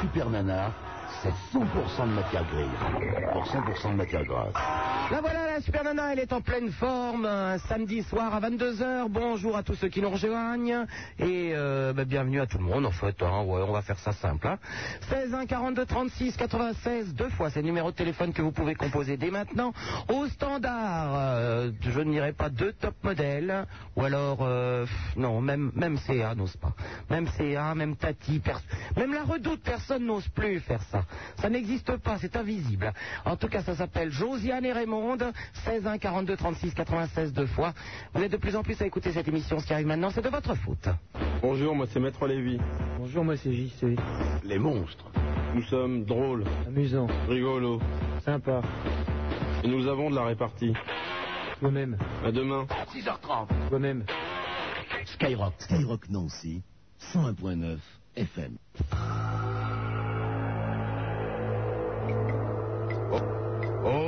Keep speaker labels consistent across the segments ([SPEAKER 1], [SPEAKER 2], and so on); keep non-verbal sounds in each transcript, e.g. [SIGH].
[SPEAKER 1] Super Nana, c'est 100% de matière grise pour 100% de matière grasse.
[SPEAKER 2] La voilà, la Super Nana, elle est en pleine forme. Un samedi soir à 22h. Bonjour à tous ceux qui nous rejoignent. Et euh, bah, bienvenue à tout le monde, en fait. hein. Ouais, on va faire ça simple. hein. 16 1 42 36 96, deux fois. C'est le numéro de téléphone que vous pouvez composer dès maintenant. Au standard, euh, je ne dirais pas deux top modèles. Ou alors, euh, pff, non, même, même CA n'ose pas. Même CA, même Tati, pers- même la redoute, personne n'ose plus faire ça. Ça n'existe pas, c'est invisible. En tout cas, ça s'appelle Josiane et Raymond, 16 1 42 36 96 deux fois. Vous êtes de plus en plus à écouter cette émission. Ce qui arrive maintenant, c'est de votre faute.
[SPEAKER 3] Bonjour, moi c'est Maître Lévy.
[SPEAKER 4] Bonjour, moi c'est JC.
[SPEAKER 1] Les monstres.
[SPEAKER 3] Nous sommes drôles,
[SPEAKER 4] Amusant,
[SPEAKER 3] rigolos,
[SPEAKER 4] sympa,
[SPEAKER 3] et nous avons de la répartie.
[SPEAKER 4] toi-même,
[SPEAKER 3] À demain.
[SPEAKER 1] 6h30.
[SPEAKER 4] toi-même.
[SPEAKER 1] Skyrock.
[SPEAKER 5] Skyrock Nancy, 101.9 FM.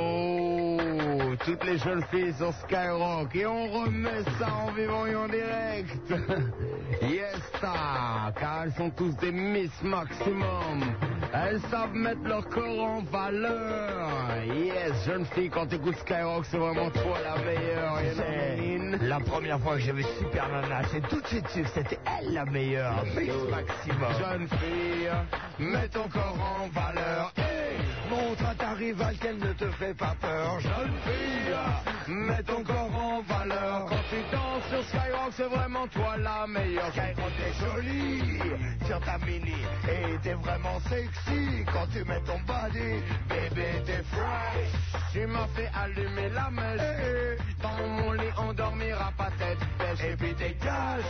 [SPEAKER 1] Oh, toutes les jeunes filles sur Skyrock. Et on remet ça en vivant et en direct. [LAUGHS] yes, ça. Car elles sont tous des Miss Maximum. Elles savent mettre leur corps en valeur. Yes, jeune fille, quand t'écoutes Skyrock, c'est vraiment toi la meilleure. Hélène.
[SPEAKER 6] La première fois que j'ai vu Super Nana, c'est tout de suite sûr, c'était elle la meilleure. Mix maximum.
[SPEAKER 1] Jeune fille, mets ton corps en valeur. Hey,
[SPEAKER 6] Montre à ta rivale qu'elle ne te fait pas peur.
[SPEAKER 1] jeune fille, mets ton corps en valeur. Quand tu danses sur Skyrock, c'est vraiment toi la meilleure.
[SPEAKER 6] Skyrock t'es jolie sur ta mini et t'es vraiment sexy quand tu mets ton body. Bébé t'es fresh.
[SPEAKER 1] Tu m'as fait allumer la mèche. Dans mon lit, on dormira pas tête bêche.
[SPEAKER 6] Et puis dégage,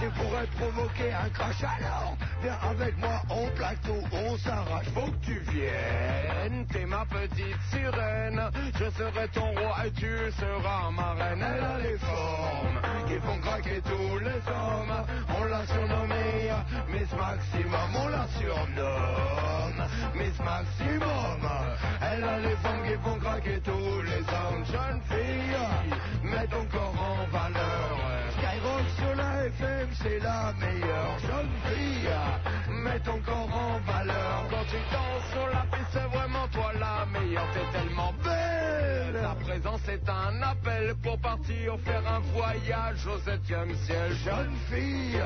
[SPEAKER 6] tu pourrais provoquer un crash alors. Viens avec moi, on plaque tout, on s'arrache.
[SPEAKER 1] Faut que tu viennes, t'es ma petite sirène. Je serai ton roi et tu seras ma reine. Elle a les formes qui font craquer tous les hommes. On l'a surnommée Miss Maximum, on la surnomme Miss Maximum. Elle a les formes qui font craquer tous les hommes. Jeune fille, mets ton corps en valeur.
[SPEAKER 6] Skyrock sur la FM, c'est la meilleure jeune fille.
[SPEAKER 1] Mets ton corps en valeur Quand tu danses sur la piste c'est vraiment toi la meilleure T'es tellement belle Ta présence est un appel Pour partir faire un voyage au septième ciel
[SPEAKER 6] Jeune fille,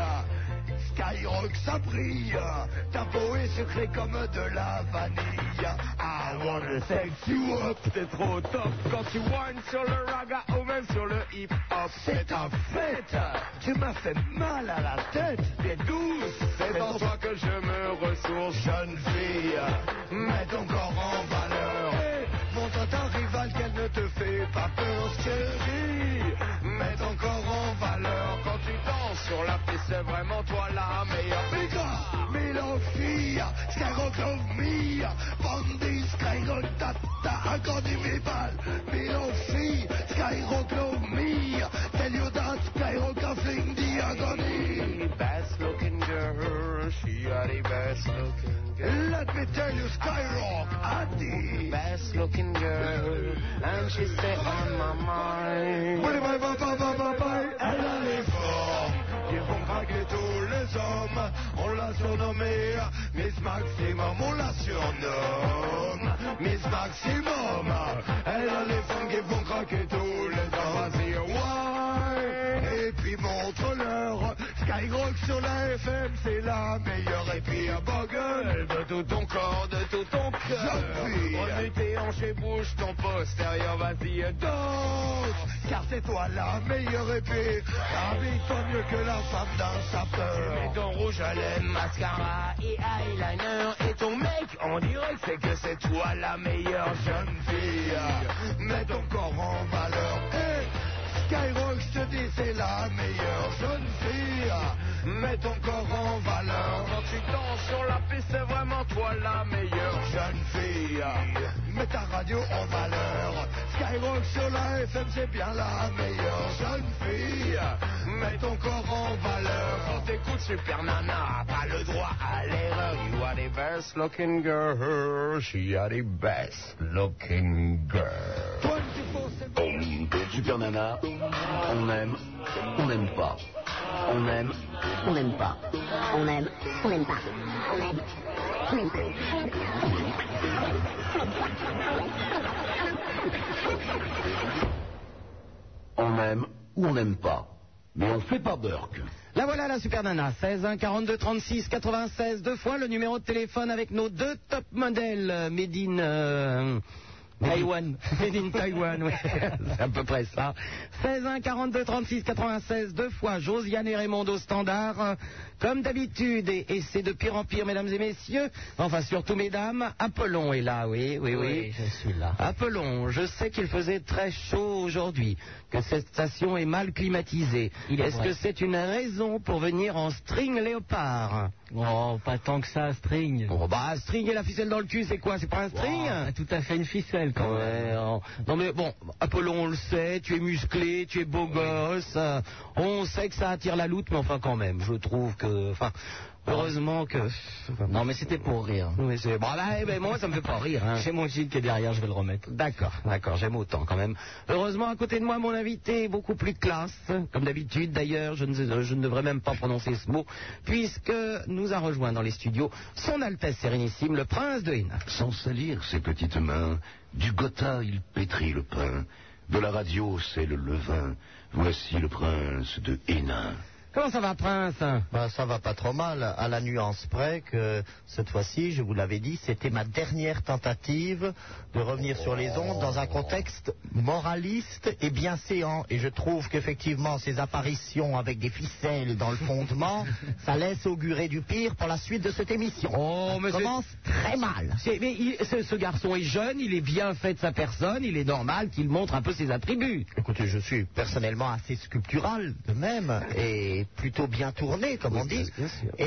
[SPEAKER 6] Skyrock ça brille. Ta peau est sucrée comme de la vanille. I wanna sex you up.
[SPEAKER 1] T'es trop top Quand tu whines sur le raga ou même sur le hip hop
[SPEAKER 6] C'est ta fête. Tu m'as fait mal à la tête. T'es douce.
[SPEAKER 1] C'est en toi que je me ressource
[SPEAKER 6] Jeune fille, mets ton corps en valeur. Montre à ta rivale qu'elle ne te fait pas peur, chérie.
[SPEAKER 1] Mets ton corps en valeur Quand tu danses sur la piste c'est vraiment toi la meilleure
[SPEAKER 6] Bigger, me love fille, Skyrock love me. Bandit, Skyrock tata, accordé mes balles. Me love fille, Skyrock love me. Tell you that Skyrock a fling the agony.
[SPEAKER 1] Best looking girl She are the best looking girl
[SPEAKER 6] Let me tell you, Skyrock, Adi.
[SPEAKER 1] best looking girl, and she stay on my mind.
[SPEAKER 6] Oui, bye, bye, bye, bye, bye, bye. Elle a les formes qui font craquer tous les hommes. On l'a surnommée Miss Maximum, on la surnomme Miss Maximum. Elle a les formes qui font craquer tous les hommes. Vas-y, ouais. Et puis montre-leur Skyrock sur la FM, c'est la meilleure. Et puis un bugle de tout ton corps, de tout ton cœur.
[SPEAKER 1] Remue tes hanches et bouge ton postérieur, vas-y et
[SPEAKER 6] danse, car c'est toi la meilleure épée. Habille-toi mieux que la femme d'un
[SPEAKER 1] Mets
[SPEAKER 6] sapeur.
[SPEAKER 1] ton rouge à lèvres, mascara et eyeliner Et ton mec, on dirait que c'est que c'est toi la meilleure jeune
[SPEAKER 6] Fille, mets ton corps en valeur. Et Skyrock, je te dis, c'est la meilleure jeune fille. Mets ton corps en valeur.
[SPEAKER 1] Quand tu danses sur la piste, c'est vraiment toi la meilleure
[SPEAKER 6] Jeune fille, mets ta radio en valeur. Skyrock sur la FM, c'est bien la meilleure. Jeune fille, mets ton corps en valeur.
[SPEAKER 1] Quand t'écoutes Super Nana, pas le droit à l'erreur. You are the best looking girl, she are the best looking girl.
[SPEAKER 6] 24, c'est bon.
[SPEAKER 5] Super Nana, on aime, on n'aime pas. On aime, on n'aime pas.
[SPEAKER 7] On aime, on n'aime pas. On aime,
[SPEAKER 6] On aime ou on n'aime pas. Mais on fait pas Burke.
[SPEAKER 2] La voilà la super nana, 16 1 42 36 96, deux fois le numéro de téléphone avec nos deux top modèles, euh, Made in... euh, Taïwan. [LAUGHS] Made in Taïwan, oui. [LAUGHS] C'est à peu près ça. 16 1 42 36 96, deux fois Josiane et Raymond au standard, euh, comme d'habitude. Et, et c'est de pire en pire, mesdames et messieurs. Enfin, surtout mesdames, Apollon est là, oui, oui, oui.
[SPEAKER 8] je suis là.
[SPEAKER 2] Appelons, je sais qu'il faisait très chaud aujourd'hui, que cette station est mal climatisée.
[SPEAKER 8] Il est
[SPEAKER 2] Est-ce
[SPEAKER 8] vrai.
[SPEAKER 2] que c'est une raison pour venir en string léopard
[SPEAKER 8] Oh, pas tant que ça, string.
[SPEAKER 2] Oh bah, string et la ficelle dans le cul, c'est quoi C'est pas un string
[SPEAKER 8] Oh, t'as tout à fait une ficelle quand même.
[SPEAKER 2] Ouais, oh. non mais bon, Apollon, on le sait, tu es musclé, tu es beau gosse, euh, on sait que ça attire la loute, mais enfin quand même, je trouve que, enfin, heureusement que...
[SPEAKER 8] Non, mais c'était pour rire.
[SPEAKER 2] Oui, c'est... Bon, bah, eh ben, moi, ça me fait pas rire, hein.
[SPEAKER 8] C'est mon gîte qui est derrière, je vais le remettre.
[SPEAKER 2] D'accord, d'accord, j'aime autant quand même. Heureusement, à côté de moi, mon invité est beaucoup plus classe, comme d'habitude. D'ailleurs, je ne, je ne devrais même pas prononcer ce mot, puisque nous a rejoint dans les studios son Altesse Sérénissime, le Prince de Hénin.
[SPEAKER 6] Sans salir ses petites mains, du gotha il pétrit le pain, de la radio c'est le levain, voici le prince de Hénin.
[SPEAKER 2] Comment ça va, Prince
[SPEAKER 9] Ben, ça va pas trop mal, à la nuance près que cette fois-ci, je vous l'avais dit, c'était ma dernière tentative de revenir sur les ondes dans un contexte moraliste et bien séant. Et je trouve qu'effectivement, ces apparitions avec des ficelles dans le
[SPEAKER 2] [LAUGHS]
[SPEAKER 9] fondement, ça laisse augurer du pire pour la suite de cette émission.
[SPEAKER 2] Oh,
[SPEAKER 9] ça
[SPEAKER 2] mais c'est-
[SPEAKER 9] commence très mal.
[SPEAKER 2] C'est- mais il- ce, ce garçon est jeune, il est bien fait de sa personne, il est normal qu'il montre un peu ses attributs.
[SPEAKER 9] Écoutez, je suis personnellement assez sculptural de même et plutôt bien tourné, comme on dit.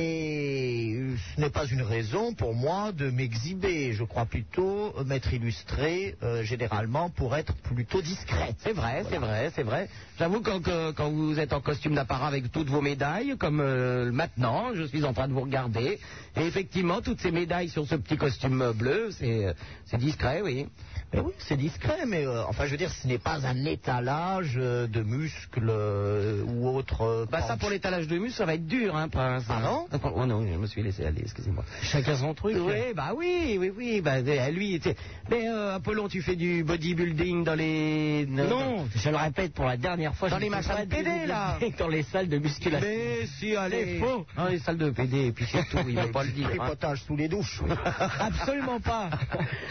[SPEAKER 9] Et euh, ce n'est pas une raison pour moi de m'exhiber. Je crois plutôt euh, m'être illustré euh, généralement pour être plutôt discret.
[SPEAKER 2] C'est vrai, c'est vrai, c'est vrai. J'avoue quand, que- quand vous êtes en costume d'apparat avec toutes vos médailles, comme euh, maintenant, je suis en train de vous regarder, et effectivement, toutes ces médailles sur ce petit costume bleu, c'est euh, c'est discret, oui.
[SPEAKER 9] Mais oui, c'est discret, mais euh, enfin, je veux dire, ce n'est pas un étalage euh, de muscles euh, ou autre. euh,
[SPEAKER 2] Bah ça
[SPEAKER 9] pan-
[SPEAKER 2] pour l'étalage de muscles, ça va être dur, hein, Prince.
[SPEAKER 9] Ah non
[SPEAKER 2] Oh non, je me suis laissé aller, excusez-moi.
[SPEAKER 8] Chacun son truc.
[SPEAKER 2] Oui, bah oui, oui, oui, bah euh, lui, tu sais. mais euh, Apollon, tu fais du bodybuilding dans les...
[SPEAKER 8] Non, je le répète pour la dernière fois.
[SPEAKER 2] Dans
[SPEAKER 8] je
[SPEAKER 2] les
[SPEAKER 8] ne fais
[SPEAKER 2] machins
[SPEAKER 8] pas
[SPEAKER 2] de PD,
[SPEAKER 8] bodybuilding
[SPEAKER 2] là.
[SPEAKER 8] Dans les salles de musculation.
[SPEAKER 2] Mais si,
[SPEAKER 8] C'est
[SPEAKER 2] allez,
[SPEAKER 8] faux.
[SPEAKER 2] Dans les salles de PD, et puis c'est tout, il ne faut pas le dire. hein.
[SPEAKER 9] Tripotage sous les douches. oui.
[SPEAKER 2] [LAUGHS] Absolument pas.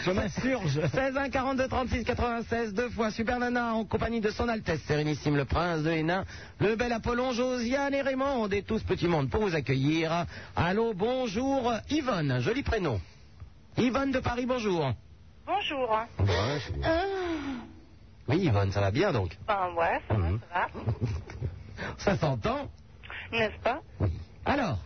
[SPEAKER 2] Je m'insurge. 16 1 42 36 96 deux fois Super Nana en compagnie de son Altesse Sérénissime le Prince de Hénin, le bel Apollon, Josiane et Raymond et tout ce petit monde pour vous accueillir. Allô, bonjour Yvonne, joli prénom. Yvonne de Paris, bonjour. Ah.
[SPEAKER 10] Bonjour. hein.
[SPEAKER 2] Oui Yvonne, ça va bien donc.
[SPEAKER 10] Ben ouais, ça
[SPEAKER 6] Mmh.
[SPEAKER 10] va, ça va.
[SPEAKER 2] Ça s'entend.
[SPEAKER 10] N'est-ce pas
[SPEAKER 2] Alors,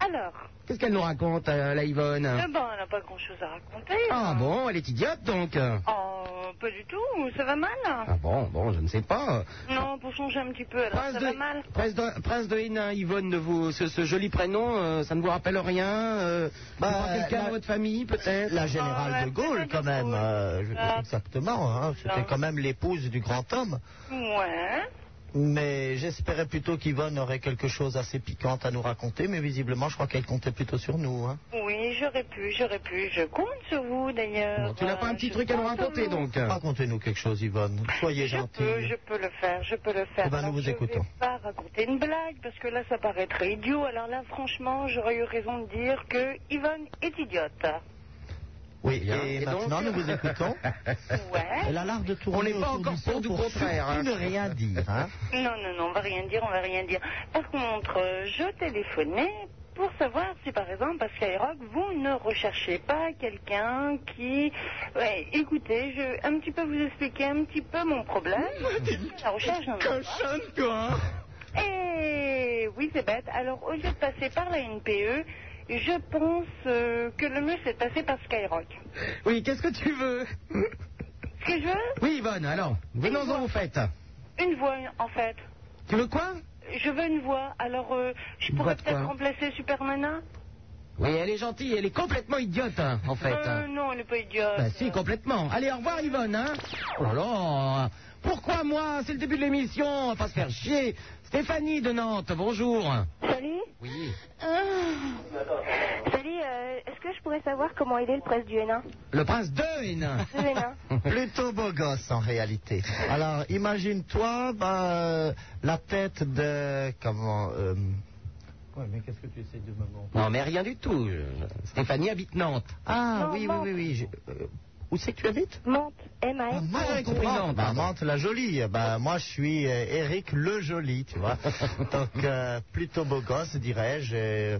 [SPEAKER 10] Alors,
[SPEAKER 2] qu'est-ce qu'elle nous raconte euh, la
[SPEAKER 10] eh
[SPEAKER 6] Hein.
[SPEAKER 2] Yvonne
[SPEAKER 10] ben, on n'a pas grand-chose à raconter. hein.
[SPEAKER 2] Ah bon, elle est idiote donc.
[SPEAKER 9] Ah
[SPEAKER 10] Oh, pas du tout, ça va mal
[SPEAKER 2] Ah bon, bon, je ne sais pas.
[SPEAKER 10] Non, pour changer un petit peu, alors
[SPEAKER 2] Prince
[SPEAKER 10] ça
[SPEAKER 2] de,
[SPEAKER 10] va mal.
[SPEAKER 2] Prince de, Prince de Hénin, Yvonne, ne vous, ce, ce joli prénom, euh, ça ne vous rappelle rien euh,
[SPEAKER 9] Bah,
[SPEAKER 2] vous rappelez quelqu'un
[SPEAKER 9] la-
[SPEAKER 2] de votre famille, peut-être
[SPEAKER 9] La générale
[SPEAKER 10] Ah, ouais,
[SPEAKER 9] de Gaulle,
[SPEAKER 10] c'est pas
[SPEAKER 9] quand
[SPEAKER 10] du
[SPEAKER 9] même.
[SPEAKER 10] tout.
[SPEAKER 9] euh, je-
[SPEAKER 10] Ah.
[SPEAKER 9] exactement. hein, C'était
[SPEAKER 10] Ah.
[SPEAKER 9] quand même l'épouse du grand homme.
[SPEAKER 10] Ouais.
[SPEAKER 9] Mais j'espérais plutôt qu'Yvonne aurait quelque chose assez piquant à nous raconter, mais visiblement, je crois qu'elle comptait plutôt sur nous. hein.
[SPEAKER 10] Oui, j'aurais pu, j'aurais pu. Je compte sur vous, d'ailleurs.
[SPEAKER 2] Bon, Tu n'as pas un
[SPEAKER 10] Euh,
[SPEAKER 2] petit
[SPEAKER 10] je
[SPEAKER 2] truc à nous
[SPEAKER 10] compte sur
[SPEAKER 2] raconter,
[SPEAKER 10] vous.
[SPEAKER 2] donc euh,
[SPEAKER 9] Racontez-nous quelque chose, Yvonne. Soyez
[SPEAKER 10] Je
[SPEAKER 9] gentille.
[SPEAKER 10] peux, je peux le faire, je peux le faire.
[SPEAKER 9] Eh ben, nous
[SPEAKER 10] Alors,
[SPEAKER 9] vous
[SPEAKER 10] je
[SPEAKER 9] écoutons.
[SPEAKER 10] vais pas raconter une blague, parce que là, ça paraîtrait idiot. Alors là, franchement, j'aurais eu raison de dire que Yvonne
[SPEAKER 9] [LAUGHS]
[SPEAKER 10] est idiote.
[SPEAKER 9] Oui, hein.
[SPEAKER 2] Bien.
[SPEAKER 9] et,
[SPEAKER 2] Et donc
[SPEAKER 9] maintenant, [LAUGHS] nous vous écoutons.
[SPEAKER 10] Ouais.
[SPEAKER 9] Elle a l'art de tourner
[SPEAKER 2] On n'est pas
[SPEAKER 9] autour
[SPEAKER 2] encore
[SPEAKER 9] du pot
[SPEAKER 2] pour du
[SPEAKER 9] pour
[SPEAKER 2] contraire,
[SPEAKER 9] surtout
[SPEAKER 2] hein.
[SPEAKER 9] ne rien dire. hein.
[SPEAKER 10] Non, non, non, on va rien dire, on va rien dire. Par contre, euh, je téléphonais pour savoir si, par exemple, à Skyrock, vous ne recherchez pas quelqu'un qui... Ouais, écoutez, je un petit peu vous expliquer un petit peu
[SPEAKER 9] [LAUGHS]
[SPEAKER 10] mon problème. La recherche hein. d'un
[SPEAKER 2] hein.
[SPEAKER 10] Eh oui, c'est bête. Alors, au lieu de passer par la NPE, je pense euh, que le mieux, c'est de passer par Skyrock.
[SPEAKER 2] Oui, qu'est-ce que tu veux
[SPEAKER 10] Ce que je veux,
[SPEAKER 2] [LAUGHS] Oui, Yvonne, alors, venons-en au fait.
[SPEAKER 10] une voix, en fait.
[SPEAKER 2] Tu veux quoi
[SPEAKER 10] Je veux une voix. Alors, euh, je
[SPEAKER 2] Une voix
[SPEAKER 10] pourrais
[SPEAKER 2] de
[SPEAKER 10] peut-être
[SPEAKER 2] quoi
[SPEAKER 10] remplacer Supermana
[SPEAKER 2] Oui, elle est gentille, elle est complètement idiote, hein, en fait.
[SPEAKER 10] Euh, non, elle n'est pas idiote.
[SPEAKER 2] Bah si, complètement. Allez, au revoir Yvonne, hein Oh là là Pourquoi moi C'est le début de l'émission, on va pas se faire chier Stéphanie de Nantes, bonjour
[SPEAKER 11] Salut. Ah.
[SPEAKER 2] Oui.
[SPEAKER 11] Salut, euh, est-ce que je pourrais savoir comment il est le prince du Hénin
[SPEAKER 2] Le prince de Hénin
[SPEAKER 11] Le Hénin
[SPEAKER 12] Plutôt beau gosse en réalité. Alors imagine-toi bah, euh, la tête de comment. euh, Ouais, mais qu'est-ce que tu essayes de me montrer
[SPEAKER 2] Non, mais rien du tout. Stéphanie habite Nantes.
[SPEAKER 12] Ah
[SPEAKER 11] Non,
[SPEAKER 12] oui, oui
[SPEAKER 11] Mantes.
[SPEAKER 12] oui oui. je- euh, Où c'est que tu habites
[SPEAKER 11] Mente,
[SPEAKER 12] Ah,
[SPEAKER 11] M-A-N.
[SPEAKER 12] Mantes,
[SPEAKER 2] j'avais compris,
[SPEAKER 12] Mantes,
[SPEAKER 2] Nantes,
[SPEAKER 12] bah,
[SPEAKER 2] pardon.
[SPEAKER 12] Mantes la jolie. Bah, moi, je suis euh, Eric le joli, tu vois. Donc, euh, plutôt beau gosse, dirais-je. et-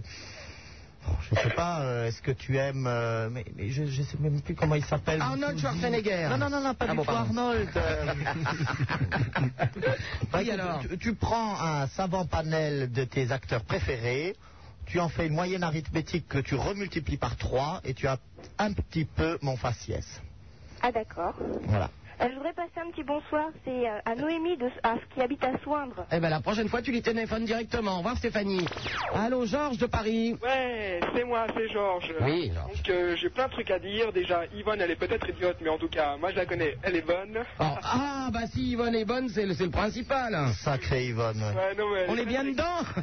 [SPEAKER 12] Oh, Je sais pas, euh, est-ce que tu aimes. euh, mais, mais je, je sais même plus comment il s'appelle.
[SPEAKER 2] Arnold Schwarzenegger.
[SPEAKER 12] Non, non, non, non, Ah, pas
[SPEAKER 2] Ah
[SPEAKER 12] du
[SPEAKER 2] bon,
[SPEAKER 12] tout
[SPEAKER 2] pardon.
[SPEAKER 12] Arnold. euh. Bah,
[SPEAKER 2] Oui,
[SPEAKER 12] écoute,
[SPEAKER 2] alors.
[SPEAKER 12] tu, tu prends un savant panel de tes acteurs préférés, tu en fais une moyenne arithmétique que tu remultiplies par 3 et tu as un petit peu mon faciès.
[SPEAKER 11] Ah d'accord.
[SPEAKER 12] Voilà.
[SPEAKER 11] Euh, je voudrais passer un petit bonsoir, c'est euh, à Noémie de, à- qui habite à Soindre.
[SPEAKER 2] Eh ben la prochaine fois, tu lui téléphones directement. Au revoir Stéphanie. Allô Georges de Paris.
[SPEAKER 13] Ouais, c'est moi, c'est Georges.
[SPEAKER 2] Oui, Georges.
[SPEAKER 13] Donc euh, j'ai plein de trucs à dire. Déjà, Yvonne, elle est peut-être idiote, mais en tout cas, moi je la connais, elle est bonne.
[SPEAKER 2] Oh, ah bah si Yvonne est bonne, c'est le, c'est le principal.
[SPEAKER 12] Sacré Yvonne.
[SPEAKER 13] [LAUGHS] Ouais, non, mais
[SPEAKER 2] On est bien
[SPEAKER 13] très-
[SPEAKER 2] dedans
[SPEAKER 13] [LAUGHS]
[SPEAKER 12] [LAUGHS]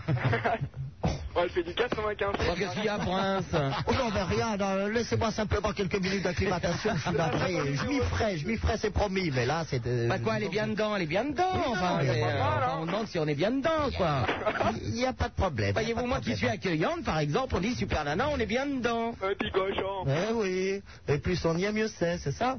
[SPEAKER 13] Ouais, elle fait du 95.
[SPEAKER 2] Oh, Qu'est-ce qu'il y a, Prince
[SPEAKER 12] Oh non, mais rien, non, euh, laissez-moi simplement quelques minutes d'acclimatation, je suis navré. Je m'y ferai, je m'y ferai, c'est promis, mais là, c'est. euh,
[SPEAKER 2] Bah quoi, elle est bien dedans, elle est bien dedans. Enfin,
[SPEAKER 12] non,
[SPEAKER 2] mais,
[SPEAKER 12] mais
[SPEAKER 2] euh,
[SPEAKER 13] voilà.
[SPEAKER 2] enfin, on demande si on est bien dedans, [LAUGHS] quoi.
[SPEAKER 12] Il n'y a pas de problème. il y a pas
[SPEAKER 2] Voyez-vous,
[SPEAKER 12] de
[SPEAKER 2] moi qui
[SPEAKER 12] problème.
[SPEAKER 2] suis accueillante, par exemple, on dit Super Nana, on est bien dedans.
[SPEAKER 13] Un petit cochon.
[SPEAKER 12] Eh oui, et plus on y est, mieux c'est, c'est ça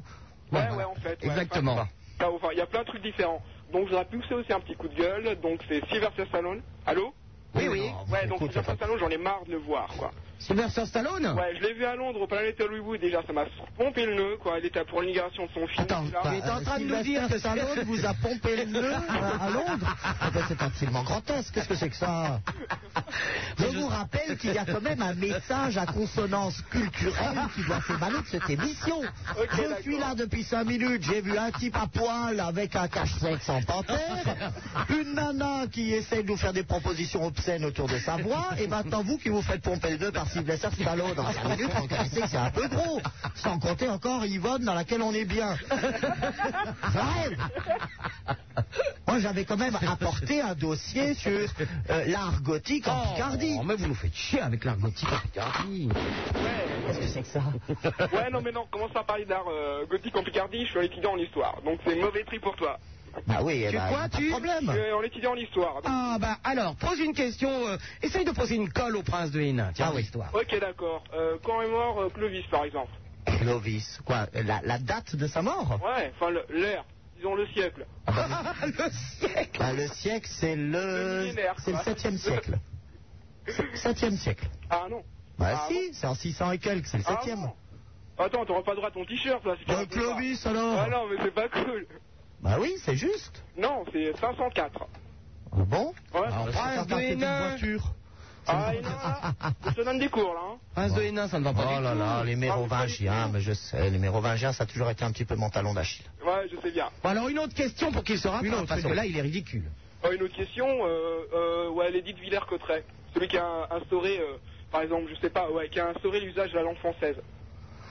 [SPEAKER 13] Ouais, ouais, en fait. ouais.
[SPEAKER 2] Exactement.
[SPEAKER 13] Enfin, enfin, il y a plein de trucs différents. Donc je voudrais pousser aussi un petit coup de gueule. Donc c'est Sylvester Stallone. Allô
[SPEAKER 2] Oui, oui.
[SPEAKER 13] Ouais, donc
[SPEAKER 12] Écoute,
[SPEAKER 13] Sylvester Stallone, j'en ai marre de le voir, quoi.
[SPEAKER 2] Sylvester Stallone
[SPEAKER 13] Ouais, je l'ai vu à Londres au Planet Hollywood déjà, ça m'a pompé le nœud, quoi. Il était pour l'inauguration de son film.
[SPEAKER 12] Attends,
[SPEAKER 13] déjà.
[SPEAKER 12] bah,
[SPEAKER 2] Il est en
[SPEAKER 12] euh,
[SPEAKER 2] train de nous
[SPEAKER 12] Sylvester
[SPEAKER 2] dire que-
[SPEAKER 12] Stallone vous a pompé le nœud à à Londres Ah ben, C'est absolument grotesque, qu'est-ce que c'est que ça Je vous rappelle qu'il y a quand même un message à consonance
[SPEAKER 2] Ah,
[SPEAKER 12] culturelle qui doit s'émaner de cette émission.
[SPEAKER 13] Ok,
[SPEAKER 12] Je suis là depuis 5 minutes, j'ai vu un type à poil avec un cache-sexe en [LAUGHS] panthère, une nana qui essaie de nous faire des propositions obscènes autour de sa voix, et maintenant vous qui vous faites pomper le nœud par Sylvester Stallone dans 5 minutes, regretté que c'est un peu gros. Sans compter encore Yvonne dans laquelle on est [LAUGHS] bien. Bref. Moi, j'avais quand même apporté un dossier sur euh, l'art gothique en Picardie.
[SPEAKER 2] Oh, mais vous nous faites chier avec l'argotique en Picardie.
[SPEAKER 12] Qu'est-ce que c'est que ça
[SPEAKER 13] Ouais, non, mais non, commence à parler d'art euh, gothique en Picardie, je suis un étudiant en histoire, donc c'est mauvais tri pour toi.
[SPEAKER 12] Bah oui, eh
[SPEAKER 2] Tu
[SPEAKER 12] ben,
[SPEAKER 2] quoi,
[SPEAKER 12] y a pas
[SPEAKER 2] tu
[SPEAKER 12] de
[SPEAKER 13] Je
[SPEAKER 12] problème.
[SPEAKER 13] suis en étudiant en histoire. donc-
[SPEAKER 2] Ah, bah alors, pose une question. euh, essaye de poser une colle au prince de Hénin. Tiens,
[SPEAKER 12] Ah oui.
[SPEAKER 2] histoire. [LAUGHS]
[SPEAKER 13] Ok, d'accord. Euh, quand est mort euh, Clovis, par exemple
[SPEAKER 12] Clovis, quoi la, la date de sa mort
[SPEAKER 13] Ouais, enfin, le- l'ère, disons le siècle.
[SPEAKER 2] le siècle
[SPEAKER 12] Bah, Le siècle, c'est
[SPEAKER 13] Le
[SPEAKER 12] le...
[SPEAKER 13] millénaire,
[SPEAKER 12] C'est le
[SPEAKER 13] quoi. [LAUGHS]
[SPEAKER 12] 7e siècle. 7e siècle.
[SPEAKER 13] Ah non.
[SPEAKER 12] Bah
[SPEAKER 13] Ah
[SPEAKER 12] si, c'est en 600 et quelques, c'est le
[SPEAKER 13] Ah
[SPEAKER 12] 7e.
[SPEAKER 13] non. Attends, t'auras pas droit à ton t-shirt, là, si tu
[SPEAKER 12] Euh,
[SPEAKER 13] racontes ça.
[SPEAKER 12] Clovis, alors
[SPEAKER 13] Ah non, mais c'est pas cool.
[SPEAKER 12] Bah oui, c'est juste.
[SPEAKER 13] Non, c'est 504.
[SPEAKER 12] Ah Bon
[SPEAKER 13] Ouais.
[SPEAKER 2] Alors,
[SPEAKER 12] C'est
[SPEAKER 2] prince
[SPEAKER 12] quand
[SPEAKER 2] de
[SPEAKER 12] t'as fait une
[SPEAKER 2] Hénin
[SPEAKER 12] voiture.
[SPEAKER 13] Ah, et
[SPEAKER 12] [LAUGHS]
[SPEAKER 13] non, je te donne des cours, là. hein.
[SPEAKER 2] Prince de Hénin, ça ne va pas
[SPEAKER 12] Oh
[SPEAKER 2] du
[SPEAKER 12] là
[SPEAKER 2] tout.
[SPEAKER 12] là, les
[SPEAKER 13] Ah,
[SPEAKER 12] mérovingiens, hein, mais je sais, les mérovingiens, ça a toujours été un petit peu mon talon d'Achille.
[SPEAKER 13] Ouais, je sais bien.
[SPEAKER 2] Bon, alors, une autre question pour qu'il se rattrape,
[SPEAKER 12] Une autre,
[SPEAKER 2] parce
[SPEAKER 12] une
[SPEAKER 2] que
[SPEAKER 12] autre.
[SPEAKER 2] là, il est ridicule.
[SPEAKER 13] Euh, une autre question, euh, euh, ouais, Lady de Villers-Cotterêts, celui qui a instauré, euh, par exemple, je sais pas, ouais, qui a instauré l'usage de la langue française.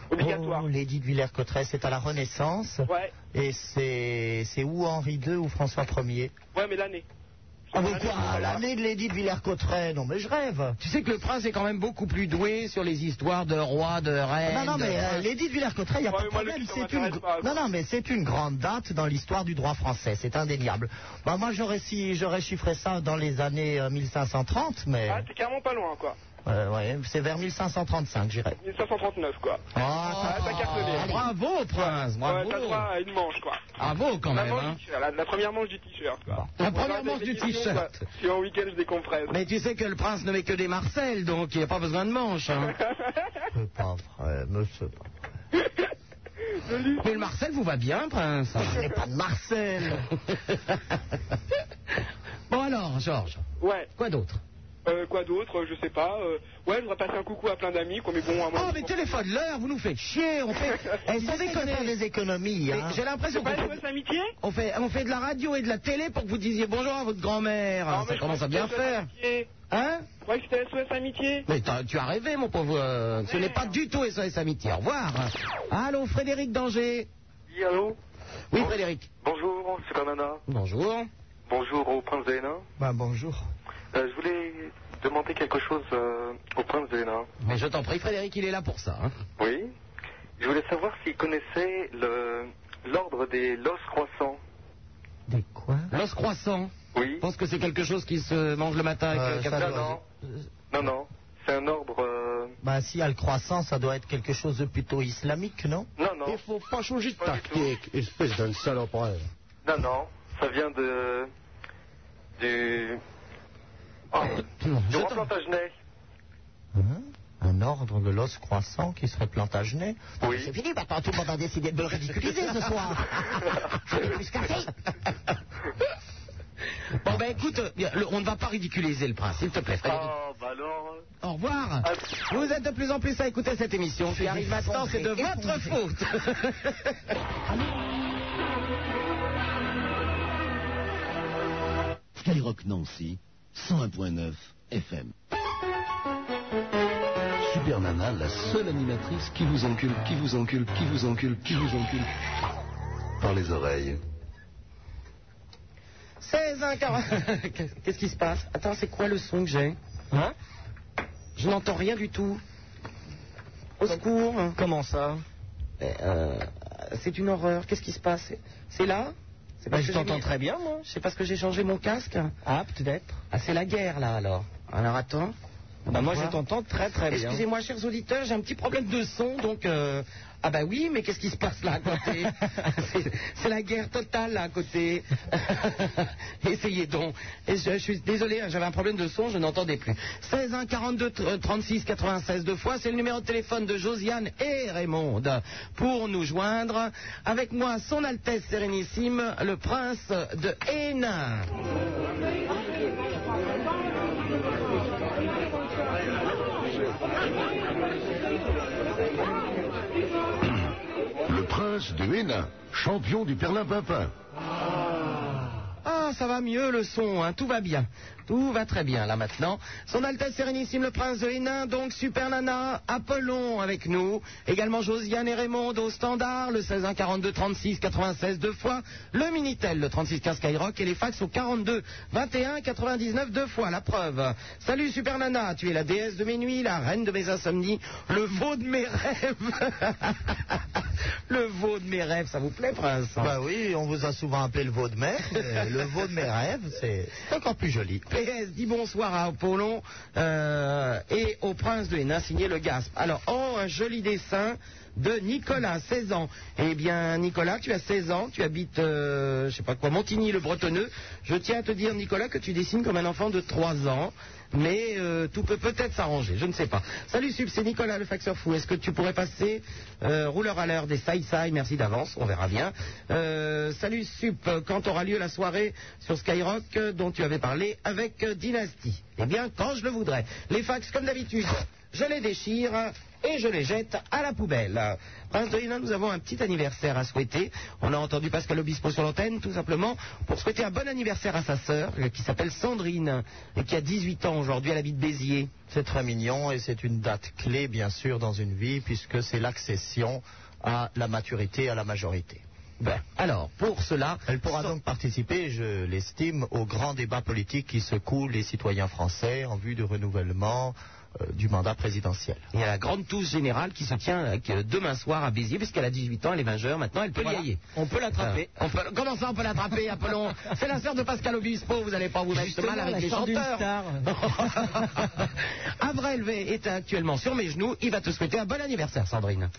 [SPEAKER 13] Obligatoire.
[SPEAKER 12] Oh, Lady de Villers-Cotterêts, c'est à la Renaissance.
[SPEAKER 13] Ouais,
[SPEAKER 12] Et c'est c'est où Henri II ou François Ier
[SPEAKER 13] ouais, mais l'année.
[SPEAKER 12] Ah,
[SPEAKER 13] bah,
[SPEAKER 12] mais quoi L'année de Lady de Villers-Cotterêts Non, mais je rêve
[SPEAKER 2] Tu sais que le prince est quand même beaucoup plus doué sur les histoires de rois, de reines.
[SPEAKER 12] non, non, mais
[SPEAKER 2] de-
[SPEAKER 12] euh, Lady de Villers-Cotterêts, il n'y a
[SPEAKER 13] Ouais,
[SPEAKER 12] pas de
[SPEAKER 13] mais moi, le
[SPEAKER 12] problème.
[SPEAKER 13] titre,
[SPEAKER 12] C'est
[SPEAKER 13] ça
[SPEAKER 12] une...
[SPEAKER 13] m'intéresse pas,
[SPEAKER 12] Non,
[SPEAKER 13] quoi.
[SPEAKER 12] non, mais c'est une grande date dans l'histoire du droit français. C'est indéniable. Bah, moi, j'aurais si... j'aurais chiffré ça dans les années euh, 1530, mais
[SPEAKER 13] Ah, t'es carrément pas loin, quoi.
[SPEAKER 12] euh, ouais, c'est vers 1535, j'irais.
[SPEAKER 13] 1539, quoi.
[SPEAKER 12] Oh,
[SPEAKER 13] Ah, t'as cartonné.
[SPEAKER 2] Bravo, prince,
[SPEAKER 13] Ouais,
[SPEAKER 2] bravo.
[SPEAKER 13] t'as droit à une manche, quoi.
[SPEAKER 2] bravo, quand
[SPEAKER 13] la,
[SPEAKER 2] même.
[SPEAKER 13] manche
[SPEAKER 2] hein.
[SPEAKER 13] du t-shirt, la, la première manche du t-shirt, quoi.
[SPEAKER 2] La
[SPEAKER 13] On
[SPEAKER 2] première
[SPEAKER 13] arrête
[SPEAKER 2] manche
[SPEAKER 13] avec
[SPEAKER 2] du
[SPEAKER 13] les questions,
[SPEAKER 2] t-shirt.
[SPEAKER 13] quoi. Si en week-end, je décompresse.
[SPEAKER 2] Mais tu sais que le prince ne met que des Marcel, donc il n'y a pas besoin de manche. hein. euh,
[SPEAKER 12] C'est pas vrai, mais c'est pas vrai.
[SPEAKER 13] [LAUGHS]
[SPEAKER 2] Mais le Marcel vous va bien, prince.
[SPEAKER 12] Je n'ai pas de Marcel
[SPEAKER 2] [LAUGHS] bon alors, Georges,
[SPEAKER 13] Ouais,
[SPEAKER 2] quoi d'autre
[SPEAKER 13] euh, quoi d'autre, je sais pas. euh, Ouais, je voudrais passer un coucou à plein d'amis, quoi, mais bon, à moi.
[SPEAKER 2] Oh, mais téléphone l'heure, vous nous faites chier, on
[SPEAKER 13] [LAUGHS]
[SPEAKER 2] fait... Eh, sans
[SPEAKER 12] Essayez de
[SPEAKER 2] déconner,
[SPEAKER 12] faire des économies, hein.
[SPEAKER 2] j'ai l'impression
[SPEAKER 13] Pas une
[SPEAKER 2] qu'on
[SPEAKER 13] fausse amitié
[SPEAKER 2] on fait, on fait de la radio et de la télé pour que vous disiez bonjour à votre grand-mère.
[SPEAKER 13] Non, mais
[SPEAKER 2] Ah, Ça
[SPEAKER 13] je
[SPEAKER 2] commence à
[SPEAKER 13] pense
[SPEAKER 2] bien
[SPEAKER 13] que
[SPEAKER 2] faire.
[SPEAKER 13] c'est une amitié.
[SPEAKER 2] Hein
[SPEAKER 13] croyais que c'était SOS Amitié
[SPEAKER 2] Mais t'as- tu as rêvé, mon pauvre. euh, Ce n'est pas du tout SOS Amitié. Au revoir. Allô, Frédéric Danger.
[SPEAKER 6] Oui, allô
[SPEAKER 2] Oui, Frédéric.
[SPEAKER 6] Bonjour, c'est Banana.
[SPEAKER 2] Bonjour.
[SPEAKER 6] Bonjour au prince de Hénin.
[SPEAKER 12] Bah, bonjour.
[SPEAKER 6] Euh, je voulais demander quelque chose euh, au prince de Hénin.
[SPEAKER 2] Mais je t'en prie, Frédéric, il est là pour ça. hein.
[SPEAKER 6] Oui Je voulais savoir s'il connaissait le- l'ordre des los croissants.
[SPEAKER 2] L'os croissant. Oui. Je pense que c'est quelque chose qui se mange le matin avec
[SPEAKER 12] Euh,
[SPEAKER 2] le
[SPEAKER 12] ça
[SPEAKER 2] café.
[SPEAKER 12] doit-
[SPEAKER 14] Euh,
[SPEAKER 6] Non, non, c'est un ordre... euh,
[SPEAKER 12] Bah, si, à le croissant, ça doit être quelque chose de plutôt islamique, non
[SPEAKER 6] Non, non.
[SPEAKER 14] Il faut pas changer de tactique, espèce d'un saloperie.
[SPEAKER 6] Non, non, ça vient de... du...
[SPEAKER 14] [COUGHS]
[SPEAKER 6] Oh, du roi Plantagenet.
[SPEAKER 12] Hein Un ordre de l'os croissant qui serait plantagenet
[SPEAKER 6] Oui.
[SPEAKER 12] C'est fini, maintenant tout le monde a décidé de me le ridiculiser ce soir.
[SPEAKER 2] Bon, ben écoute, euh, bien, le- on ne va pas ridiculiser le prince, s'il te plaît, Frédéric.
[SPEAKER 6] Oh, bah alors...
[SPEAKER 12] Ah.
[SPEAKER 2] Au revoir. Vous êtes de plus en plus à écouter cette émission.
[SPEAKER 15] Je
[SPEAKER 2] qui
[SPEAKER 15] suis
[SPEAKER 2] arrive maintenant, c'est de
[SPEAKER 15] effondré,
[SPEAKER 2] votre faute.
[SPEAKER 12] [LAUGHS]
[SPEAKER 14] Skyrock Nancy, 101.9 FM. Super Nana, la seule animatrice qui vous encule, qui vous encule, qui vous encule, qui vous encule.
[SPEAKER 16] Par les oreilles.
[SPEAKER 2] 16 1 40. [LAUGHS] Qu'est-ce qui se passe Attends, c'est quoi le son que j'ai Hein Je n'entends rien du tout. Au secours. Comment ça C'est une horreur. Qu'est-ce qui se passe C'est- C'est là C'est
[SPEAKER 17] Bah,
[SPEAKER 2] parce
[SPEAKER 17] je
[SPEAKER 2] que j'ai
[SPEAKER 17] t'entends
[SPEAKER 2] mis-
[SPEAKER 17] très bien, moi.
[SPEAKER 2] Je sais pas ce que j'ai changé mon casque.
[SPEAKER 17] Ah, peut-être.
[SPEAKER 2] Ah, c'est la guerre, là, alors. Alors, attends. On
[SPEAKER 17] Bah,
[SPEAKER 2] va
[SPEAKER 17] moi, je
[SPEAKER 2] voir.
[SPEAKER 17] t'entends très, très bien.
[SPEAKER 2] Excusez-moi, chers auditeurs, j'ai un petit problème de son, donc. euh, Ah, bah oui, mais qu'est-ce qui se passe là
[SPEAKER 17] [LAUGHS]
[SPEAKER 2] à côté C'est- C'est la guerre totale là à côté. [LAUGHS] Essayez donc. Et je, je suis désolé, hein, j'avais un problème de son, je n'entendais plus. 16 1 42 tr- 36 96 deux fois, c'est le numéro de téléphone de Josiane et Raymond pour nous joindre. Avec moi, son Altesse Sérénissime, le prince de Hénin.
[SPEAKER 16] Le prince de Hénin, champion du Perlin-Pimpin.
[SPEAKER 2] Ah, ça va mieux le son, hein, tout va bien. Tout va très bien là maintenant. Son Altesse Sérénissime le Prince de Hénin, donc Super Nana, Apollon avec nous. Également Josiane et Raymond au standard, le 16 1 42 36 96 deux fois. Le Minitel, le 36 15 Skyrock et les fax au 42 21 99 deux fois. La preuve. Salut Super Nana, tu es la déesse de mes nuits, la reine de mes insomnies, le veau de mes rêves. [LAUGHS] le veau de mes rêves, ça vous plaît Prince
[SPEAKER 12] Bah oui, on vous a souvent appelé le veau de mer. mais le veau de mes rêves, c'est c'est encore plus joli.
[SPEAKER 2] PS dit Eh, bonsoir à Apollon euh, et au prince de Hénin, signé le Gasp. Alors, oh, un joli dessin de Nicolas, 16 ans. Eh bien, Nicolas, tu as 16 ans, tu habites, euh, je sais pas quoi, Montigny, le Bretonneux. Je tiens à te dire, Nicolas, que tu dessines comme un enfant de 3 ans. Mais euh, tout peut peut-être s'arranger, je ne sais pas. Salut Sub, c'est Nicolas le faxeur fou. Est-ce que tu pourrais passer euh, rouleur à l'heure des Saïsaï Merci d'avance, on verra bien. Euh, salut Sup, quand aura lieu la soirée sur Skyrock euh, dont tu avais parlé avec euh, Dynasty Eh bien, quand je le voudrais. Les fax, comme d'habitude, je les déchire et je les jette à la poubelle. Prince de Hénin, nous avons un petit anniversaire à souhaiter. On a entendu Pascal Obispo sur l'antenne, tout simplement, pour souhaiter un bon anniversaire à sa sœur, euh, qui s'appelle Sandrine, et qui a 18 ans aujourd'hui, elle habite Béziers.
[SPEAKER 12] C'est très mignon et c'est une date clé, bien sûr, dans une vie, puisque c'est l'accession à la maturité, à la majorité.
[SPEAKER 2] Ben, alors, pour cela...
[SPEAKER 12] Elle pourra donc participer, je l'estime, au grand débat politique qui secoue les citoyens français en vue du renouvellement euh, du mandat présidentiel.
[SPEAKER 2] Il y a la grande touche générale qui se tient euh, que demain soir à Béziers, puisqu'elle a 18 ans, elle est majeure, maintenant elle peut
[SPEAKER 17] Voilà.
[SPEAKER 2] y aller.
[SPEAKER 17] On peut l'attraper.
[SPEAKER 2] Euh, on peut- Comment ça on
[SPEAKER 17] [LAUGHS]
[SPEAKER 2] peut l'attraper, Apollon C'est la sœur de Pascal Obispo, vous n'allez pas vous mettre de mal avec les chanteurs. [LAUGHS] Avrel V est actuellement sur mes genoux, il va te souhaiter un bon anniversaire, Sandrine.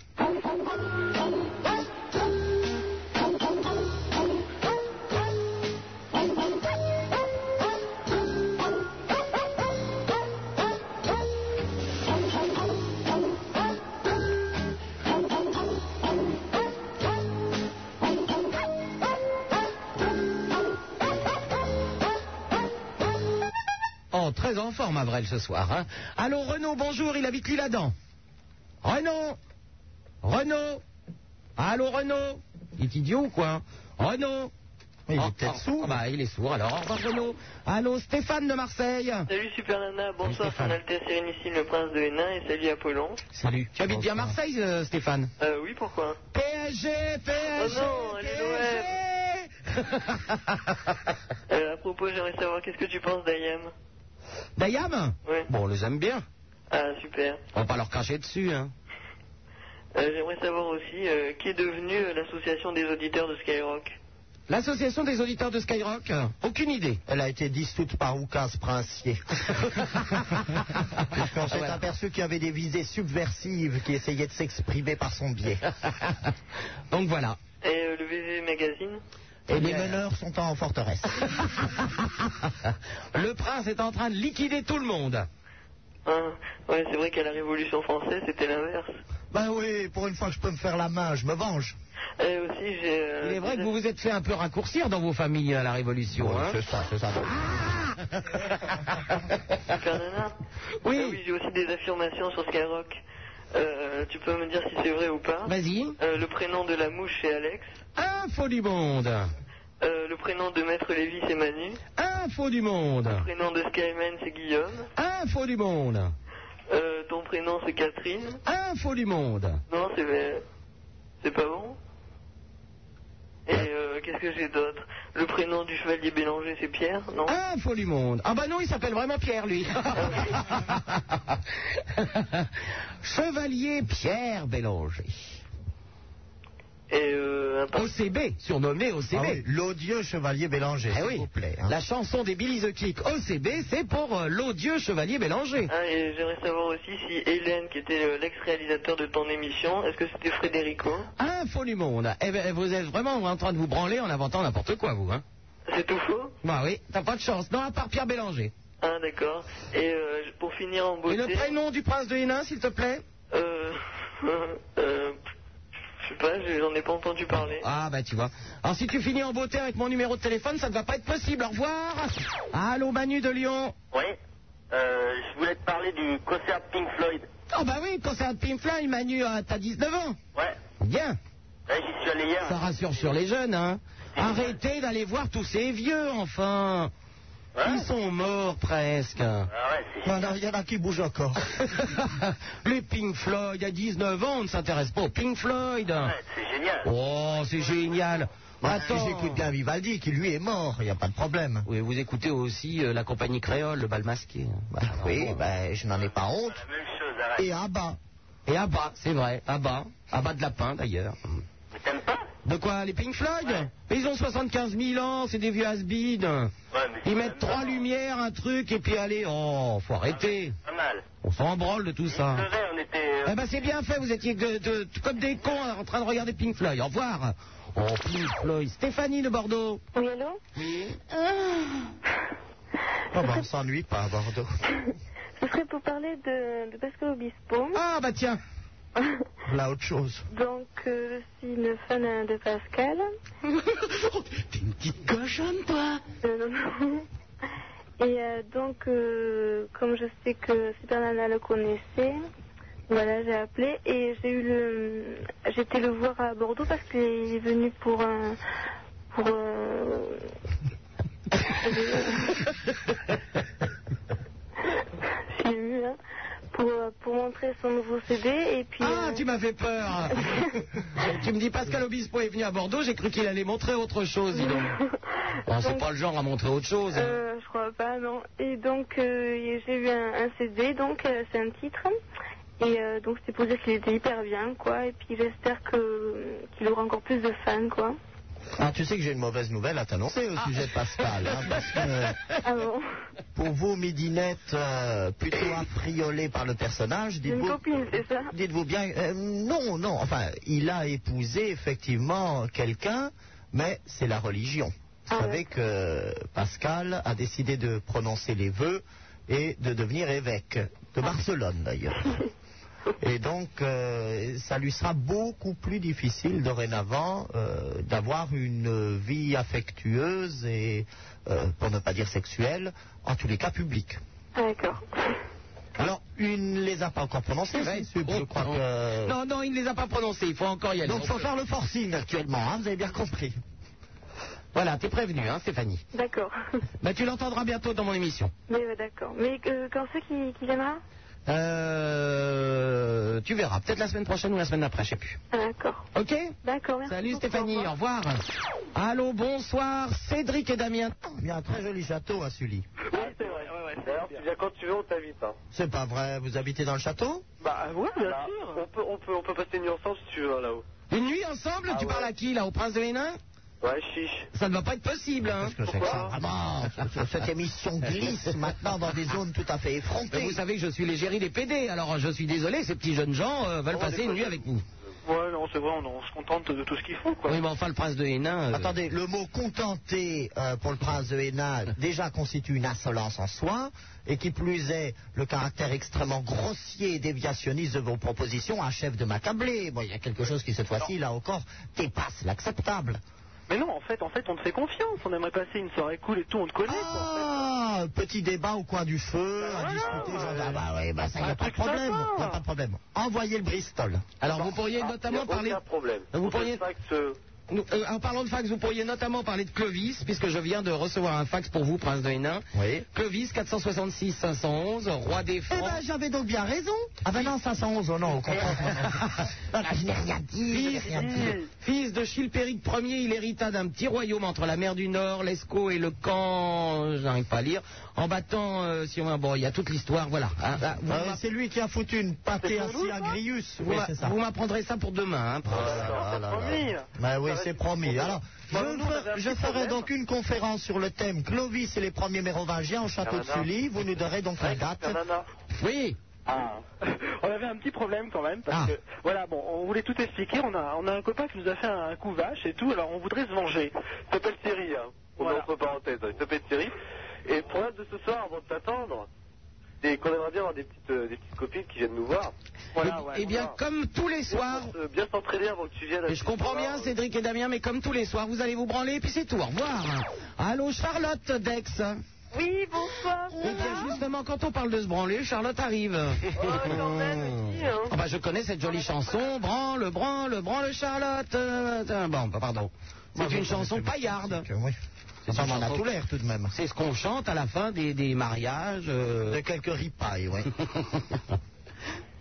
[SPEAKER 2] Oh, très en forme, Avrel, ce soir. Hein. Allô, Renaud, bonjour, il habite l'Île-Adam. Renaud hein. Renaud Allô, Renaud Il est idiot ou quoi Renaud
[SPEAKER 11] Il
[SPEAKER 2] est
[SPEAKER 11] peut-être sourd.
[SPEAKER 2] bah, il est sourd, alors au revoir Renaud. Allô, Stéphane de Marseille.
[SPEAKER 12] Salut Super Nana, bonsoir
[SPEAKER 2] Stéphane.
[SPEAKER 12] Son Altesse Sérénissime le Prince de Hénin Ah, et salut Apollon.
[SPEAKER 2] Salut. Tu habites bien Marseille, euh, Stéphane
[SPEAKER 12] Euh, oui, pourquoi
[SPEAKER 2] PSG, PSG
[SPEAKER 12] Oh non, elle est l'OM euh, À propos, j'aimerais savoir qu'est-ce que tu penses d'Ayam
[SPEAKER 2] [LAUGHS] Dayam
[SPEAKER 12] Oui.
[SPEAKER 2] Bon, on les aime bien.
[SPEAKER 12] Ah, super.
[SPEAKER 2] On va pas leur cracher dessus, hein.
[SPEAKER 12] Euh, j'aimerais savoir aussi euh, qui est devenue euh, l'association des auditeurs de
[SPEAKER 2] [LAUGHS]
[SPEAKER 12] Skyrock.
[SPEAKER 2] L'association des auditeurs de Skyrock euh, Aucune idée.
[SPEAKER 11] Elle a été dissoute par Oukas
[SPEAKER 2] [LAUGHS]
[SPEAKER 11] Princier. Quand s'est aperçu qu'il y avait des visées subversives qui essayaient de s'exprimer par son biais.
[SPEAKER 2] [LAUGHS] Donc voilà.
[SPEAKER 12] Et euh, le VV Magazine
[SPEAKER 11] Et les meneurs sont en [LAUGHS] forteresse.
[SPEAKER 2] Le prince est en train de liquider tout le monde.
[SPEAKER 12] Ah, ouais, c'est vrai qu'à la Révolution française, c'était l'inverse.
[SPEAKER 11] Ben oui, pour une fois que je peux me faire la main, je me venge.
[SPEAKER 12] Et aussi, j'ai... euh,
[SPEAKER 2] Il est vrai que vous vous êtes fait un peu raccourcir dans vos familles à la Révolution. hein.
[SPEAKER 11] C'est ça, c'est ça.
[SPEAKER 12] Super Nana Oui. oui, j'ai aussi des affirmations sur Skyrock. Euh, tu peux me dire si c'est vrai ou pas
[SPEAKER 2] Ah Vas-y.
[SPEAKER 12] Euh, le prénom de la mouche, c'est Alex.
[SPEAKER 2] Info du monde.
[SPEAKER 12] Euh, le prénom de Maître Lévy, c'est Manu.
[SPEAKER 2] Info du monde.
[SPEAKER 12] Le prénom de Skyman, c'est Guillaume.
[SPEAKER 2] Info du monde.
[SPEAKER 12] Euh, ton prénom, c'est Catherine.
[SPEAKER 2] Info du monde.
[SPEAKER 12] Non, c'est... C'est pas bon Et euh, qu'est-ce que j'ai d'autre Le prénom du chevalier Bélanger, c'est Pierre, non
[SPEAKER 2] Info du monde. Ah bah non, il s'appelle vraiment Pierre,
[SPEAKER 12] [LAUGHS]
[SPEAKER 2] lui. Chevalier Pierre Bélanger.
[SPEAKER 12] Et euh, un par-
[SPEAKER 2] OCB, surnommé OCB.
[SPEAKER 11] Ah oui, L'odieux chevalier Bélanger,
[SPEAKER 2] Eh
[SPEAKER 11] s'il
[SPEAKER 2] oui.
[SPEAKER 11] vous plaît. hein.
[SPEAKER 2] La chanson des Billy the Kick, OCB, c'est pour euh, l'odieux chevalier Bélanger.
[SPEAKER 12] Ah, et j'aimerais savoir aussi si Hélène, qui était euh, l'ex-réalisateur de ton émission, est-ce que c'était Frédérico
[SPEAKER 2] Info du monde. Eh ben, vous êtes vraiment en train de vous branler en inventant n'importe quoi, vous. Hein.
[SPEAKER 12] C'est tout faux
[SPEAKER 2] Bah oui, t'as pas de chance. Non, à part Pierre Bélanger.
[SPEAKER 12] Ah, d'accord. Et euh, je- pour finir en
[SPEAKER 2] Et
[SPEAKER 12] beauté...
[SPEAKER 2] le prénom du prince de Hénin, s'il te plaît
[SPEAKER 12] Euh... [LAUGHS] euh, je sais pas, je- j'en ai pas entendu parler.
[SPEAKER 2] Ah bah tu vois. Alors si tu finis en beauté avec mon numéro de téléphone, ça ne va pas être possible. Au revoir. Allô Manu de Lyon.
[SPEAKER 6] Oui. Euh, je voulais te parler du concert Pink Floyd.
[SPEAKER 2] Oh bah oui, concert de Pink Floyd, Manu, euh, t'as 19 ans.
[SPEAKER 6] Ouais.
[SPEAKER 2] Bien.
[SPEAKER 6] Ouais, J'y suis allé hier.
[SPEAKER 2] Ça rassure sur les jeunes, hein. Arrêtez d'aller voir tous ces vieux, enfin. Ils sont morts presque.
[SPEAKER 6] Ah
[SPEAKER 11] Non, non, il y en a qui bougent encore.
[SPEAKER 2] [LAUGHS] Les Pink Floyd, à 19 ans, on ne s'intéresse pas aux Pink Floyd.
[SPEAKER 6] C'est génial.
[SPEAKER 2] Oh, c'est génial. Attends.
[SPEAKER 11] Bah, J'écoute bien Vivaldi qui lui est mort, il n'y a pas de problème.
[SPEAKER 2] Oui, vous écoutez aussi euh, la compagnie créole, le bal masqué. Bah,
[SPEAKER 11] Oui, ben, je n'en ai pas
[SPEAKER 14] Oh.
[SPEAKER 11] honte.
[SPEAKER 6] La même chose, arrête.
[SPEAKER 11] Et à bas.
[SPEAKER 2] Et Abba, c'est vrai, Abba. Abba de lapin d'ailleurs.
[SPEAKER 6] Mais t'aimes pas
[SPEAKER 2] De quoi Les Pink Floyd Mais Ils ont 75 000 ans, c'est des vieux has
[SPEAKER 6] mais
[SPEAKER 2] Ils
[SPEAKER 6] c'est
[SPEAKER 2] mettent
[SPEAKER 6] pas
[SPEAKER 2] trois
[SPEAKER 6] mal.
[SPEAKER 2] lumières, un truc, et puis allez, oh, faut arrêter.
[SPEAKER 6] Pas mal.
[SPEAKER 2] On s'en branle de tout ça.
[SPEAKER 6] Je savais, on était. euh,
[SPEAKER 2] Eh ben c'est bien fait, vous étiez de- de- comme des cons en train de regarder Pink Floyd. Au revoir. Oh, Pink Floyd. Stéphanie de Bordeaux.
[SPEAKER 10] Oui, allô
[SPEAKER 2] Oui.
[SPEAKER 11] Ah. Oh, ben, on s'ennuie pas à Bordeaux.
[SPEAKER 10] Ce serait pour parler de, de Pascal Obispo. [LAUGHS]
[SPEAKER 2] Ah bah tiens.
[SPEAKER 11] Là, autre chose.
[SPEAKER 10] Donc, euh, je suis une fan euh, de Pascal.
[SPEAKER 2] T'es une petite cochonne, [LAUGHS] toi.
[SPEAKER 10] Euh, [LAUGHS] non, non. Et euh, donc, euh, comme je sais que Super Nana le connaissait, voilà, j'ai appelé et j'ai eu le, j'étais le voir à Bordeaux parce qu'il est venu pour un, pour. euh, [LAUGHS] je l'ai vu, hein, pour euh, pour montrer son nouveau CD et puis.
[SPEAKER 2] Ah,
[SPEAKER 10] euh,
[SPEAKER 2] tu m'as fait peur. [LAUGHS] tu me dis Pascal Obispo est venu à Bordeaux, j'ai cru qu'il allait montrer autre chose, dis
[SPEAKER 11] [LAUGHS]
[SPEAKER 2] donc. Bon, c'est pas le genre à montrer autre chose.
[SPEAKER 11] hein.
[SPEAKER 10] Euh, je crois pas, non. Et donc, euh, j'ai eu un, un CD, donc euh, c'est un titre. Et euh, donc, c'était pour dire qu'il était hyper bien, quoi. Et puis, j'espère que qu'il aura encore plus de fans, quoi.
[SPEAKER 11] Ah, tu sais que j'ai une mauvaise nouvelle à t'annoncer
[SPEAKER 2] Ah.
[SPEAKER 11] au sujet de Pascal. hein, parce
[SPEAKER 2] [LAUGHS]
[SPEAKER 11] que
[SPEAKER 10] Ah bon
[SPEAKER 11] pour vous, Midinette, euh, plutôt affriolée par le personnage,
[SPEAKER 10] J'ai une
[SPEAKER 11] dites-vous
[SPEAKER 10] copine, c'est ça
[SPEAKER 11] dites-vous bien, euh, non, non, enfin, il a épousé effectivement quelqu'un, mais c'est la religion. Vous savez que Pascal a décidé de prononcer les vœux et de devenir évêque de Barcelone d'ailleurs. Et donc, euh, ça lui sera beaucoup plus difficile dorénavant euh, d'avoir une vie affectueuse et, euh, pour ne pas dire sexuelle, en tous les cas publique.
[SPEAKER 10] Ah, D'accord.
[SPEAKER 11] Alors, il ne les a pas encore prononcées, ces subs, je crois que...
[SPEAKER 2] Oh, Non, non, il ne les a pas prononcés, il faut encore y aller.
[SPEAKER 11] Donc, faut faire le forcing actuellement, hein, vous avez bien compris.
[SPEAKER 2] Voilà, t'es prévenu, hein, Stéphanie.
[SPEAKER 11] D'accord.
[SPEAKER 2] Bah, tu l'entendras bientôt dans mon émission.
[SPEAKER 11] Mais euh, d'accord. Mais euh, quand c'est qui, qui viendra
[SPEAKER 2] Euh, tu verras, peut-être la semaine prochaine ou la semaine d'après, je sais plus.
[SPEAKER 11] Ah, D'accord.
[SPEAKER 2] Ok
[SPEAKER 11] D'accord, merci.
[SPEAKER 2] Salut Stéphanie, au revoir. Allô, bonsoir, Cédric et Damien. Ah, Il y a un très joli château à Sully.
[SPEAKER 6] Ouais, c'est vrai. Ouais, ouais, D'ailleurs, tu viens quand tu veux, on t'invite. hein.
[SPEAKER 2] C'est pas vrai, vous habitez dans le château
[SPEAKER 6] Bah ouais, bien sûr. On peut, on, peut, on peut passer une nuit ensemble si tu veux, hein, là-haut.
[SPEAKER 2] Une nuit ensemble, tu parles à qui là Au prince de Hénin
[SPEAKER 6] Ouais, chiche.
[SPEAKER 2] Ça ne va pas être possible, hein Vraiment, Ah, ce- cette émission glisse maintenant dans des zones tout à fait effrontées. vous savez que je suis l'égérie des PD, alors je suis désolé, ces petits jeunes gens euh, veulent
[SPEAKER 12] Oh,
[SPEAKER 2] passer
[SPEAKER 12] des
[SPEAKER 2] une nuit
[SPEAKER 12] fois,
[SPEAKER 2] avec nous.
[SPEAKER 12] Ouais, non, c'est vrai, on, on se contente de tout ce qu'il faut, quoi.
[SPEAKER 2] Oui, mais enfin, le prince de Hénin... euh,
[SPEAKER 12] Attendez,
[SPEAKER 2] euh,
[SPEAKER 12] Et
[SPEAKER 2] le mot contenté euh, pour le prince de [LAUGHS] Hénin déjà constitue une insolence en soi, et qui plus est, le caractère extrêmement grossier et déviationniste de vos propositions achève de m'accabler. Bon, il y a quelque chose qui, cette fois-ci, là encore, dépasse l'acceptable.
[SPEAKER 12] Mais non, en fait, en fait, on te fait confiance. On aimerait passer une soirée cool et tout, on te connaît, quoi.
[SPEAKER 2] Ah, petit débat au coin du feu,
[SPEAKER 6] Ben
[SPEAKER 2] à discuter, genre, ah bah oui, bah ça, y a pas de problème, y a pas de problème. Envoyez le Bristol. Alors, vous pourriez
[SPEAKER 6] Ah, y
[SPEAKER 2] notamment
[SPEAKER 6] a
[SPEAKER 2] parler...
[SPEAKER 6] Aucun problème.
[SPEAKER 2] Vous
[SPEAKER 6] On te
[SPEAKER 2] pourriez-
[SPEAKER 6] faxe, [LAUGHS] euh,
[SPEAKER 2] Nous, euh, en parlant de fax, vous pourriez notamment parler de Clovis, puisque je viens de recevoir un fax pour vous, Prince de Hénin. Clovis 466 511, roi des Francs. Eh ben, j'avais donc bien raison. Ah ben non, 511, oh non, au contraire. [LAUGHS] Voilà, je n'ai rien dit. je n'ai rien dit. Fils de Chilpéric Ier, il hérita d'un petit royaume entre la mer du Nord, l'Escaut et le Camp, je n'arrive pas à lire, en battant, euh, si on bon, il y a toute l'histoire, voilà. Ah, ah, vous m'a-
[SPEAKER 12] c'est lui qui a foutu une pâtée
[SPEAKER 2] ainsi à
[SPEAKER 12] Grius.
[SPEAKER 2] vous m'a- vous m'apprendrez ça pour demain, hein,
[SPEAKER 6] Ah,
[SPEAKER 2] Prince.
[SPEAKER 12] promis.
[SPEAKER 2] Bah oui, c'est promis.
[SPEAKER 12] Alors,
[SPEAKER 2] je,
[SPEAKER 6] Bah,
[SPEAKER 12] fe- je
[SPEAKER 2] ferai donc une conférence sur le thème Clovis et les premiers mérovingiens au château de Sully. Vous nous donnerez donc la date. Oui.
[SPEAKER 12] Ah. On avait un petit problème quand même parce
[SPEAKER 6] Ah.
[SPEAKER 12] que voilà bon on voulait tout expliquer on a on a un copain qui nous a fait un coup vache et tout alors on voudrait se venger
[SPEAKER 6] Il s'appelle Thierry, hein. On met entre parenthèses, hein. il s'appelle Thierry. Et le problème de ce soir, avant de t'attendre, c'est qu'on aimerait bien avoir des petites, euh, des petites copines qui viennent nous voir.
[SPEAKER 2] Eh- eh bien, comme tous les soirs-
[SPEAKER 6] Bien, bien s'entraîner avant que tu viennes.
[SPEAKER 2] Et je comprends bien, Cédric et Damien, mais comme tous les soirs, vous allez vous branler et puis c'est tout. Au revoir. Allô, Charlotte Dex.
[SPEAKER 10] Oui, bonsoir.
[SPEAKER 2] Eh bien, justement, quand on parle de se branler, Charlotte arrive. Ah bah, je connais cette jolie chanson. Branle, branle, branle, Charlotte. Euh, euh, Bon, bah, pardon. C'est une chanson paillarde. C'est
[SPEAKER 12] Enfin, on en a tout
[SPEAKER 2] l'air tout de même. C'est ce qu'on chante à la fin des, des mariages. De quelques ripailles, [LAUGHS] oui.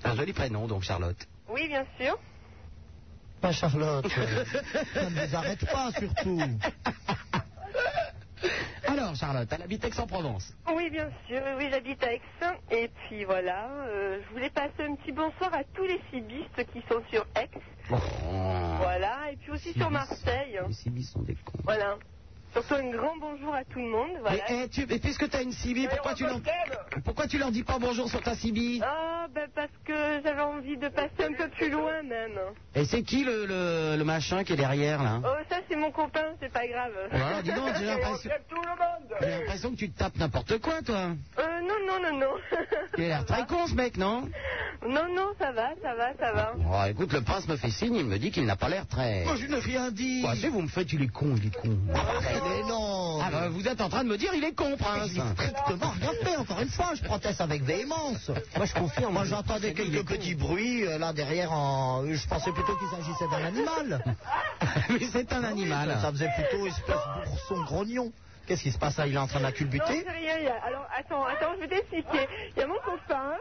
[SPEAKER 2] un joli prénom, donc, Charlotte.
[SPEAKER 10] Oui, bien sûr.
[SPEAKER 2] Pas Bah, Charlotte. euh, Ça ne vous arrête pas, surtout. [LAUGHS] Alors, Charlotte, elle habite Aix-en-Provence.
[SPEAKER 10] Oui, bien sûr. Oui, j'habite à Aix. Et puis voilà, euh, je voulais passer un petit bonsoir à tous les cibistes qui sont sur Aix.
[SPEAKER 2] Ah.
[SPEAKER 10] Voilà, et puis aussi sur Marseille. hein.
[SPEAKER 2] Les cibis sont des cons.
[SPEAKER 10] Voilà. Surtout un grand bonjour à tout le monde. Voilà.
[SPEAKER 2] Mais, eh, tu, mais puisque t'as une cibi, pourquoi tu, leur, pourquoi tu leur dis pas bonjour sur ta cibi
[SPEAKER 10] Ah, ben parce que j'avais envie de passer un peu plus loin même.
[SPEAKER 2] Et Eh, c'est qui le, le- le machin qui est derrière, là
[SPEAKER 10] Oh, ça c'est mon copain, c'est pas grave.
[SPEAKER 2] Voilà, dis
[SPEAKER 10] [LAUGHS]
[SPEAKER 2] donc, j'ai l'impression-
[SPEAKER 10] tout le monde.
[SPEAKER 2] J'ai l'impression que tu te tapes n'importe quoi, toi.
[SPEAKER 10] Euh, non, non, non, non.
[SPEAKER 2] Tu as
[SPEAKER 10] [LAUGHS]
[SPEAKER 2] l'air très con, ce mec, non
[SPEAKER 10] non, non, ça va, ça va, ça va.
[SPEAKER 2] Oh, écoute, le prince me fait signe, il me dit qu'il n'a pas l'air très...
[SPEAKER 10] Moi,
[SPEAKER 2] je ne rien dit Quoi, si vous me faites, il est con, il est con.
[SPEAKER 12] mais non
[SPEAKER 2] Ah, bah, vous êtes en train de me dire, il est con, prince
[SPEAKER 12] strictement rien fait encore une fois je proteste avec véhémence
[SPEAKER 2] Moi, je confirme.
[SPEAKER 12] moi j'entendais quelques petits bruits euh, là derrière en... je pensais plutôt qu'il s'agissait d'un animal
[SPEAKER 2] [LAUGHS]
[SPEAKER 12] Ah
[SPEAKER 2] mais c'est un animal
[SPEAKER 12] ça, ça faisait plutôt espèce d'ourson grognon qu'est-ce qui se passe là il est en train de la
[SPEAKER 10] Non,
[SPEAKER 12] culbuter
[SPEAKER 10] c'est rien. il y a- Alors, attends, attends, je vais t'expliquer. Il y a mon copain,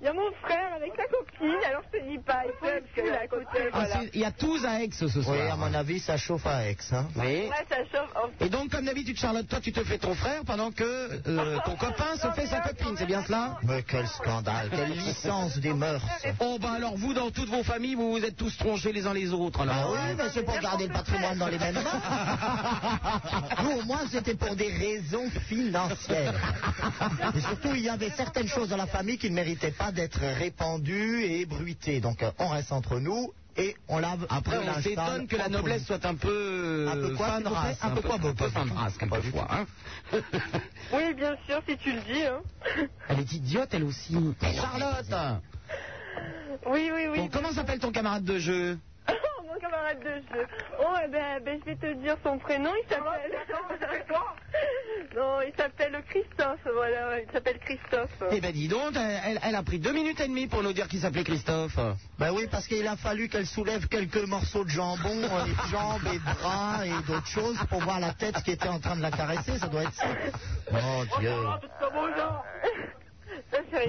[SPEAKER 10] il y a mon frère avec sa copine. Alors, je te dis pas, il faut être fou là à côté.
[SPEAKER 2] Ah,
[SPEAKER 10] Voilà.
[SPEAKER 2] c'est- Il y a tous à Aix ce soir.
[SPEAKER 12] Oui, à mon avis, ça chauffe à Aix. Hein.
[SPEAKER 2] Oui.
[SPEAKER 10] Ouais, ça chauffe. Oh,
[SPEAKER 2] Et donc, comme d'habitude, Charlotte, toi, tu te fais ton frère pendant que euh, ton copain se fait sa copine, c'est bien cela
[SPEAKER 12] Mais quel scandale, quelle licence des mœurs.
[SPEAKER 2] Oh, bah alors, vous, dans toutes vos familles, vous vous êtes tous tronchés les uns les autres, alors.
[SPEAKER 12] Ah oui, mais c'est pour garder le patrimoine dans les mêmes mains. Nous, au moins, c'était pour des raisons financières. Et surtout, il y avait certaines choses dans la famille qui ne méritaient pas d'être répandues et ébruitées. Donc, euh, on reste entre nous et on lave.
[SPEAKER 2] Après,
[SPEAKER 12] le
[SPEAKER 2] on
[SPEAKER 12] linge sale
[SPEAKER 2] s'étonne que la
[SPEAKER 12] entre
[SPEAKER 2] noblesse
[SPEAKER 12] nous.
[SPEAKER 2] soit un peu. euh,
[SPEAKER 12] Un peu quoi,
[SPEAKER 2] fin
[SPEAKER 12] s'il
[SPEAKER 2] de
[SPEAKER 12] vous plaît
[SPEAKER 2] race,
[SPEAKER 12] Un peu quoi,
[SPEAKER 2] Un peu
[SPEAKER 12] Bob
[SPEAKER 2] fin de race, quelquefois, hein.
[SPEAKER 10] Oui, bien sûr, si tu le dis. Hein.
[SPEAKER 2] Elle est idiote, elle aussi. Charlotte
[SPEAKER 10] Oui, oui, oui.
[SPEAKER 2] Bon, comment s'appelle ton camarade de jeu
[SPEAKER 10] [LAUGHS] Oh, mon camarade de jeu. Oh, eh ben, ben, je vais te dire son prénom, il s'appelle. [LAUGHS] Non, il s'appelle Christophe, voilà, il s'appelle Christophe.
[SPEAKER 12] Eh ben dis donc, elle, elle- elle a pris deux minutes et demie pour nous dire qu'il s'appelait Christophe.
[SPEAKER 2] Ben oui, parce qu'il a fallu qu'elle soulève quelques morceaux de jambon, euh, les jambes et de bras et d'autres choses pour voir la tête qui était en train de la caresser, ça doit être ça.
[SPEAKER 12] Oh,
[SPEAKER 2] Mon Dieu.
[SPEAKER 10] Euh,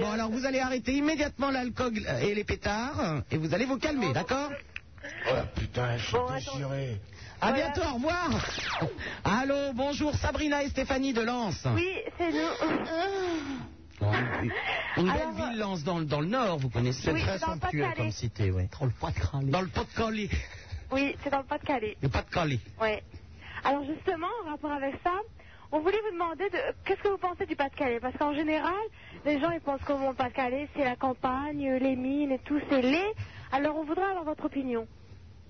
[SPEAKER 10] [LAUGHS]
[SPEAKER 12] Bon alors vous allez arrêter immédiatement l'alcool et les pétards et vous allez vous calmer, d'accord
[SPEAKER 18] Oh la putain, je suis déchiré.
[SPEAKER 12] À bientôt, au revoir. Allô, bonjour Sabrina et Stéphanie de Lens.
[SPEAKER 10] Oui, c'est nous. [LAUGHS]
[SPEAKER 12] Une belle ville Lens dans, le- dans le nord, vous connaissez.
[SPEAKER 10] Oui, C'est très dans le somptueux Pas-de-Calais. comme
[SPEAKER 12] cité, oui. Dans le Pas-de-Calais. Dans le Pas-de-Calais.
[SPEAKER 10] Oui, c'est dans le Pas-de-Calais.
[SPEAKER 12] Le Pas-de-Calais.
[SPEAKER 10] Ouais. Alors justement, en rapport avec ça, on voulait vous demander de qu'est-ce que vous pensez du Pas-de-Calais Parce qu'en général, les gens ils pensent qu'au Mont Pas-de-Calais, c'est la campagne, les mines et tout, c'est laid. Alors on voudrait avoir votre opinion.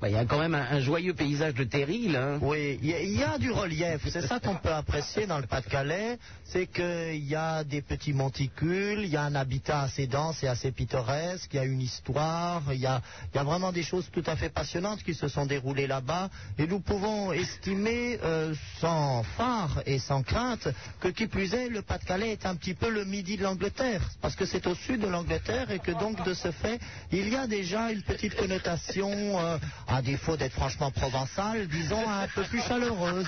[SPEAKER 12] Bah, Il y a quand même un, un joyeux paysage de terril.
[SPEAKER 6] Euh.
[SPEAKER 12] Hein.
[SPEAKER 2] Oui, il y, a- il y a du relief. C'est ça qu'on peut apprécier dans le Pas-de-Calais. C'est qu'il y a des petits monticules, il y a un habitat assez dense et assez pittoresque, il y a une histoire, il y a, il y a vraiment des choses tout à fait passionnantes qui se sont déroulées là-bas. Et nous pouvons estimer euh, sans phare et sans crainte que qui plus est, le Pas-de-Calais est un petit peu le midi de l'Angleterre. Parce que c'est au sud de l'Angleterre et que donc de ce fait, il y a déjà une petite connotation, euh, à défaut d'être franchement provençale, disons un peu plus chaleureuse.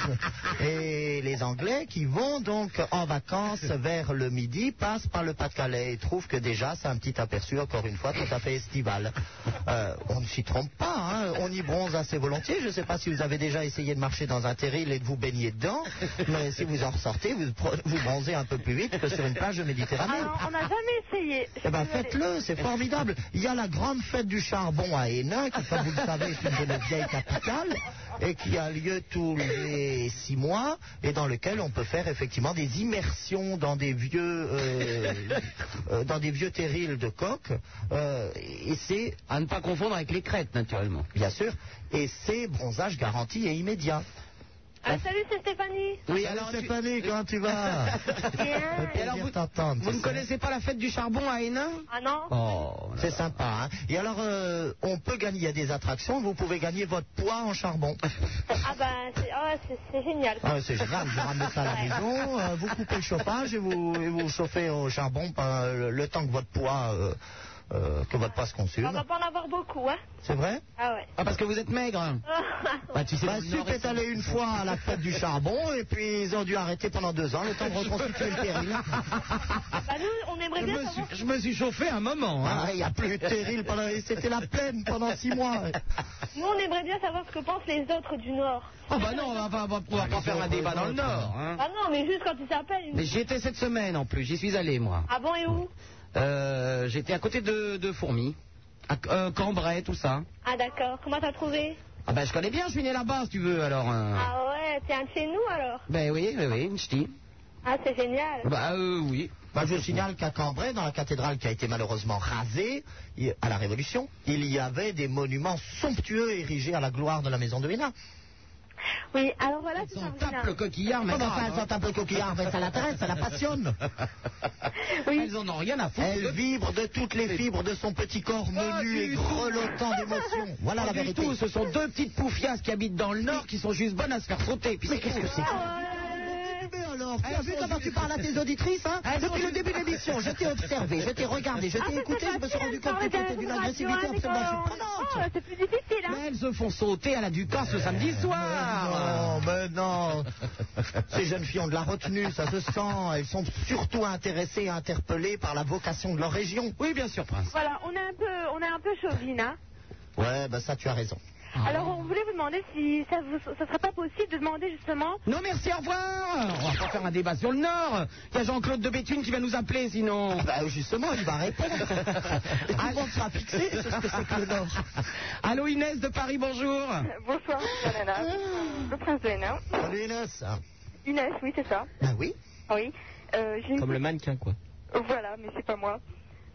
[SPEAKER 2] Et les Anglais qui vont donc en vacances vers le midi passent par le Pas-de-Calais et trouvent que déjà c'est un petit aperçu, encore une fois, tout à fait estival. Euh, on ne s'y trompe pas, hein, on y bronze assez volontiers. Je ne sais pas si vous avez déjà essayé de marcher dans un terril et de vous baigner dedans, mais si vous en ressortez, vous, pro- vous bronzez un peu plus vite que sur une plage de Méditerranée.
[SPEAKER 10] Alors on n'a jamais essayé.
[SPEAKER 2] Eh ben faites-le, c'est formidable. Il y a la grande fête du charbon à Hénin, qui, comme vous le savez, est une de nos vieilles capitales, et qui a lieu tous les six mois, et dans lequel on peut faire effectivement des immersions dans des vieux, euh, euh, dans des vieux terrils de coq. euh, et c'est
[SPEAKER 12] à ne pas confondre avec les crêtes, naturellement.
[SPEAKER 2] Bien sûr. Et c'est bronzage garanti et immédiat.
[SPEAKER 10] Ah, salut, c'est Stéphanie.
[SPEAKER 2] Oui, alors Stéphanie, comment tu [LAUGHS] vas
[SPEAKER 12] Et alors, vous, vous ne connaissez pas la fête du charbon à Hénin
[SPEAKER 10] Ah non
[SPEAKER 12] Oh,
[SPEAKER 2] c'est sympa. Hein et alors, euh, on peut gagner, il y a des attractions, vous pouvez gagner votre poids en [LAUGHS] charbon.
[SPEAKER 10] Ah ben c'est ah, c'est- c'est génial.
[SPEAKER 2] Ah, c'est génial, vous ramenez ça à la maison, euh, vous coupez le chauffage et vous, et vous chauffez au charbon par- le, le temps que votre poids, euh, euh, que votre poids se
[SPEAKER 10] On
[SPEAKER 2] consume.
[SPEAKER 10] va pas en avoir beaucoup, hein
[SPEAKER 2] C'est vrai
[SPEAKER 10] Ah ouais.
[SPEAKER 12] Ah, parce que vous
[SPEAKER 10] [LAUGHS]
[SPEAKER 12] êtes maigre. Bah, tu sais,
[SPEAKER 2] Bah,
[SPEAKER 12] dans le
[SPEAKER 2] Sup
[SPEAKER 12] Nord,
[SPEAKER 2] est
[SPEAKER 12] ils
[SPEAKER 2] allé
[SPEAKER 12] sont-
[SPEAKER 2] une fois à la fête du charbon et puis ils ont dû arrêter pendant deux ans le temps de reconstituer le
[SPEAKER 12] [LAUGHS]
[SPEAKER 2] péril.
[SPEAKER 10] Bah nous, on aimerait bien savoir.
[SPEAKER 12] Je me suis hein. chauffé un moment.
[SPEAKER 2] Ah, Il n'y a plus de péril pendant... C'était la plaine pendant six mois.
[SPEAKER 10] Nous, on aimerait bien savoir ce que pensent les autres du Nord.
[SPEAKER 12] Ah bah non, on va pas, on va pas- on
[SPEAKER 2] Ah,
[SPEAKER 12] va pas faire un débat dans le Nord. hein.
[SPEAKER 10] Ah non, mais juste quand ils s'appellent. ils-
[SPEAKER 12] Mais j'y étais cette semaine en plus, j'y suis allé moi.
[SPEAKER 10] Ah bon, et où
[SPEAKER 12] Euh, J'étais à côté de, de Fourmis, à euh, Cambrai, tout ça.
[SPEAKER 10] Ah d'accord, comment t'as trouvé
[SPEAKER 12] Ah ben je connais bien, je suis né là-bas si tu veux alors. hein.
[SPEAKER 10] Ah ouais, t'es un de chez nous alors
[SPEAKER 12] Ben oui, oui, oui, une ch'ti.
[SPEAKER 10] Ah c'est génial [LAUGHS]
[SPEAKER 12] Bah euh, oui.
[SPEAKER 2] Bah, je vous signale qu'à Cambrai, dans la cathédrale qui a été malheureusement rasée il- à la Révolution, il y avait des monuments somptueux érigés à la gloire de la maison de Hénin.
[SPEAKER 10] Oui, alors voilà, c'est Sabrina.
[SPEAKER 12] Le coquillard, mais
[SPEAKER 2] Comment ça,
[SPEAKER 12] grave,
[SPEAKER 2] elles
[SPEAKER 12] hein.
[SPEAKER 2] ont un peu coquillard Mais ça l'intéresse, ça la [LAUGHS] passionne.
[SPEAKER 12] Elles en ont rien à foutre.
[SPEAKER 2] Elle vibre de toutes les fibres de son petit corps
[SPEAKER 12] Ah,
[SPEAKER 2] menu et grelottant d'émotion. Voilà
[SPEAKER 12] Pas
[SPEAKER 2] la
[SPEAKER 12] Ah, du
[SPEAKER 2] vérité.
[SPEAKER 12] tout, ce sont deux petites poufiasses qui habitent dans le Nord qui sont juste bonnes à se faire sauter. Puis
[SPEAKER 2] Mais qu'est-ce que c'est que ça alors,
[SPEAKER 12] euh,
[SPEAKER 2] tu as vu comment tu parles à tes auditrices, hein Depuis le début de l'émission, je t'ai observé, je t'ai regardé, je
[SPEAKER 10] Ah,
[SPEAKER 2] t'ai
[SPEAKER 10] c'est
[SPEAKER 2] écouté, je me suis
[SPEAKER 10] facile,
[SPEAKER 2] rendu compte que
[SPEAKER 10] parler
[SPEAKER 2] tu
[SPEAKER 10] de
[SPEAKER 2] étais d'une
[SPEAKER 10] la
[SPEAKER 2] agressivité
[SPEAKER 10] radio,
[SPEAKER 2] absolument
[SPEAKER 10] hein, Oh,
[SPEAKER 2] surprenante.
[SPEAKER 10] c'est plus difficile,
[SPEAKER 12] Mais
[SPEAKER 10] hein
[SPEAKER 12] elles se font sauter à la Ducasse ce samedi soir.
[SPEAKER 2] Non, Ah, Oh, mais non Ces jeunes filles ont de la retenue, ça se sent. Elles sont surtout intéressées et interpellées par la vocation de leur région.
[SPEAKER 12] Oui, bien sûr, Prince.
[SPEAKER 10] Voilà, on est un peu, on est un peu chauvine, hein
[SPEAKER 2] Ouais, bah ça, tu as raison.
[SPEAKER 10] Alors on voulait vous demander si ça vous, ça serait pas possible de demander justement...
[SPEAKER 12] Non, merci, au revoir. On va pas faire un débat sur le Nord. Il y a Jean-Claude de Béthune qui va nous appeler sinon.
[SPEAKER 2] Bah justement, il va
[SPEAKER 12] [LAUGHS]
[SPEAKER 2] répondre. Et tout le monde sera fixé sur ce que c'est que le Nord.
[SPEAKER 12] Allô Inès de Paris, bonjour.
[SPEAKER 10] euh,
[SPEAKER 11] Bonsoir, monsieur Nana.
[SPEAKER 2] Ah.
[SPEAKER 11] Le prince de Hénin.
[SPEAKER 2] Salut Inès.
[SPEAKER 11] Inès, oui, c'est ça.
[SPEAKER 2] Ah oui
[SPEAKER 11] Oui. Euh, j'ai une-
[SPEAKER 19] Comme le mannequin, quoi.
[SPEAKER 11] Voilà, mais c'est pas moi.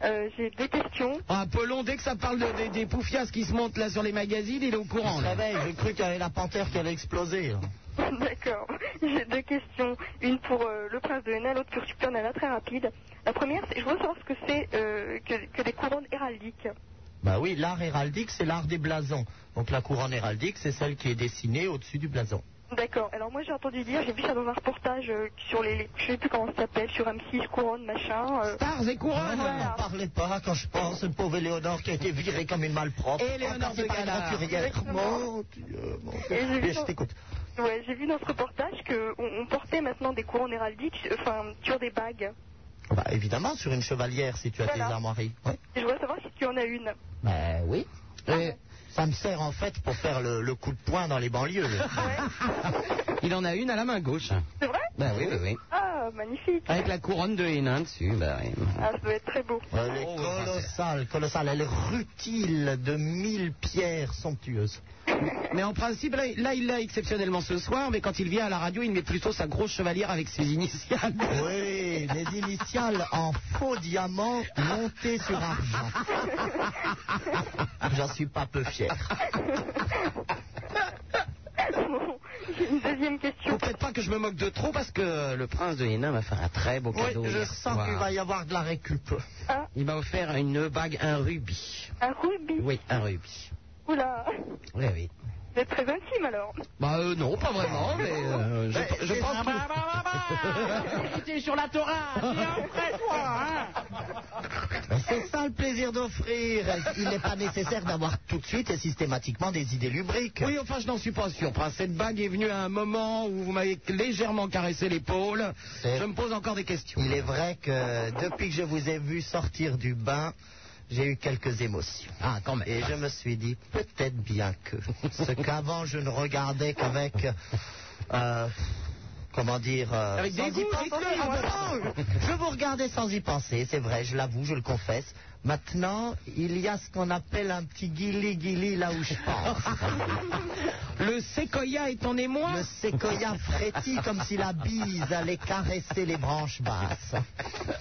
[SPEAKER 11] Euh, j'ai deux questions. [LAUGHS]
[SPEAKER 12] Ah, Apollon, dès que ça parle de- des, des poufiasses qui se montent là sur les magazines, il est au courant.
[SPEAKER 2] Je
[SPEAKER 12] là.
[SPEAKER 2] savais, j'ai cru qu'il y avait la panthère qui allait exploser.
[SPEAKER 12] hein.
[SPEAKER 2] là.
[SPEAKER 11] D'accord. J'ai deux questions. Une pour euh, le prince de Hénin, l'autre pour Super Nana, très rapide. La première, c'est je veux savoir ce que c'est euh, que, que les couronnes héraldiques.
[SPEAKER 12] Bah oui, l'art héraldique, c'est l'art des blasons. Donc la couronne héraldique, c'est celle qui est dessinée au-dessus du blason.
[SPEAKER 11] D'accord. Alors moi j'ai entendu dire, j'ai vu ça dans un reportage euh, sur les, les- je sais plus comment ça s'appelle, sur M6 Couronne machin. euh.
[SPEAKER 20] Stars et
[SPEAKER 12] Ah,
[SPEAKER 20] couronnes
[SPEAKER 12] ne m'en parlez pas quand je pense au pauvre Éléonore qui a été virée comme une malpropre.
[SPEAKER 11] Et Éléonore
[SPEAKER 12] Encore, c'est
[SPEAKER 11] de
[SPEAKER 12] pas une
[SPEAKER 11] Galard.
[SPEAKER 12] roturière.
[SPEAKER 11] Exactement.
[SPEAKER 12] Mon Dieu, mon Dieu.
[SPEAKER 11] Et j'ai vu
[SPEAKER 12] Mais je
[SPEAKER 11] dans-
[SPEAKER 12] t'écoute.
[SPEAKER 11] Ouais, j'ai vu dans ce reportage que on, on portait maintenant des couronnes héraldiques, euh, enfin sur des bagues.
[SPEAKER 12] Bah, évidemment, sur une chevalière, si tu as
[SPEAKER 11] Voilà.
[SPEAKER 12] tes armoiries. Ouais.
[SPEAKER 11] Et je voudrais savoir si tu en as une.
[SPEAKER 12] Bah oui. Et ça me sert en fait pour faire le, le coup de poing dans les banlieues. [LAUGHS]
[SPEAKER 2] Il en a une à la main gauche.
[SPEAKER 11] C'est vrai
[SPEAKER 2] Bah oui, oui, oui.
[SPEAKER 11] Ah, magnifique.
[SPEAKER 2] Avec la couronne de Hénin dessus, bah oui.
[SPEAKER 11] Ah, ça doit être très beau.
[SPEAKER 12] Elle est
[SPEAKER 2] Oh,
[SPEAKER 12] colossale, colossale. Elle rutile de mille pierres somptueuses.
[SPEAKER 2] Mais en principe, là, là, il l'a exceptionnellement ce soir, mais quand il vient à la radio, il met plutôt sa grosse chevalière avec ses initiales.
[SPEAKER 12] Oui, les initiales en faux diamant montées sur argent. J'en suis pas peu fier.
[SPEAKER 11] Une deuxième question.
[SPEAKER 2] Peut-être pas que je me moque de trop parce que le prince de Hénin m'a fait un très beau cadeau.
[SPEAKER 12] Oui, je
[SPEAKER 2] hier
[SPEAKER 12] sens
[SPEAKER 2] soir.
[SPEAKER 12] qu'il va y avoir de la récup.
[SPEAKER 2] Il m'a offert une bague, un rubis.
[SPEAKER 11] Ah. Un rubis
[SPEAKER 2] Oui, un rubis.
[SPEAKER 11] Oula,
[SPEAKER 2] Oui, oui.
[SPEAKER 11] vous êtes très intime alors.
[SPEAKER 2] Bah euh, non, pas vraiment,
[SPEAKER 20] [LAUGHS]
[SPEAKER 2] mais euh, je, je pense que...
[SPEAKER 20] bah, T'es bah, sur la Torah, t'es
[SPEAKER 2] [LAUGHS]
[SPEAKER 20] après toi, hein
[SPEAKER 12] C'est ça le plaisir d'offrir. Il n'est pas nécessaire d'avoir tout de suite et systématiquement des idées lubriques.
[SPEAKER 2] Oui, enfin, je n'en suis pas sûr. Prince. Cette bague est venue à un moment où vous m'avez légèrement caressé l'épaule. Je me pose encore des questions.
[SPEAKER 12] Il est vrai que depuis que je vous ai vu sortir du bain, j'ai eu quelques émotions.
[SPEAKER 2] Ah, quand même.
[SPEAKER 12] Et je me suis dit, peut-être bien que ce qu'avant je ne regardais qu'avec, euh, comment dire, euh,
[SPEAKER 20] Avec
[SPEAKER 12] sans
[SPEAKER 20] dégoût,
[SPEAKER 12] y penser.
[SPEAKER 20] dégoût,
[SPEAKER 12] Ah,
[SPEAKER 20] voilà.
[SPEAKER 12] bon, je vous regardais sans y penser, c'est vrai, je l'avoue, je le confesse. Maintenant, il y a ce qu'on appelle un petit guili-guili là où je pense.
[SPEAKER 2] Le séquoia est en émoi
[SPEAKER 12] Le séquoia frétit comme si la bise allait caresser les branches basses.
[SPEAKER 2] [LAUGHS]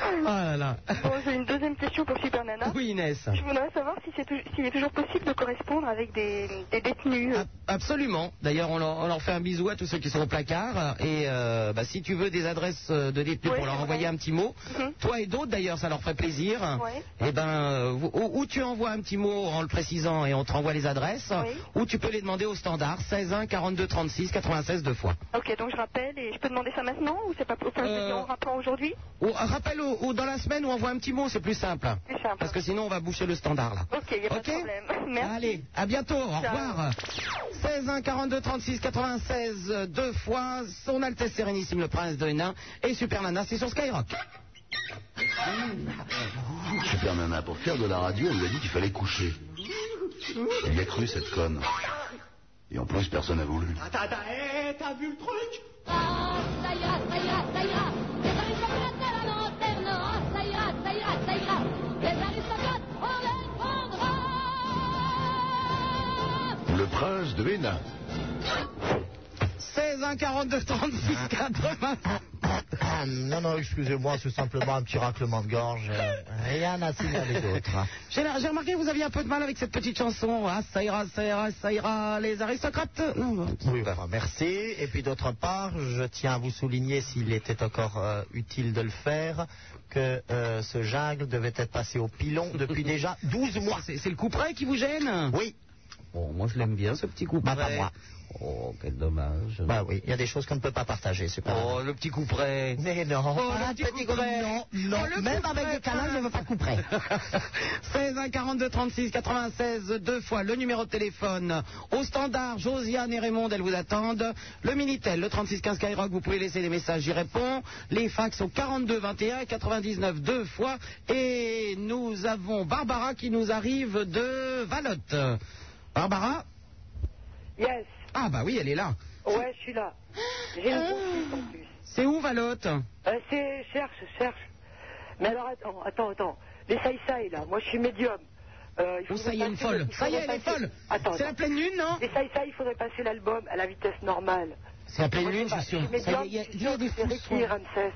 [SPEAKER 2] Ah là là.
[SPEAKER 11] Bon, j'ai une deuxième question pour Super
[SPEAKER 12] Ah.
[SPEAKER 11] Nana.
[SPEAKER 2] Oui, Inès.
[SPEAKER 11] Je voudrais savoir si c'est tou- s'il est toujours possible de correspondre avec des, des détenus.
[SPEAKER 2] Absolument. D'ailleurs, on, leur- on leur fait un bisou à tous ceux qui sont au placard. Et euh, bah, si tu veux des adresses euh, de détenus pour leur envoyer un petit mot, toi et d'autres d'ailleurs, ça leur ferait plaisir. Et ben, euh, vous- ou, ou tu envoies un petit mot en le précisant et on te renvoie les adresses, ou tu peux les demander au standard 16 1 42 36 96 deux fois.
[SPEAKER 11] Ok, donc je rappelle et je peux demander ça maintenant ou c'est pas enfin, je veux
[SPEAKER 2] Euh.
[SPEAKER 11] dire, en rapport aujourd'hui
[SPEAKER 2] Ou un rappel au- ou dans la semaine ou envoie un petit mot, c'est plus simple. Parce que sinon on va boucher le standard là.
[SPEAKER 11] Ok, il n'y a pas de problème. [LAUGHS] Merci.
[SPEAKER 2] Allez, à bientôt, au
[SPEAKER 11] Ciao.
[SPEAKER 2] revoir. 16 1 42 36 96 euh, deux fois son Altesse Sérénissime le Prince de Hénin et Super Nana, c'est sur Skyrock.
[SPEAKER 21] Super Nana, pour faire de la radio, on lui a dit qu'il fallait coucher. Il y a cru, cette conne. Et en plus, personne n'a voulu.
[SPEAKER 20] Attends, attends, hé, t'as vu le truc
[SPEAKER 22] Ça ira, ça ira, ça ira. Les aristocrates à la lanterne, ah, ça ira, ça ira, ça ira. Les aristocrates, on les prendra.
[SPEAKER 21] Le prince de Hénin.
[SPEAKER 2] 16 1 42 36 96
[SPEAKER 12] Ah, [COUGHS] Non, non, excusez-moi, c'est simplement un petit raclement de gorge. Euh, Rien à signaler d'autre.
[SPEAKER 2] J'ai la- j'ai remarqué que vous aviez un peu de mal avec cette petite chanson. Ah, ça ira, ça ira, ça ira, les aristocrates. Non, non.
[SPEAKER 12] Oui, bah, merci. Et puis d'autre part, je tiens à vous souligner, s'il était encore euh, utile de le faire, que euh, ce jungle devait être passé au pilon
[SPEAKER 2] [LAUGHS]
[SPEAKER 12] depuis déjà 12 mois.
[SPEAKER 2] C'est c'est le coup près qui vous gêne
[SPEAKER 12] Oui.
[SPEAKER 2] Bon, Oh, moi je l'aime bien ce petit coup
[SPEAKER 12] Bah, pas
[SPEAKER 2] près.
[SPEAKER 12] moi.
[SPEAKER 2] Oh, quel dommage.
[SPEAKER 12] Bah oui, il y a des choses qu'on ne peut pas partager, c'est pas
[SPEAKER 2] Oh, le petit coup près.
[SPEAKER 12] Mais non,
[SPEAKER 2] Oh,
[SPEAKER 12] Ah,
[SPEAKER 2] le petit
[SPEAKER 12] petit
[SPEAKER 2] coup
[SPEAKER 12] con,
[SPEAKER 2] près.
[SPEAKER 12] non, non.
[SPEAKER 2] Oh, le
[SPEAKER 12] même
[SPEAKER 2] coup
[SPEAKER 12] avec
[SPEAKER 2] près.
[SPEAKER 12] le câlin, je ne veux pas
[SPEAKER 2] [LAUGHS]
[SPEAKER 12] couper.
[SPEAKER 2] 16 1 42 36 96 deux fois le numéro de téléphone au standard Josiane et Raymond elles vous attendent le minitel le 36 15 Skyrock vous pouvez laisser des messages j'y réponds les fax au 42 21 99 deux fois et nous avons Barbara qui nous arrive de Valotte Barbara
[SPEAKER 10] Yes,
[SPEAKER 2] ah bah oui elle est là
[SPEAKER 10] ouais, je suis là. J'ai une grosse liste en plus.
[SPEAKER 2] c'est où Valotte
[SPEAKER 10] Euh, c'est cherche, cherche. Mais alors attends, attends, attends. Les saïsaï là, moi je suis médium. Euh, il
[SPEAKER 2] Oh, ça
[SPEAKER 10] faudrait
[SPEAKER 2] y est, elle est
[SPEAKER 10] passer-
[SPEAKER 2] folle.
[SPEAKER 10] il
[SPEAKER 2] Ça y est,
[SPEAKER 10] faudrait
[SPEAKER 2] elle est
[SPEAKER 10] passer-
[SPEAKER 2] folle.
[SPEAKER 10] Attends,
[SPEAKER 2] C'est la
[SPEAKER 10] attends.
[SPEAKER 2] pleine lune, non
[SPEAKER 10] Les saïsaï, il faudrait passer l'album à la vitesse normale.
[SPEAKER 2] c'est la pleine
[SPEAKER 10] Moi, je
[SPEAKER 2] lune
[SPEAKER 10] sais
[SPEAKER 2] je suis
[SPEAKER 10] pas,
[SPEAKER 2] sûr
[SPEAKER 10] je
[SPEAKER 2] Ça
[SPEAKER 10] suis
[SPEAKER 2] y est,
[SPEAKER 10] médium,
[SPEAKER 2] il y a-
[SPEAKER 10] je Euh,
[SPEAKER 2] il y a des
[SPEAKER 10] suis
[SPEAKER 2] fous
[SPEAKER 10] Ricky Ramsès.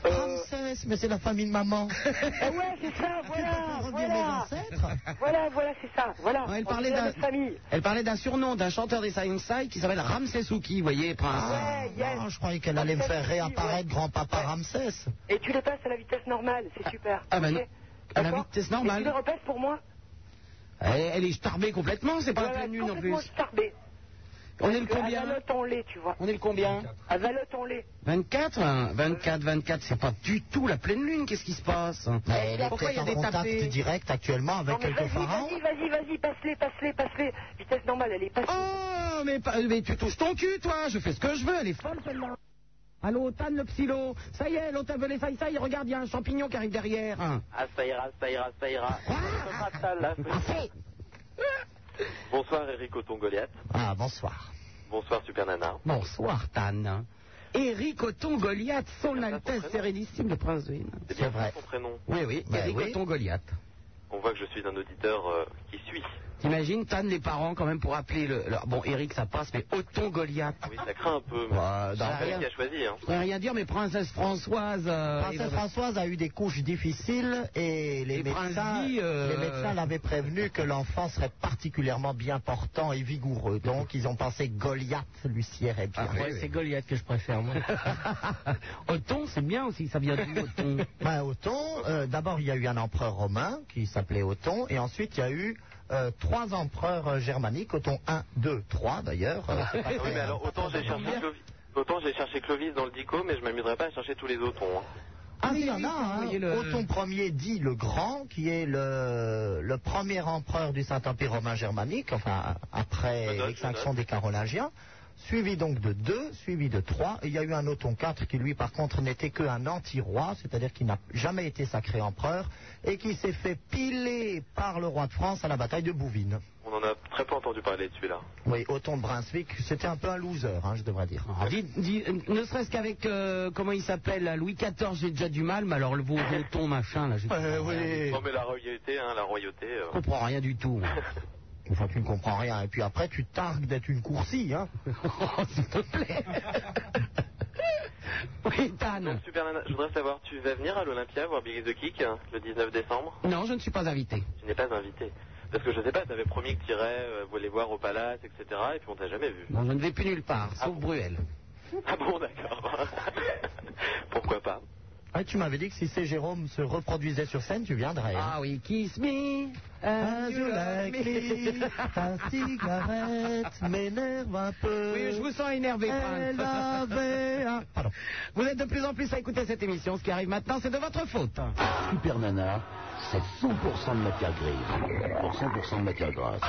[SPEAKER 12] Princesse, mais c'est la famille
[SPEAKER 10] [LAUGHS]
[SPEAKER 12] de maman.
[SPEAKER 10] Eh ouais, c'est ça, voilà, voilà. Voilà, voilà, c'est ça, voilà.
[SPEAKER 2] Ouais, elle,
[SPEAKER 10] On
[SPEAKER 2] parlait
[SPEAKER 10] est la
[SPEAKER 2] d'un,
[SPEAKER 10] même famille.
[SPEAKER 2] elle parlait d'un surnom d'un chanteur des Sai qui s'appelle Ramsey Souki, vous voyez, prince.
[SPEAKER 12] Ah, non, je croyais qu'elle allait me faire réapparaître grand-papa Ramsès.
[SPEAKER 10] Et tu les passes à la vitesse normale, c'est super.
[SPEAKER 2] Ah ben
[SPEAKER 10] Ok
[SPEAKER 2] non. À la vitesse
[SPEAKER 23] Tu le
[SPEAKER 2] normale.
[SPEAKER 23] repèses pour moi
[SPEAKER 2] Elle, elle est starbée complètement, c'est pas la
[SPEAKER 23] Voilà,
[SPEAKER 2] pleine lune en plus.
[SPEAKER 23] complètement starbée.
[SPEAKER 2] On est le
[SPEAKER 23] Parce que
[SPEAKER 2] combien
[SPEAKER 23] à Valotte en lait, tu vois.
[SPEAKER 2] On est le combien
[SPEAKER 23] À Valotte en lait.
[SPEAKER 2] 24 hein, 24, 24, c'est pas du tout la pleine lune, qu'est-ce qui se passe
[SPEAKER 12] Elle est
[SPEAKER 2] Pourquoi il y
[SPEAKER 12] peut-être
[SPEAKER 2] a
[SPEAKER 12] en
[SPEAKER 2] des
[SPEAKER 12] contact
[SPEAKER 2] tapés
[SPEAKER 12] direct actuellement avec
[SPEAKER 23] Mais
[SPEAKER 12] quelques pharaons.
[SPEAKER 23] Vas-y, vas-y, vas-y, vas-y, passe-les, passe-les, passe-les. Vitesse normale, elle est passée.
[SPEAKER 2] Oh, mais, pas- mais tu touches ton cul, toi, je fais ce que je veux, elle est folle celle-là. Allô, Tan le psylo. Ça y est, l'automne veut les failles, ça y est, regarde, il y a un champignon qui arrive derrière. Ah,
[SPEAKER 24] Ah, ça ira, ça ira, ça ira. Bonsoir Eric Oton Goliath.
[SPEAKER 12] Ah, bonsoir.
[SPEAKER 24] Bonsoir Super Nana.
[SPEAKER 2] Bonsoir, Tan. Éric Othon Goliath, son Altesse Sérénissime, le prince de Hénin.
[SPEAKER 24] C'est bien ça son prénom.
[SPEAKER 2] Oui, oui,
[SPEAKER 24] Bah
[SPEAKER 2] Éric
[SPEAKER 24] oui.
[SPEAKER 2] Othon Goliath.
[SPEAKER 24] On voit que je suis un auditeur euh, qui suit.
[SPEAKER 2] T'imagines, Tan, les parents, quand même, pour appeler le. le- bon, Éric, ça passe, mais Othon Goliath.
[SPEAKER 24] Ah Oui, ça craint un peu. Mais
[SPEAKER 2] Bah,
[SPEAKER 24] c'est
[SPEAKER 2] dans
[SPEAKER 24] elle
[SPEAKER 2] rien.
[SPEAKER 24] qui a choisi. Hein.
[SPEAKER 2] Je pourrais rien dire, mais Princesse Françoise. euh,
[SPEAKER 12] Princesse
[SPEAKER 2] et-
[SPEAKER 12] Françoise a eu des couches difficiles et les,
[SPEAKER 2] Et
[SPEAKER 12] médecins,
[SPEAKER 2] Prince Guy, euh,
[SPEAKER 12] les médecins l'avaient prévenu que l'enfant serait particulièrement bien portant et vigoureux. Donc ils ont pensé Goliath lui sierait bien.
[SPEAKER 2] Ah, ouais, c'est Goliath que je préfère, [LAUGHS] moi. Othon, c'est bien aussi, ça vient du Othon.
[SPEAKER 12] Ben, Othon, euh, d'abord il y a eu un empereur romain qui s'appelait Othon et ensuite il y a eu euh, trois empereurs euh, germaniques, Othon 1, 2,
[SPEAKER 2] [LAUGHS]
[SPEAKER 12] 3 d'ailleurs. Euh,
[SPEAKER 6] Ah
[SPEAKER 12] c'est pas
[SPEAKER 24] oui,
[SPEAKER 12] très-
[SPEAKER 24] mais alors autant j'ai cherché Clovis. Autant j'ai cherché Clovis dans le dico, mais je m'amuserais pas à chercher tous les autres. hein.
[SPEAKER 12] Ah, il y en a un. Othon Ier dit le Grand, qui est le, le premier empereur du Saint-Empire romain germanique, enfin, après l'extinction des Carolingiens, suivi donc de deux, suivi de trois. Et il y a eu un Othon IV qui, lui, par contre, n'était qu'un anti-roi, c'est-à-dire qui n'a jamais été sacré empereur, et qui s'est fait piler par le roi de France à la bataille de Bouvines.
[SPEAKER 24] On en a très peu entendu parler de celui-là.
[SPEAKER 12] Oui, Othon de Brunswick, c'était un peu un loser, hein, je devrais dire.
[SPEAKER 2] Ah, Dis- dis- ne serait-ce qu'avec, euh, comment il s'appelle, là, Louis XIV, j'ai déjà du mal, mais alors le vos Othon, machin, là, je
[SPEAKER 24] Non, mais la royauté, hein, la royauté. euh,
[SPEAKER 2] comprends rien du tout. moi.
[SPEAKER 12] Enfin, tu ne comprends rien. Et puis après, tu targues d'être une coursie, hein.
[SPEAKER 2] [LAUGHS] S'il te plaît. oui, Tan.
[SPEAKER 24] Donc, Super Nana, je voudrais savoir, tu vas venir à l'Olympia voir Big the Kick hein, le 19 décembre
[SPEAKER 2] Non, je ne suis pas invité.
[SPEAKER 24] Tu n'es pas invité. Parce que je sais pas, t'avais promis que t'irais, euh, vous les voir au palace, etc. Et puis on t'a jamais vu.
[SPEAKER 2] Non, je ne vais plus nulle part, sauf Bruel.
[SPEAKER 24] Ah bon, d'accord. [LAUGHS] Pourquoi pas
[SPEAKER 12] Ah, tu m'avais dit que si c'est Jérôme se reproduisait sur scène, tu viendrais. hein.
[SPEAKER 2] Ah oui, kiss me, as you like me.
[SPEAKER 12] Ta cigarette m'énerve un peu.
[SPEAKER 2] [LAUGHS] Oui, je vous sens énervé,
[SPEAKER 12] Elle
[SPEAKER 2] Prince. [LAUGHS]
[SPEAKER 12] avait un- Pardon.
[SPEAKER 2] Vous êtes de plus en plus à écouter cette émission. Ce qui arrive maintenant, c'est de votre faute.
[SPEAKER 5] Super Nana, Ah, c'est 100% de matière grise pour 100% de matière grasse.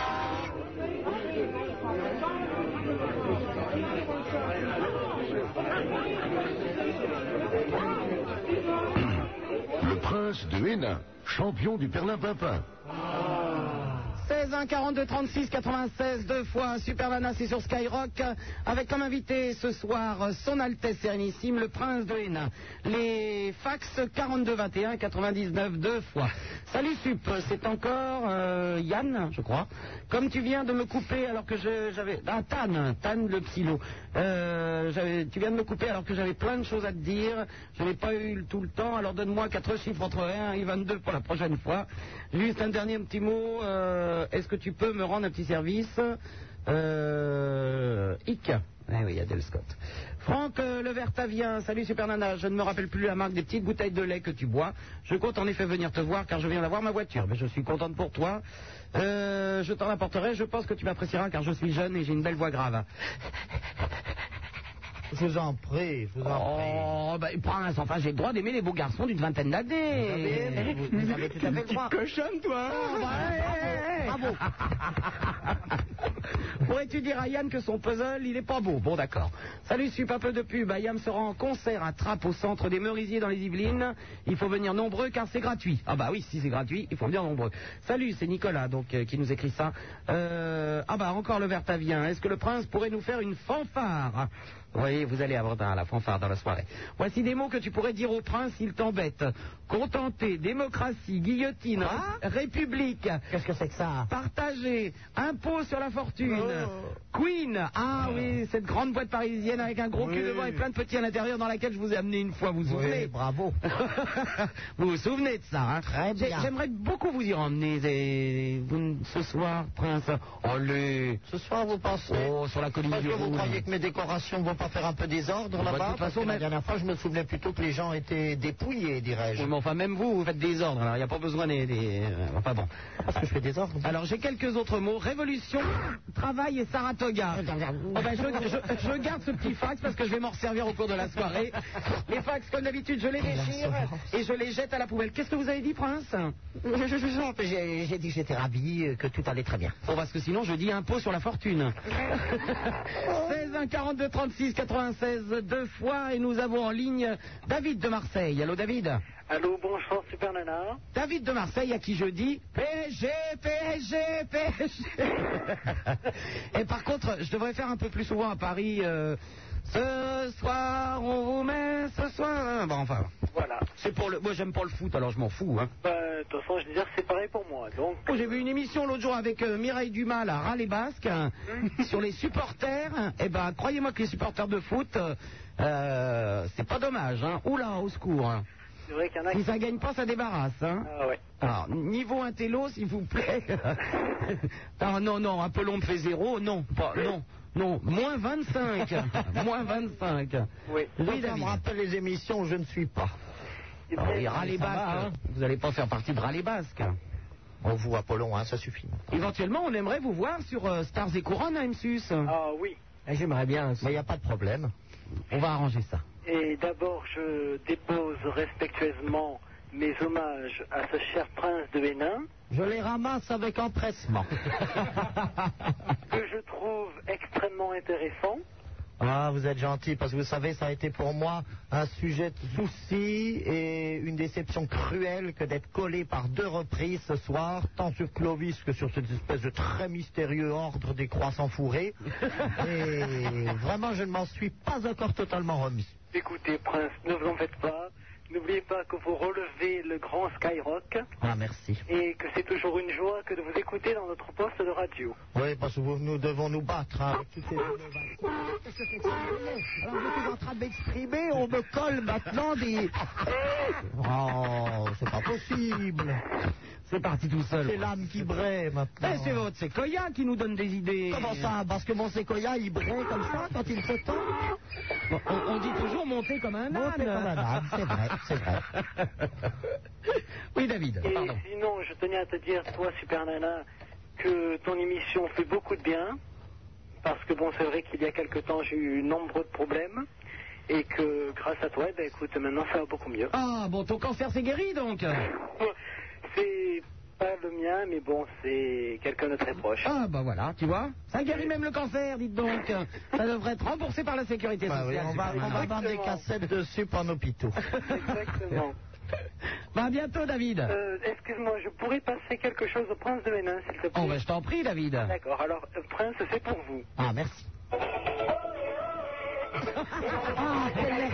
[SPEAKER 5] Le prince de Hénin, champion du Perlin-Pimpin.
[SPEAKER 2] 16 1 42 36 96 deux fois Super Nana c'est sur Skyrock avec comme invité ce soir son Altesse Sérénissime le Prince de Hénin les fax 42 21 99 deux fois Salut Sup c'est encore euh, Yann je crois comme tu viens de me couper alors que je- j'avais ah Tan Tan le psylo Euh, j'avais- tu viens de me couper alors que j'avais plein de choses à te dire je n'ai pas eu le- tout le temps alors donne-moi quatre chiffres entre 1 et 22 pour la prochaine fois Juste un dernier petit mot. euh, Est-ce que tu peux me rendre un petit service euh, Hic. Ah oui, Adèle Scott. Franck euh, Le Vertavien, salut Super Nana. Je ne me rappelle plus la marque des petites bouteilles de lait que tu bois. Je compte en effet venir te voir car je viens d'avoir ma voiture. Mais je suis contente pour toi. Euh, je t'en apporterai. Je pense que tu m'apprécieras car je suis jeune et j'ai une belle voix grave.
[SPEAKER 12] Je vous en prie, je vous en prie.
[SPEAKER 2] Oh, ben, prince, enfin, j'ai le droit d'aimer les beaux garçons d'une vingtaine d'années.
[SPEAKER 12] Vous avez- vous avez tout à fait le droit. Oh, bah, eh,
[SPEAKER 2] cochonne, toi hein Ah, Bravo [LAUGHS] Pourrais-tu dire à Yann que son puzzle, il est pas beau Bon, d'accord. Salut, suis pas peu de pub. Yann sera en concert à Trappes au centre des Merisiers dans les Yvelines. Il faut venir nombreux car c'est gratuit. Ah bah oui, si c'est gratuit, il faut venir nombreux. Salut, c'est Nicolas donc euh, qui nous écrit ça. Euh, ah bah encore le Vertavien. Est-ce que le prince pourrait nous faire une fanfare oui, vous allez avoir un- la fanfare dans la soirée. Voici des mots que tu pourrais dire au prince s'il t'embête. Contenté, démocratie, guillotine, république,
[SPEAKER 12] Qu'est-ce que c'est que ça
[SPEAKER 2] partager, impôt sur la fortune, Queen Oh. Ah oui, cette grande boîte parisienne avec un gros cul devant et plein de petits à l'intérieur dans laquelle je vous ai amené une fois, vous vous souvenez
[SPEAKER 12] bravo.
[SPEAKER 2] [LAUGHS] Vous vous souvenez de ça, hein J'ai-
[SPEAKER 12] bien.
[SPEAKER 2] J'aimerais beaucoup vous y emmener et vous ne- ce soir, Prince. Allez
[SPEAKER 12] Ce soir, vous pensez
[SPEAKER 2] Oh, sur la colline
[SPEAKER 12] Parce
[SPEAKER 2] du
[SPEAKER 12] que vous
[SPEAKER 2] Rhône.
[SPEAKER 12] croyez que mes décorations vont pas faire un peu désordre
[SPEAKER 2] Bah, de
[SPEAKER 12] là-bas
[SPEAKER 2] toute
[SPEAKER 12] Parce
[SPEAKER 2] façon,
[SPEAKER 12] que la
[SPEAKER 2] même-
[SPEAKER 12] dernière fois, je me souvenais plutôt que les gens étaient dépouillés, dirais-je.
[SPEAKER 2] Oui, mais enfin, même vous, vous faites des ordres. Alors, il n'y a pas besoin des. des- euh, Enfin bon.
[SPEAKER 12] Parce que je fais des ordres.
[SPEAKER 2] Alors, j'ai quelques autres mots révolution, travail et Saratoga.
[SPEAKER 12] Ah,
[SPEAKER 2] Oh, ben, je, je- je garde ce petit fax parce que je vais m'en servir au cours de la soirée. Les fax, comme d'habitude, je les
[SPEAKER 12] Ah,
[SPEAKER 2] déchire et je les jette à la poubelle. Qu'est-ce que vous avez dit, Prince
[SPEAKER 12] J'ai j'ai dit que j'étais ravi, euh, que tout allait très bien.
[SPEAKER 2] Bon, Oh, parce que sinon, je dis impôt sur la fortune.
[SPEAKER 12] [LAUGHS]
[SPEAKER 2] 16 1 42 36 96 deux fois et nous avons en ligne David de Marseille. Allô, David.
[SPEAKER 25] Allô, bonsoir, Super Nana.
[SPEAKER 2] David de Marseille à qui je dis PSG, PSG, PSG. Et par contre, je devrais faire un peu plus souvent à Paris. euh, ce soir, on vous met ce soir. Bon, enfin.
[SPEAKER 25] Voilà.
[SPEAKER 2] C'est pour le. Moi, j'aime pas le foot, alors je m'en fous. Hein.
[SPEAKER 25] Bah, de toute façon, je veux dire, c'est pareil pour moi. Donc,
[SPEAKER 2] Oh, J'ai vu une émission l'autre jour avec euh, Mireille Dumas, à Râle et Basque, hein, sur les supporters. hein. Eh ben, croyez-moi que les supporters de foot, euh, euh, c'est pas dommage. Hein. Oula, au secours. hein.
[SPEAKER 25] c'est vrai qu'il y en a
[SPEAKER 2] Si
[SPEAKER 25] qui.
[SPEAKER 2] ça gagne pas, ça débarrasse. Hein.
[SPEAKER 25] Ah ouais.
[SPEAKER 2] Alors, niveau intello, s'il vous plaît. [LAUGHS] ah non, non, Apollon me fait zéro. Non, pas, non, non. Moins 25. Moins 25.
[SPEAKER 25] Oui.
[SPEAKER 12] Oui, ça me
[SPEAKER 2] David.
[SPEAKER 12] rappelle les émissions où je ne suis pas.
[SPEAKER 25] Eh
[SPEAKER 2] Alors, les râles et
[SPEAKER 12] Ça va,
[SPEAKER 2] basques,
[SPEAKER 12] hein
[SPEAKER 2] vous n'allez pas faire partie de râles et basques.
[SPEAKER 12] On vous, Apollon, hein, ça suffit.
[SPEAKER 2] Éventuellement, on aimerait vous voir sur euh, Stars et Couronne à MSUS.
[SPEAKER 25] Ah oui.
[SPEAKER 2] J'aimerais bien.
[SPEAKER 12] Mais il n'y a pas de problème.
[SPEAKER 2] On va arranger ça.
[SPEAKER 25] Et d'abord, je dépose respectueusement mes hommages à ce cher prince de Hénin,
[SPEAKER 12] Je les ramasse avec [LAUGHS] empressement.
[SPEAKER 25] que je trouve extrêmement intéressant.
[SPEAKER 12] Ah, vous êtes gentil, parce que vous savez, ça a été pour moi un sujet de souci et une déception cruelle que d'être collé par deux reprises ce soir, tant sur Clovis que sur cette espèce de très mystérieux ordre des
[SPEAKER 2] [LAUGHS]
[SPEAKER 12] croissants fourrés. Et vraiment, je ne m'en suis pas encore totalement remis.
[SPEAKER 25] Écoutez, prince, ne vous en faites pas. N'oubliez pas que vous relevez le grand Skyrock
[SPEAKER 12] Ah, merci.
[SPEAKER 25] et que c'est toujours une joie que de vous écouter dans notre poste de
[SPEAKER 2] [LAUGHS]
[SPEAKER 25] radio.
[SPEAKER 12] Oui, parce que vous- nous devons nous battre hein, avec toutes ces innovations. Alors, je suis en train de m'exprimer, on me colle maintenant des... Oh, c'est pas possible
[SPEAKER 2] C'est parti tout seul.
[SPEAKER 12] C'est l'âme qui braie
[SPEAKER 2] [LAUGHS] Eh,
[SPEAKER 12] maintenant.
[SPEAKER 2] c'est votre séquoia qui nous donne des idées.
[SPEAKER 12] Comment ça Parce que mon séquoia, il braille comme ça quand il se tend
[SPEAKER 2] on, on dit toujours monter comme un âne.
[SPEAKER 12] Monter comme un âne, c'est vrai, c'est vrai.
[SPEAKER 2] [LAUGHS] Oui, David.
[SPEAKER 25] Et
[SPEAKER 2] Ah, Pardon.
[SPEAKER 25] sinon, je tenais à te dire, toi, Super Nana, que ton émission fait beaucoup de bien. Parce que bon, c'est vrai qu'il y a quelque temps, j'ai eu nombreux de problèmes. Et que grâce à toi, eh ben, écoute, maintenant ça va beaucoup mieux.
[SPEAKER 2] Ah, bon, ton cancer s'est guéri donc.
[SPEAKER 25] C'est pas le mien, mais bon, c'est quelqu'un de très proche.
[SPEAKER 2] Ah, bah voilà, tu vois. Ça guérit même le cancer, dites donc. Ça devrait être remboursé par la sécurité
[SPEAKER 12] Bah oui,
[SPEAKER 2] sociale.
[SPEAKER 12] on va,
[SPEAKER 2] c'est pas
[SPEAKER 12] on va
[SPEAKER 2] mal.
[SPEAKER 12] vendre des cassettes dessus pour nos hôpitaux.
[SPEAKER 2] [LAUGHS]
[SPEAKER 25] Exactement.
[SPEAKER 2] Bah, à bientôt, David.
[SPEAKER 25] Euh, Excuse-moi, je pourrais passer quelque chose au prince de Hénin, s'il te plaît.
[SPEAKER 2] Oh, bah, je t'en prie, David.
[SPEAKER 25] D'accord, alors, euh, prince, c'est pour vous.
[SPEAKER 12] Ah, [LAUGHS] merci.
[SPEAKER 2] Ah, quelle merveille.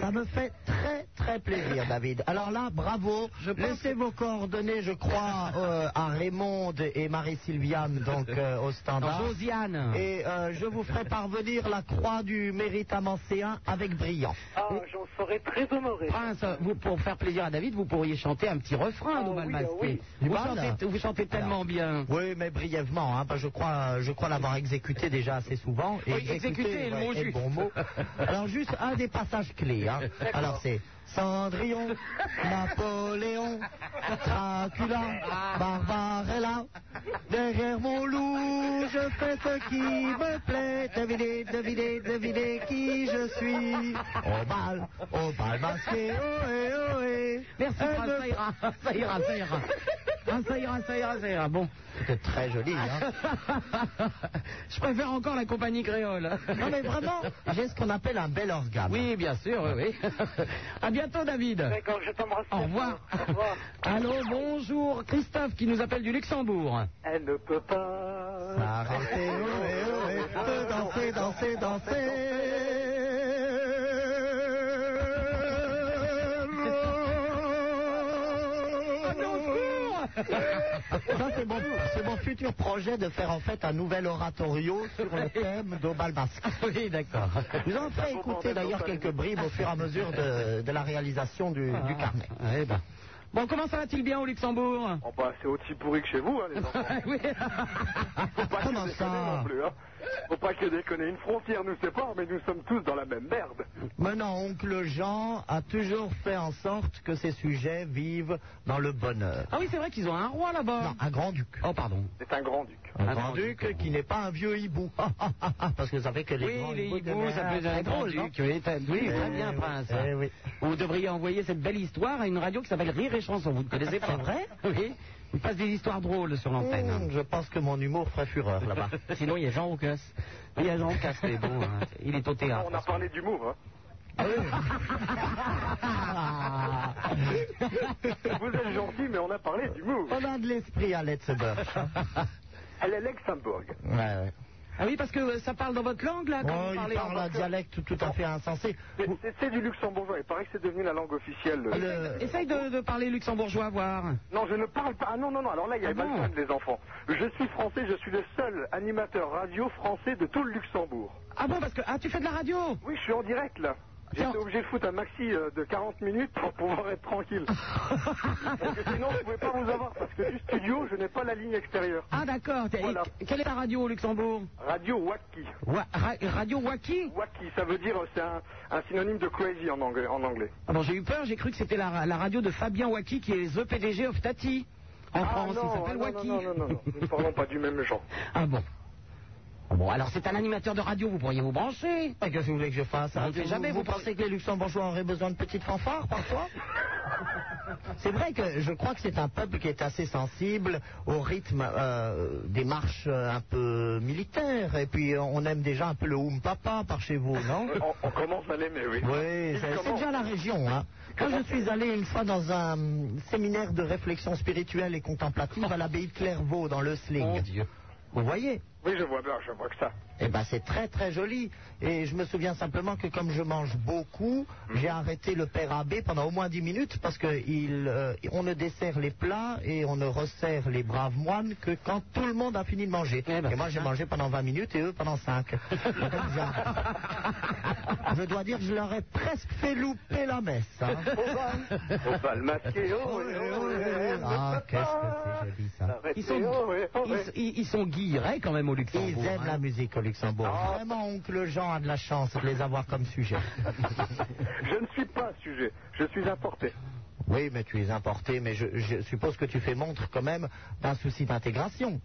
[SPEAKER 12] Ça me fait très
[SPEAKER 25] [LAUGHS]
[SPEAKER 12] très plaisir, David. Alors là, bravo.
[SPEAKER 2] Je pense
[SPEAKER 12] Laissez vos coordonnées, je
[SPEAKER 25] [LAUGHS]
[SPEAKER 12] crois, euh, à Raymond et Marie-Sylviane, donc euh, au standard.
[SPEAKER 2] Alors, Josiane.
[SPEAKER 12] Et euh, je vous ferai parvenir la croix du mérite amancéen avec brillant.
[SPEAKER 25] Ah, j'en serais très honoré.
[SPEAKER 2] Prince, Ah, vous, pour faire plaisir à David, vous pourriez chanter un petit refrain, nous,
[SPEAKER 25] oui,
[SPEAKER 2] mal masqué.
[SPEAKER 25] ah oui.
[SPEAKER 2] Vous,
[SPEAKER 12] Du bal
[SPEAKER 2] chantez, vous chantez tellement bien.
[SPEAKER 12] Oui, mais brièvement, hein, parce que je crois, je crois l'avoir exécuté déjà assez souvent. Et
[SPEAKER 2] Oui, exécuté est le mot
[SPEAKER 12] est
[SPEAKER 2] juste.
[SPEAKER 12] bon mot. Alors juste un des passages clés. hein. Alors c'est Cendrillon, Napoléon, Dracula,
[SPEAKER 2] Ah.
[SPEAKER 12] Barbarella. Derrière mon loup, je fais ce qui me plaît. Devinez, devinez, devinez qui je suis. Au bal, au bal masqué, ohé, ohé.
[SPEAKER 2] Merci,
[SPEAKER 12] Elle
[SPEAKER 2] Prince,
[SPEAKER 12] me
[SPEAKER 2] ça ira, ça ira, ça ira. Ah, ça ira, ça ira, ça ira. Bon.
[SPEAKER 12] C'était très joli, hein.
[SPEAKER 2] [LAUGHS] Je préfère encore la compagnie créole.
[SPEAKER 12] Non mais vraiment, j'ai ce qu'on appelle un bel organe.
[SPEAKER 2] Oui, bien sûr, oui, [LAUGHS] oui. À bientôt, David.
[SPEAKER 25] D'accord, je t'embrasse.
[SPEAKER 2] Au revoir.
[SPEAKER 25] Au
[SPEAKER 2] [LAUGHS]
[SPEAKER 25] revoir.
[SPEAKER 2] Allô, bonjour. Christophe qui nous appelle du Luxembourg.
[SPEAKER 25] Elle ne peut pas.
[SPEAKER 12] Arrêtez, ohé, ohé, de danser, danser, danser.
[SPEAKER 2] Ah, mais au secours
[SPEAKER 12] Ça, c'est mon, c'est mon futur projet de faire en fait un nouvel oratorio sur le thème d'Aubal Basque.
[SPEAKER 26] Ah Oui, d'accord.
[SPEAKER 12] Nous avons fait écouter d'ailleurs quelques bribes au fur et à mesure de, de la réalisation du,
[SPEAKER 26] Ah.
[SPEAKER 12] du carnet.
[SPEAKER 26] eh ben.
[SPEAKER 2] Bon, comment ça va-t-il bien
[SPEAKER 26] [LAUGHS]
[SPEAKER 2] au Luxembourg
[SPEAKER 11] Oh bah c'est aussi pourri que chez vous, hein, les enfants.
[SPEAKER 2] Ah
[SPEAKER 11] Faut pas que déconner non plus, hein. Faut pas que déconner. Une frontière nous sépare, mais nous sommes tous dans la même merde.
[SPEAKER 12] Maintenant, oncle Jean a toujours fait en sorte que ses sujets vivent dans le bonheur.
[SPEAKER 2] Ah oui, c'est vrai qu'ils ont un roi là-bas.
[SPEAKER 12] Non, un grand-duc.
[SPEAKER 2] Oh, pardon.
[SPEAKER 11] C'est un grand duc.
[SPEAKER 12] Un, grand-duc qui n'est pas un vieux hibou. [LAUGHS] Parce que vous savez que les
[SPEAKER 26] Oui,
[SPEAKER 12] grands
[SPEAKER 26] les
[SPEAKER 12] hiboux
[SPEAKER 26] hiboux, ça peut
[SPEAKER 12] deviennent
[SPEAKER 26] être un
[SPEAKER 12] très
[SPEAKER 26] grand
[SPEAKER 12] drôles, non
[SPEAKER 26] duc. Oui, t'as- oui,
[SPEAKER 12] Eh
[SPEAKER 26] très bien,
[SPEAKER 12] oui.
[SPEAKER 26] prince.
[SPEAKER 12] Eh oui.
[SPEAKER 26] Vous devriez envoyer cette belle histoire à une radio qui s'appelle Rire et Chanson. Vous ne connaissez pas
[SPEAKER 12] C'est vrai
[SPEAKER 26] Oui. Il passe des histoires drôles sur l'antenne.
[SPEAKER 2] Oh.
[SPEAKER 26] hein.
[SPEAKER 12] Mmh, je pense que mon humour ferait fureur [LAUGHS] là-bas.
[SPEAKER 26] [LAUGHS] Sinon, il y a Jean Roucas. Il y a Jean Roucas, c'est bon.
[SPEAKER 12] [LAUGHS]
[SPEAKER 26] hein. Il est au théâtre.
[SPEAKER 11] On a parlé d'humour, hein.
[SPEAKER 12] Ah.
[SPEAKER 11] Vous êtes gentil, mais on a parlé d'humour.
[SPEAKER 12] On a de l'esprit à Letzeburg.
[SPEAKER 11] Elle est Luxembourg.
[SPEAKER 12] Ouais, ouais.
[SPEAKER 2] [LAUGHS] Ah oui, parce que euh, ça parle dans votre langue, là, quand
[SPEAKER 12] Oh,
[SPEAKER 2] vous
[SPEAKER 12] il
[SPEAKER 2] parlez
[SPEAKER 12] parle
[SPEAKER 2] en-
[SPEAKER 12] un dialecte tout à fait insensé.
[SPEAKER 11] C'est- C'est c'est du luxembourgeois. Il paraît que c'est devenu la langue officielle. le-
[SPEAKER 12] Le-
[SPEAKER 2] Essaye de, de parler luxembourgeois, voir.
[SPEAKER 11] Non, je ne parle pas. Ah non, non, non. Alors là, il y a pas le problème, les enfants. Je suis français. Je suis le seul animateur radio français de tout le Luxembourg.
[SPEAKER 2] Ah bon, parce que... Ah, tu fais de la radio
[SPEAKER 11] Oui, je suis en direct là. J'étais obligé de foutre un maxi euh, de 40 minutes pour pouvoir être tranquille. parce que sinon, je ne pouvais pas vous avoir. Parce que du studio, je n'ai pas la ligne extérieure.
[SPEAKER 2] Ah d'accord. Et
[SPEAKER 11] Voilà.
[SPEAKER 2] Quelle est ta radio au Luxembourg
[SPEAKER 11] Radio Wacky.
[SPEAKER 2] Wa- ra- Radio Wacky
[SPEAKER 11] Wacky, ça veut dire, euh, c'est un, un synonyme de crazy en anglais. En anglais.
[SPEAKER 2] Ah bon, j'ai eu peur, j'ai cru que c'était la, la radio de Fabien Wacky qui est The PDG of Tati. En
[SPEAKER 11] ah
[SPEAKER 2] France,
[SPEAKER 11] non,
[SPEAKER 2] il
[SPEAKER 11] ah
[SPEAKER 2] s'appelle
[SPEAKER 11] non,
[SPEAKER 2] Wacky.
[SPEAKER 11] Non, non, non, non, nous ne parlons pas du même genre.
[SPEAKER 2] Ah bon Ah Bon, alors c'est un animateur de radio, vous pourriez vous brancher.
[SPEAKER 12] Ah, Qu'est-ce que vous voulez que je fasse hein
[SPEAKER 2] On ne sait jamais,
[SPEAKER 12] vous,
[SPEAKER 2] vous
[SPEAKER 12] pensez que les Luxembourgeois auraient besoin de petites fanfares parfois [LAUGHS] C'est vrai que je crois que c'est un peuple qui est assez sensible au rythme euh, des marches euh, un peu militaires. Et puis euh, on aime déjà un peu le Oum Papa par chez vous, non
[SPEAKER 11] Euh, [LAUGHS] On, on commence à l'aimer, oui.
[SPEAKER 12] Oui, c'est c'est déjà la région. Hein. Moi, je suis allé une fois dans un hum, séminaire de réflexion spirituelle et contemplative à l'abbaye de Clairvaux, dans le Sling. Vous voyez
[SPEAKER 11] Oui, je vois bien, je vois que ça.
[SPEAKER 12] eh ben, c'est très très joli. Et je me souviens simplement que comme je mange beaucoup,
[SPEAKER 11] Mhm.
[SPEAKER 12] j'ai arrêté le père abbé pendant au moins 10 minutes parce que il, euh, on ne dessert les plats et on ne resserre les braves moines que quand tout le monde a fini de manger.
[SPEAKER 11] Eh ben,
[SPEAKER 12] et moi j'ai mangé pendant 20 minutes et eux pendant 5.
[SPEAKER 11] [LAUGHS]
[SPEAKER 12] je dois dire que je leur ai presque fait louper la messe. hein.
[SPEAKER 11] Faut pas le masquer. Oh, ouais, oh, ouais,
[SPEAKER 12] Ah, qu'est-ce que c'est joli ça.
[SPEAKER 11] arrêtez,
[SPEAKER 2] Ils sont,
[SPEAKER 11] oh, ouais, oh, ouais.
[SPEAKER 2] ils, ils- ils sont guillerets quand même au
[SPEAKER 12] Ils
[SPEAKER 2] Luxembourg.
[SPEAKER 12] aiment
[SPEAKER 2] hein.
[SPEAKER 12] la musique au Luxembourg.
[SPEAKER 11] Oh.
[SPEAKER 12] Vraiment, oncle Jean a de la chance de les avoir comme sujet.
[SPEAKER 11] Je ne suis pas un sujet, je suis importé.
[SPEAKER 12] Oui, mais tu es importé, mais je, je suppose que tu fais montre quand même d'un souci d'intégration.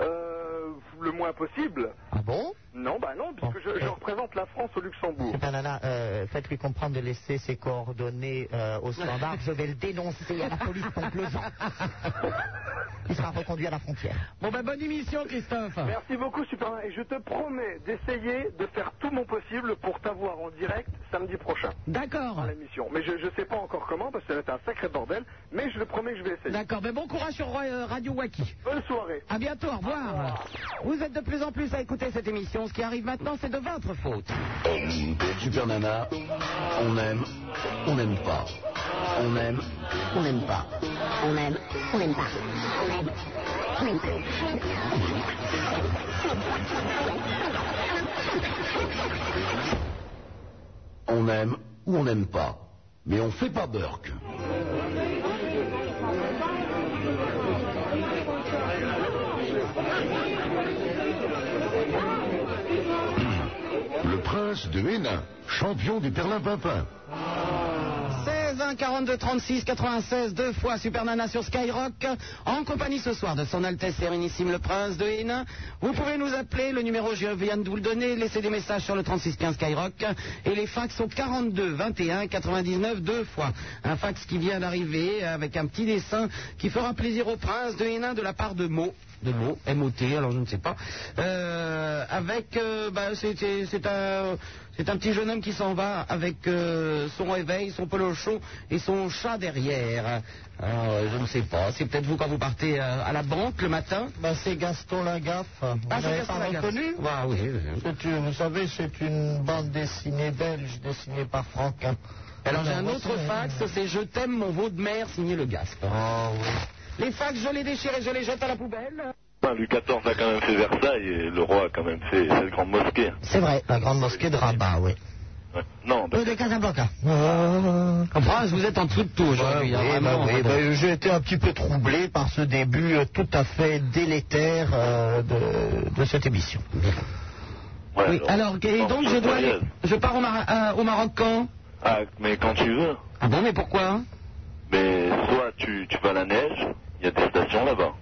[SPEAKER 11] Euh, le moins possible.
[SPEAKER 12] Ah bon
[SPEAKER 11] Non, bah non, puisque je, je représente la France au Luxembourg.
[SPEAKER 12] Super Nana, euh, faites-lui comprendre de laisser ses coordonnées euh, au standard. Je vais le dénoncer à la police, oncle Jean. Il sera reconduit à la frontière.
[SPEAKER 2] Bon, ben bonne émission, Christophe.
[SPEAKER 11] Merci beaucoup, Superman. Et je te promets d'essayer de faire tout mon possible pour t'avoir en direct samedi prochain
[SPEAKER 2] D'accord.
[SPEAKER 11] à l'émission. Mais je ne sais pas encore comment, parce que ça va être un sacré bordel, mais je le promets que je vais essayer.
[SPEAKER 2] D'accord, mais bon courage sur euh, Radio Wacky.
[SPEAKER 11] Bonne soirée.
[SPEAKER 2] À bientôt, au revoir. Vous êtes de plus en plus à écouter cette émission. Ce qui arrive maintenant, c'est de votre faute.
[SPEAKER 6] Super Nana, on aime, on n'aime pas. On aime, on n'aime pas.
[SPEAKER 27] On aime, on aime pas. On aime, on aime pas.
[SPEAKER 6] On aime ou on n'aime pas. Mais on fait pas Burke. Le prince de Hénin, champion du Perlin-Pimpin.
[SPEAKER 2] 16 1 42 36 96 deux fois Super Nana sur Skyrock en compagnie ce soir de son Altesse Sérénissime le Prince de Hénin. Vous pouvez nous appeler, le numéro je viens de vous le donner, laissez des messages sur le 36 15 Skyrock et les fax sont 42 21 99 deux fois. Un fax qui vient d'arriver avec un petit dessin qui fera plaisir au Prince de Hénin de la part de Mo de mots, MOT, alors je ne sais pas. Euh, avec, euh, bah, c'est- c'est c'est un, c'est un petit jeune homme qui s'en va avec euh, son réveil, son polochon et son chat derrière. Alors, euh, je ne sais pas, c'est peut-être vous quand vous partez euh, à la banque le matin.
[SPEAKER 12] Ben, c'est Gaston Lagaffe. Vous
[SPEAKER 2] Ah, c'est
[SPEAKER 12] l'avez
[SPEAKER 2] Gaston
[SPEAKER 12] pas
[SPEAKER 2] Lagaffe.
[SPEAKER 12] reconnu
[SPEAKER 2] Bah oui.
[SPEAKER 12] C'est une- Vous savez, c'est une bande dessinée belge dessinée par Franquin.
[SPEAKER 2] Alors j'ai un
[SPEAKER 12] Alors,
[SPEAKER 2] autre
[SPEAKER 12] voici-
[SPEAKER 2] fax, c'est Je t'aime mon veau de mer signé le Gaspe.
[SPEAKER 12] Oh oui.
[SPEAKER 2] Les fax, je les déchire et je les jette à la poubelle.
[SPEAKER 28] Enfin, Louis XIV a quand même fait Versailles et le roi a quand même fait cette grande mosquée.
[SPEAKER 12] C'est vrai, la grande mosquée de Rabat, oui.
[SPEAKER 28] Ouais. Non,
[SPEAKER 12] Euh, de Casablanca. Euh,
[SPEAKER 2] En France, vous êtes en dessous de tout aujourd'hui. hein,
[SPEAKER 12] oui,
[SPEAKER 2] vraiment,
[SPEAKER 12] bah oui,
[SPEAKER 2] madame.
[SPEAKER 12] bah, J'ai été un petit peu troublé par ce début euh, tout à fait délétère euh, de, de cette émission.
[SPEAKER 2] Oui, alors, et donc je dois aller- Je pars au, Mar- euh, au Maroc quand
[SPEAKER 28] Ah, mais quand tu veux.
[SPEAKER 2] Ah bon, mais pourquoi
[SPEAKER 28] Mais soit tu, tu vas à la neige, il y a des stations là-bas.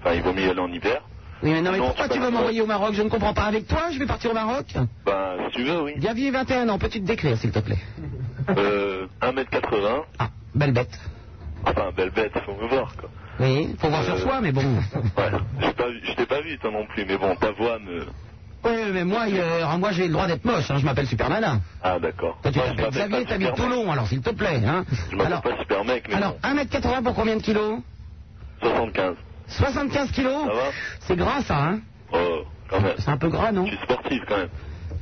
[SPEAKER 28] Enfin, il vaut mieux y aller en hiver.
[SPEAKER 2] Oui, mais non, mais
[SPEAKER 28] Non,
[SPEAKER 2] pourquoi
[SPEAKER 28] c'est
[SPEAKER 2] tu
[SPEAKER 28] pas
[SPEAKER 2] veux
[SPEAKER 28] grave.
[SPEAKER 2] m'envoyer au Maroc Je ne comprends pas. Avec toi, je vais partir au Maroc
[SPEAKER 28] Bah, si tu veux, oui.
[SPEAKER 2] Gavier, 21 ans, peux-tu te décrire, s'il te plaît Ah,
[SPEAKER 28] Euh, 1m80.
[SPEAKER 2] Belle bête.
[SPEAKER 28] Enfin, Ah ben, belle bête, faut me voir, quoi.
[SPEAKER 2] Oui, faut voir
[SPEAKER 28] Euh,
[SPEAKER 2] sur soi,
[SPEAKER 28] [LAUGHS]
[SPEAKER 2] mais bon.
[SPEAKER 28] Ouais, j'ai pas vu- je t'ai pas vu, toi non plus, mais bon, ta voix me...
[SPEAKER 2] Oui, mais moi, euh, moi j'ai le droit d'être moche, hein, je m'appelle Super Nana.
[SPEAKER 28] Ah, d'accord.
[SPEAKER 2] Toi, tu
[SPEAKER 28] Moi, je
[SPEAKER 2] t'appelles
[SPEAKER 28] m'appelle
[SPEAKER 2] Xavier,
[SPEAKER 28] pas
[SPEAKER 2] t'habites
[SPEAKER 28] Superman.
[SPEAKER 2] Toulon, alors s'il te plaît. Hein.
[SPEAKER 28] Je m'appelle pas super mec, mais
[SPEAKER 2] Alors, 1m80 pour combien de kilos
[SPEAKER 28] bon, 75.
[SPEAKER 2] 75 kilos
[SPEAKER 28] Ça va
[SPEAKER 2] C'est gras, ça, hein
[SPEAKER 28] Oh, quand même.
[SPEAKER 2] C'est un peu gras, non
[SPEAKER 28] Je suis sportif, quand même.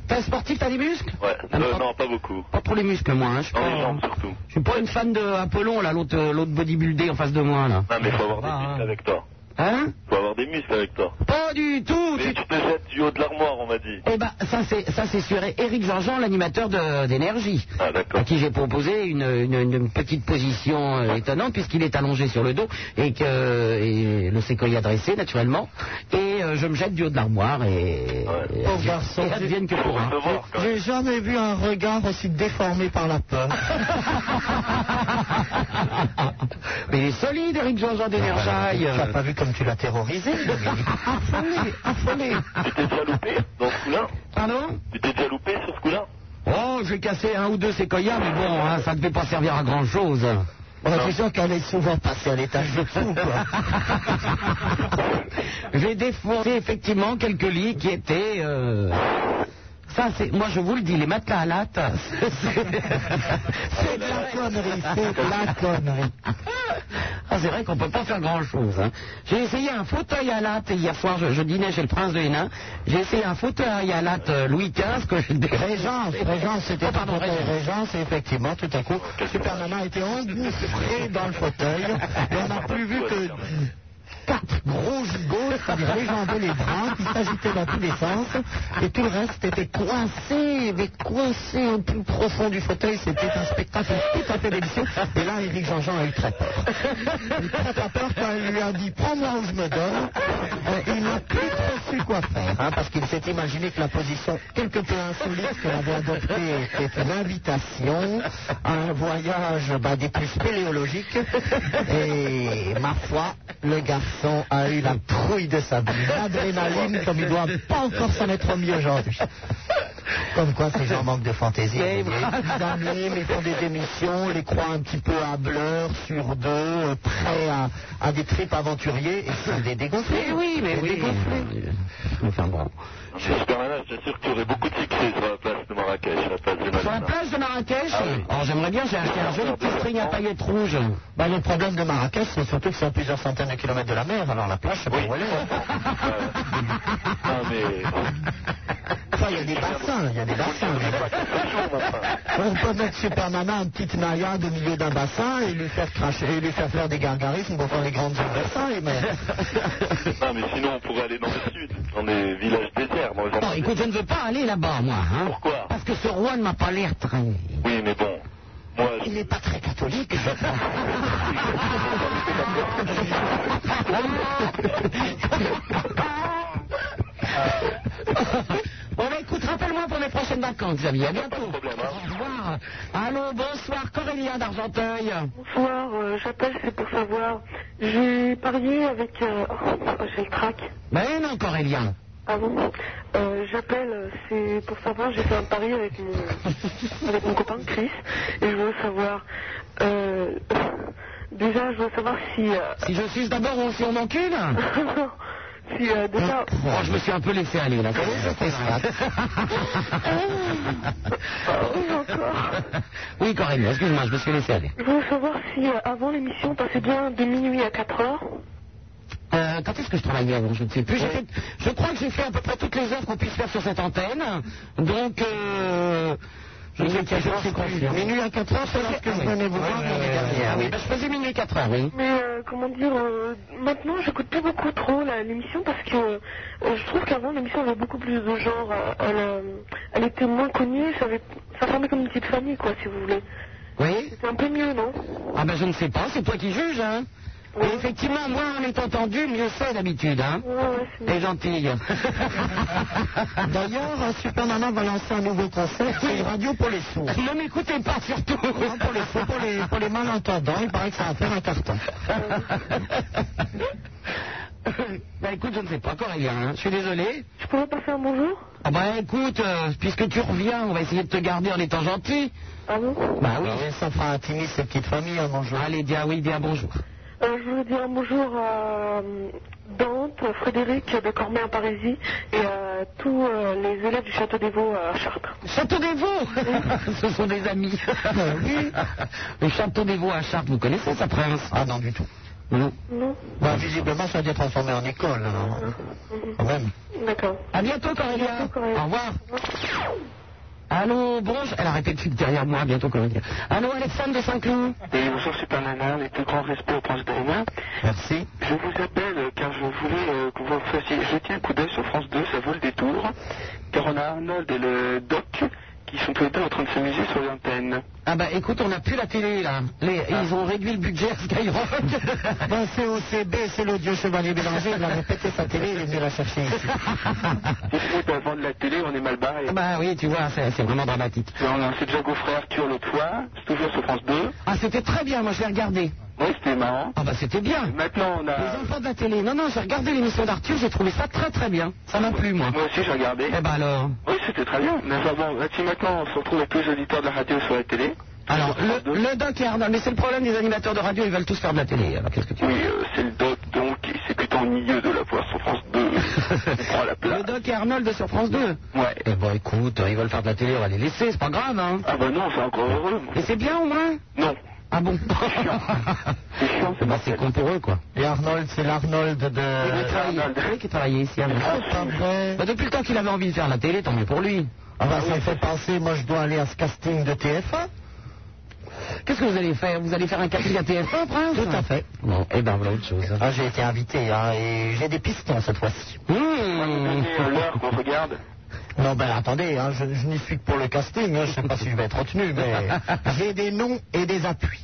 [SPEAKER 2] T'es un sportif, t'as des muscles Ah,
[SPEAKER 28] Ouais. Euh, non, pas beaucoup.
[SPEAKER 2] Pas trop les muscles, moi. Hein. Je suis
[SPEAKER 28] Dans les
[SPEAKER 2] pas-
[SPEAKER 28] jambes, surtout.
[SPEAKER 2] Je suis pas une fan de Apollon, là, l'autre euh, l'autre bodybuildé en face de moi, là.
[SPEAKER 28] Non, mais faut avoir des muscles avec toi.
[SPEAKER 2] Hein
[SPEAKER 28] Faut avoir des muscles avec toi.
[SPEAKER 2] Pas du tout
[SPEAKER 28] Mais tu te jettes du haut de l'armoire, on m'a dit.
[SPEAKER 2] Eh ben, ça c'est ça c'est sûr. Et Éric Jean-Jean, l'animateur de- d'énergie,
[SPEAKER 28] Ah,
[SPEAKER 2] à Ah, qui j'ai proposé une, une- une petite position euh, étonnante puisqu'il est allongé sur le dos et que et le séquoia dressé naturellement. Et euh, je me jette du haut de l'armoire et, et
[SPEAKER 12] Pauvre
[SPEAKER 2] advi-
[SPEAKER 12] garçon.
[SPEAKER 2] et advienne que pourra.
[SPEAKER 12] J'ai jamais vu un regard aussi déformé par la peur.
[SPEAKER 28] Ah,
[SPEAKER 2] Mais il est solide, Eric Jean-Jean d'Énergie.
[SPEAKER 12] T'as pas vu comme tu l'as terrorisé
[SPEAKER 2] Affolé, affolé.
[SPEAKER 28] Tu t'es déjà loupé dans ce coup-là
[SPEAKER 2] Pardon
[SPEAKER 28] Tu t'es déjà loupé sur ce coup-là
[SPEAKER 2] Oh, j'ai cassé un ou deux séquoias, mais bon, hein, ça ne devait pas servir à grand chose.
[SPEAKER 12] On a l'impression qu'elle est souvent passée à l'étage de dessous, quoi.
[SPEAKER 2] [LAUGHS] J'ai défoncé effectivement quelques lits qui étaient. euh, Ça, c'est. Moi, je vous le dis, les matelas à latte. [LAUGHS] c'est-
[SPEAKER 12] Oh
[SPEAKER 2] C'est de la connerie, c'est de la connerie. Ah, c'est vrai qu'on peut pas faire grand chose. J'ai essayé un fauteuil à latte hier soir, je, je dînais chez le prince de Hénin. J'ai essayé un fauteuil à latte euh, Louis XV que j'ai
[SPEAKER 12] Régence, Régence, c'était
[SPEAKER 2] Oh, pardon,
[SPEAKER 12] un fauteuil
[SPEAKER 2] Régence.
[SPEAKER 12] Régence, et effectivement, tout à coup, Superman a été engouffré dans le fauteuil, et on n'a plus vu que quatre gros gigots, c'est-à-dire les jambes et les bras, qui s'agitaient dans tous les sens, et tout le reste était coincé, mais coincé au plus profond du fauteuil, c'était un spectacle tout à fait délicieux, et là, Éric Jean-Jean a eu très peur. Il a eu très très peur quand il lui a dit « prends-moi où je me donne Euh, il n'a plus trop su quoi faire, hein, parce qu'il s'est imaginé que la position quelque peu insolite qu'elle avait adoptée était une invitation à un voyage bah, des plus spéléologiques. Et ma foi, le garçon a eu la trouille de sa vie, l'adrénaline comme il doit pas encore s'en être remis aujourd'hui. Comme quoi ces gens manquent de fantaisie.
[SPEAKER 29] Mais
[SPEAKER 12] vous voyez.
[SPEAKER 29] voilà.
[SPEAKER 12] Ils animent, ils font des démissions, les croient un petit peu à bleur, sur deux, euh, prêts à, à des tripes aventuriers, et c'est des dégonflés.
[SPEAKER 2] Mais oui, mais
[SPEAKER 12] Des
[SPEAKER 2] oui.
[SPEAKER 12] dégonflés.
[SPEAKER 2] Enfin, bon.
[SPEAKER 28] Je Superman, je t'assure que tu aurais beaucoup de succès sur la place de Marrakech, la place de
[SPEAKER 2] Sur la
[SPEAKER 28] Malina.
[SPEAKER 2] plage de Marrakech,
[SPEAKER 28] Ah oui.
[SPEAKER 2] oh, j'aimerais bien, j'ai acheté un joli petit string à paillettes rouges.
[SPEAKER 12] Bah, le problème de Marrakech, c'est surtout que c'est à plusieurs centaines de kilomètres de la mer, alors la plage, c'est pas où elle est.
[SPEAKER 28] Ah, mais...
[SPEAKER 2] euh,
[SPEAKER 12] [LAUGHS] Enfin, il y a des bassins, il y a des bassins. On peut mettre Supermana en petite naïade au milieu d'un bassin et lui faire cracher, et lui faire faire des gargarismes pour faire les grandes bassins,
[SPEAKER 2] [LAUGHS]
[SPEAKER 12] mais...
[SPEAKER 28] Non, mais sinon, on pourrait aller dans le sud, dans des villages déserts.
[SPEAKER 5] Oh,
[SPEAKER 28] Dans les
[SPEAKER 2] Bon,
[SPEAKER 28] endroits-
[SPEAKER 2] écoute, je ne veux pas aller là-bas, moi. Hein,
[SPEAKER 28] Pourquoi
[SPEAKER 2] Parce que ce roi ne m'a pas l'air très...
[SPEAKER 28] Oui, mais bon, moi... Je...
[SPEAKER 12] Il n'est pas très catholique, je
[SPEAKER 28] [LAUGHS]
[SPEAKER 2] bon, bah, écoute, rappelle-moi pour mes prochaines vacances, Xavier. À bientôt.
[SPEAKER 28] hein.
[SPEAKER 2] Au revoir. Allô, bonsoir, Corélien d'Argenteuil.
[SPEAKER 11] Bonsoir, euh, j'appelle, c'est pour savoir. J'ai parié avec. euh, oh, j'ai le crack.
[SPEAKER 2] Ben non, Corélien.
[SPEAKER 11] Ah bon Euh, J'appelle, c'est pour savoir, j'ai fait un pari avec
[SPEAKER 2] [LAUGHS]
[SPEAKER 11] mon, avec mon copain Chris. Et je veux savoir. euh, déjà, je veux savoir si. euh, [LAUGHS]
[SPEAKER 2] Si je suis d'abord ou si on m'encule
[SPEAKER 11] si euh, déjà.
[SPEAKER 2] Oh, je me suis un peu laissé aller, là. oui, Corélien, excuse-moi, je me suis laissé aller.
[SPEAKER 11] Je veux savoir si euh, avant l'émission, passait bien de minuit à 4 heures.
[SPEAKER 2] Euh, quand est-ce que je travaillais avant Je ne sais plus. J'ai fait- je crois que j'ai fait à peu près toutes les heures qu'on puisse faire sur cette antenne. Donc, euh, Je sais qu'il y a je sais plus. Minuit à 4 heures, c'est lorsque je venais vous voir l'année dernière. Ah oui, ben, je faisais minuit 4 heures, oui.
[SPEAKER 11] Mais euh, comment dire, euh, maintenant j'écoute plus beaucoup trop là, l'émission parce que euh, je trouve qu'avant l'émission avait beaucoup plus de genre. euh, Elle, euh, elle était moins connue, ça, avait, ça formait comme une petite famille quoi, si vous voulez.
[SPEAKER 2] Oui
[SPEAKER 11] C'était un peu mieux, non
[SPEAKER 2] Ah ben je ne sais pas, c'est toi qui juges, hein Mais effectivement, moins on est entendu, mieux c'est d'habitude, hein T'es gentille.
[SPEAKER 29] [LAUGHS] D'ailleurs, euh, Super Nana va lancer un nouveau concept, c'est une radio pour les sourds.
[SPEAKER 2] [LAUGHS] ne m'écoutez pas surtout
[SPEAKER 29] pour les sourds, pour les, pour les malentendants, il paraît que ça va faire un carton.
[SPEAKER 2] [LAUGHS] ben écoute, je ne sais pas, Corélien, hein. je suis désolé.
[SPEAKER 11] Je pourrais passer un bonjour
[SPEAKER 2] Ah ben écoute, euh, puisque tu reviens, on va essayer de te garder en étant gentil.
[SPEAKER 11] Ah bon
[SPEAKER 2] Bah oui.
[SPEAKER 29] ça fera intimider cette petite famille, hein, bonjour.
[SPEAKER 2] Allez, bien oui, bien bonjour.
[SPEAKER 11] Euh, je voulais dire un bonjour à euh, Dante, Frédéric de Cormay en Parisie et à tous euh, les élèves du Château des Vaux à Chartres.
[SPEAKER 2] Château
[SPEAKER 29] [LAUGHS]
[SPEAKER 2] des Vaux Ce sont des amis.
[SPEAKER 29] Ah
[SPEAKER 2] oui. Le Château des Vaux à Chartres, vous connaissez ça, Prince
[SPEAKER 29] Ah non, du tout.
[SPEAKER 2] Non.
[SPEAKER 11] Non
[SPEAKER 29] Bah, visiblement, ça a été transformé en école. alors, hein. Quand même.
[SPEAKER 11] D'accord.
[SPEAKER 2] À bientôt, Corélien. Au revoir. Allô, bonjour. Elle a répété derrière moi, à bientôt, Corélien. Allô, Alexandre de Saint-Cloud.
[SPEAKER 3] Et bonsoir Super Nana, avec le grand respect au prince Diana.
[SPEAKER 29] Merci.
[SPEAKER 3] Je vous appelle euh, car je voulais euh, que vous fassiez jeter un coup d'œil sur France 2, ça vaut le détour, car on a Arnold et le Doc qui sont tous les deux en train de s'amuser sur l'antenne.
[SPEAKER 2] Ah bah écoute, on n'a plus la télé là. Ah. Les- Ils ont réduit le budget à [LAUGHS] Skyrock.
[SPEAKER 29] Ben, c'est OCB, c'est l'odieux chevalier Bélanger, il a répété sa télé, il est venu la chercher ici.
[SPEAKER 3] Si c'est pas vendre la télé, on est mal barré.
[SPEAKER 2] bah oui, tu vois, c'est c'est vraiment dramatique.
[SPEAKER 3] Et On a c'est déjà gaufré Arthur l'autre fois, c'est toujours sur France 2.
[SPEAKER 2] Ah, c'était très bien, moi je l'ai regardé.
[SPEAKER 3] Oui, c'était marrant.
[SPEAKER 2] Ah bah c'était bien.
[SPEAKER 3] Maintenant on
[SPEAKER 2] Les
[SPEAKER 3] a...
[SPEAKER 2] enfants de la télé. Non, non, j'ai regardé l'émission d'Arthur, j'ai trouvé ça très très bien. Ça m'a plu, moi.
[SPEAKER 3] Moi aussi j'ai regardé.
[SPEAKER 2] Eh ben alors.
[SPEAKER 3] Oui, c'était très bien. Mais enfin bon, si maintenant on se retrouve avec tous les auditeurs de la radio sur la télé,
[SPEAKER 2] Alors, le, le doc et Arnold, mais c'est le problème des animateurs de radio, ils veulent tous faire de la télé. Alors, qu'est-ce que tu
[SPEAKER 3] oui, euh, c'est le doc donc, c'est plutôt au milieu de la voix sur France [LAUGHS] 2. Il prend Oh,
[SPEAKER 2] [LAUGHS]
[SPEAKER 3] la place.
[SPEAKER 2] Le doc et Arnold sur France 2
[SPEAKER 3] Ouais.
[SPEAKER 2] Eh ben écoute, ils veulent faire de la télé, on va les laisser, c'est pas grave, hein.
[SPEAKER 3] Ah bah non, c'est encore heureux.
[SPEAKER 2] Et c'est bien au moins
[SPEAKER 3] Non.
[SPEAKER 2] Ah
[SPEAKER 29] [LAUGHS]
[SPEAKER 2] bon
[SPEAKER 3] C'est chiant, c'est
[SPEAKER 2] Bah, c'est con pour eux, quoi.
[SPEAKER 29] Et Arnold, c'est l'Arnold
[SPEAKER 2] Il
[SPEAKER 29] de...
[SPEAKER 2] travaille- oui, qui travaillait ici. hein.
[SPEAKER 29] Euh, Ah, pas vrai.
[SPEAKER 2] Bah, depuis le temps qu'il avait envie de faire la télé, tant mieux pour lui.
[SPEAKER 29] Ah bah, ça me fait penser, moi je dois aller à ce casting de TF1.
[SPEAKER 2] Qu'est-ce que vous allez faire Vous allez faire un casting à TF1, Prince
[SPEAKER 29] Tout à fait.
[SPEAKER 2] Bon, eh ben voilà autre chose.
[SPEAKER 29] Ah, j'ai été invité, hein, et j'ai des pistons cette fois-ci.
[SPEAKER 2] Mmh.
[SPEAKER 3] C'est l'heure qu'on regarde.
[SPEAKER 29] Non, ben attendez, hein, je, je n'y suis que pour le casting, hein, je sais pas si je vais être retenu, mais j'ai des noms et des appuis.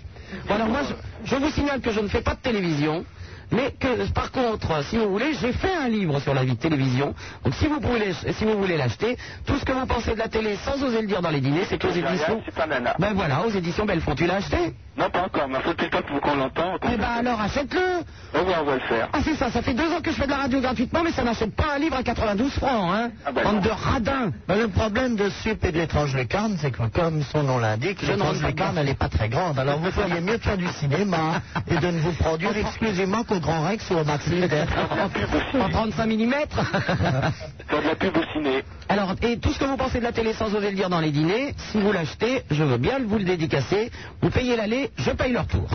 [SPEAKER 2] Bon, alors moi, je, je vous signale que je ne fais pas de télévision. Mais que, par contre, si vous voulez, j'ai fait un livre sur la vie de télévision. Donc, si vous voulez, si vous voulez l'acheter, tout ce que vous pensez de la télé, sans oser le dire dans les dîners, c'est aux éditions.
[SPEAKER 3] C'est pas nana.
[SPEAKER 2] Ben voilà, aux éditions Belfond. Tu l'as acheté
[SPEAKER 3] Non, pas encore, mais faut tout le temps pour qu'on l'entende.
[SPEAKER 2] Eh ben alors, achète-le.
[SPEAKER 3] On va, on va le faire.
[SPEAKER 2] Ah c'est ça, ça fait deux ans que je fais de la radio gratuitement, mais ça n'achète pas un livre à 92 francs, hein
[SPEAKER 3] Ah ben
[SPEAKER 2] Bande
[SPEAKER 3] non.
[SPEAKER 2] de radins
[SPEAKER 29] Ben, le problème de Sup et de l'étrange lucarne, c'est que comme son nom l'indique,
[SPEAKER 2] Je ne
[SPEAKER 29] l'étrange
[SPEAKER 2] rentre pas
[SPEAKER 29] lucarne,
[SPEAKER 2] dedans.
[SPEAKER 29] elle n'est pas très grande. Alors vous feriez mieux de faire du cinéma et de ne vous produire exclusivement qu'au Grand Rex ou au Max Linder.
[SPEAKER 2] en 35 mm
[SPEAKER 3] [LAUGHS] Faire de la pub au ciné.
[SPEAKER 2] Alors, et tout ce que vous pensez de la télé sans oser le dire dans les dîners, si vous l'achetez, je veux bien vous le dédicacer. Vous payez l'aller, je paye le retour.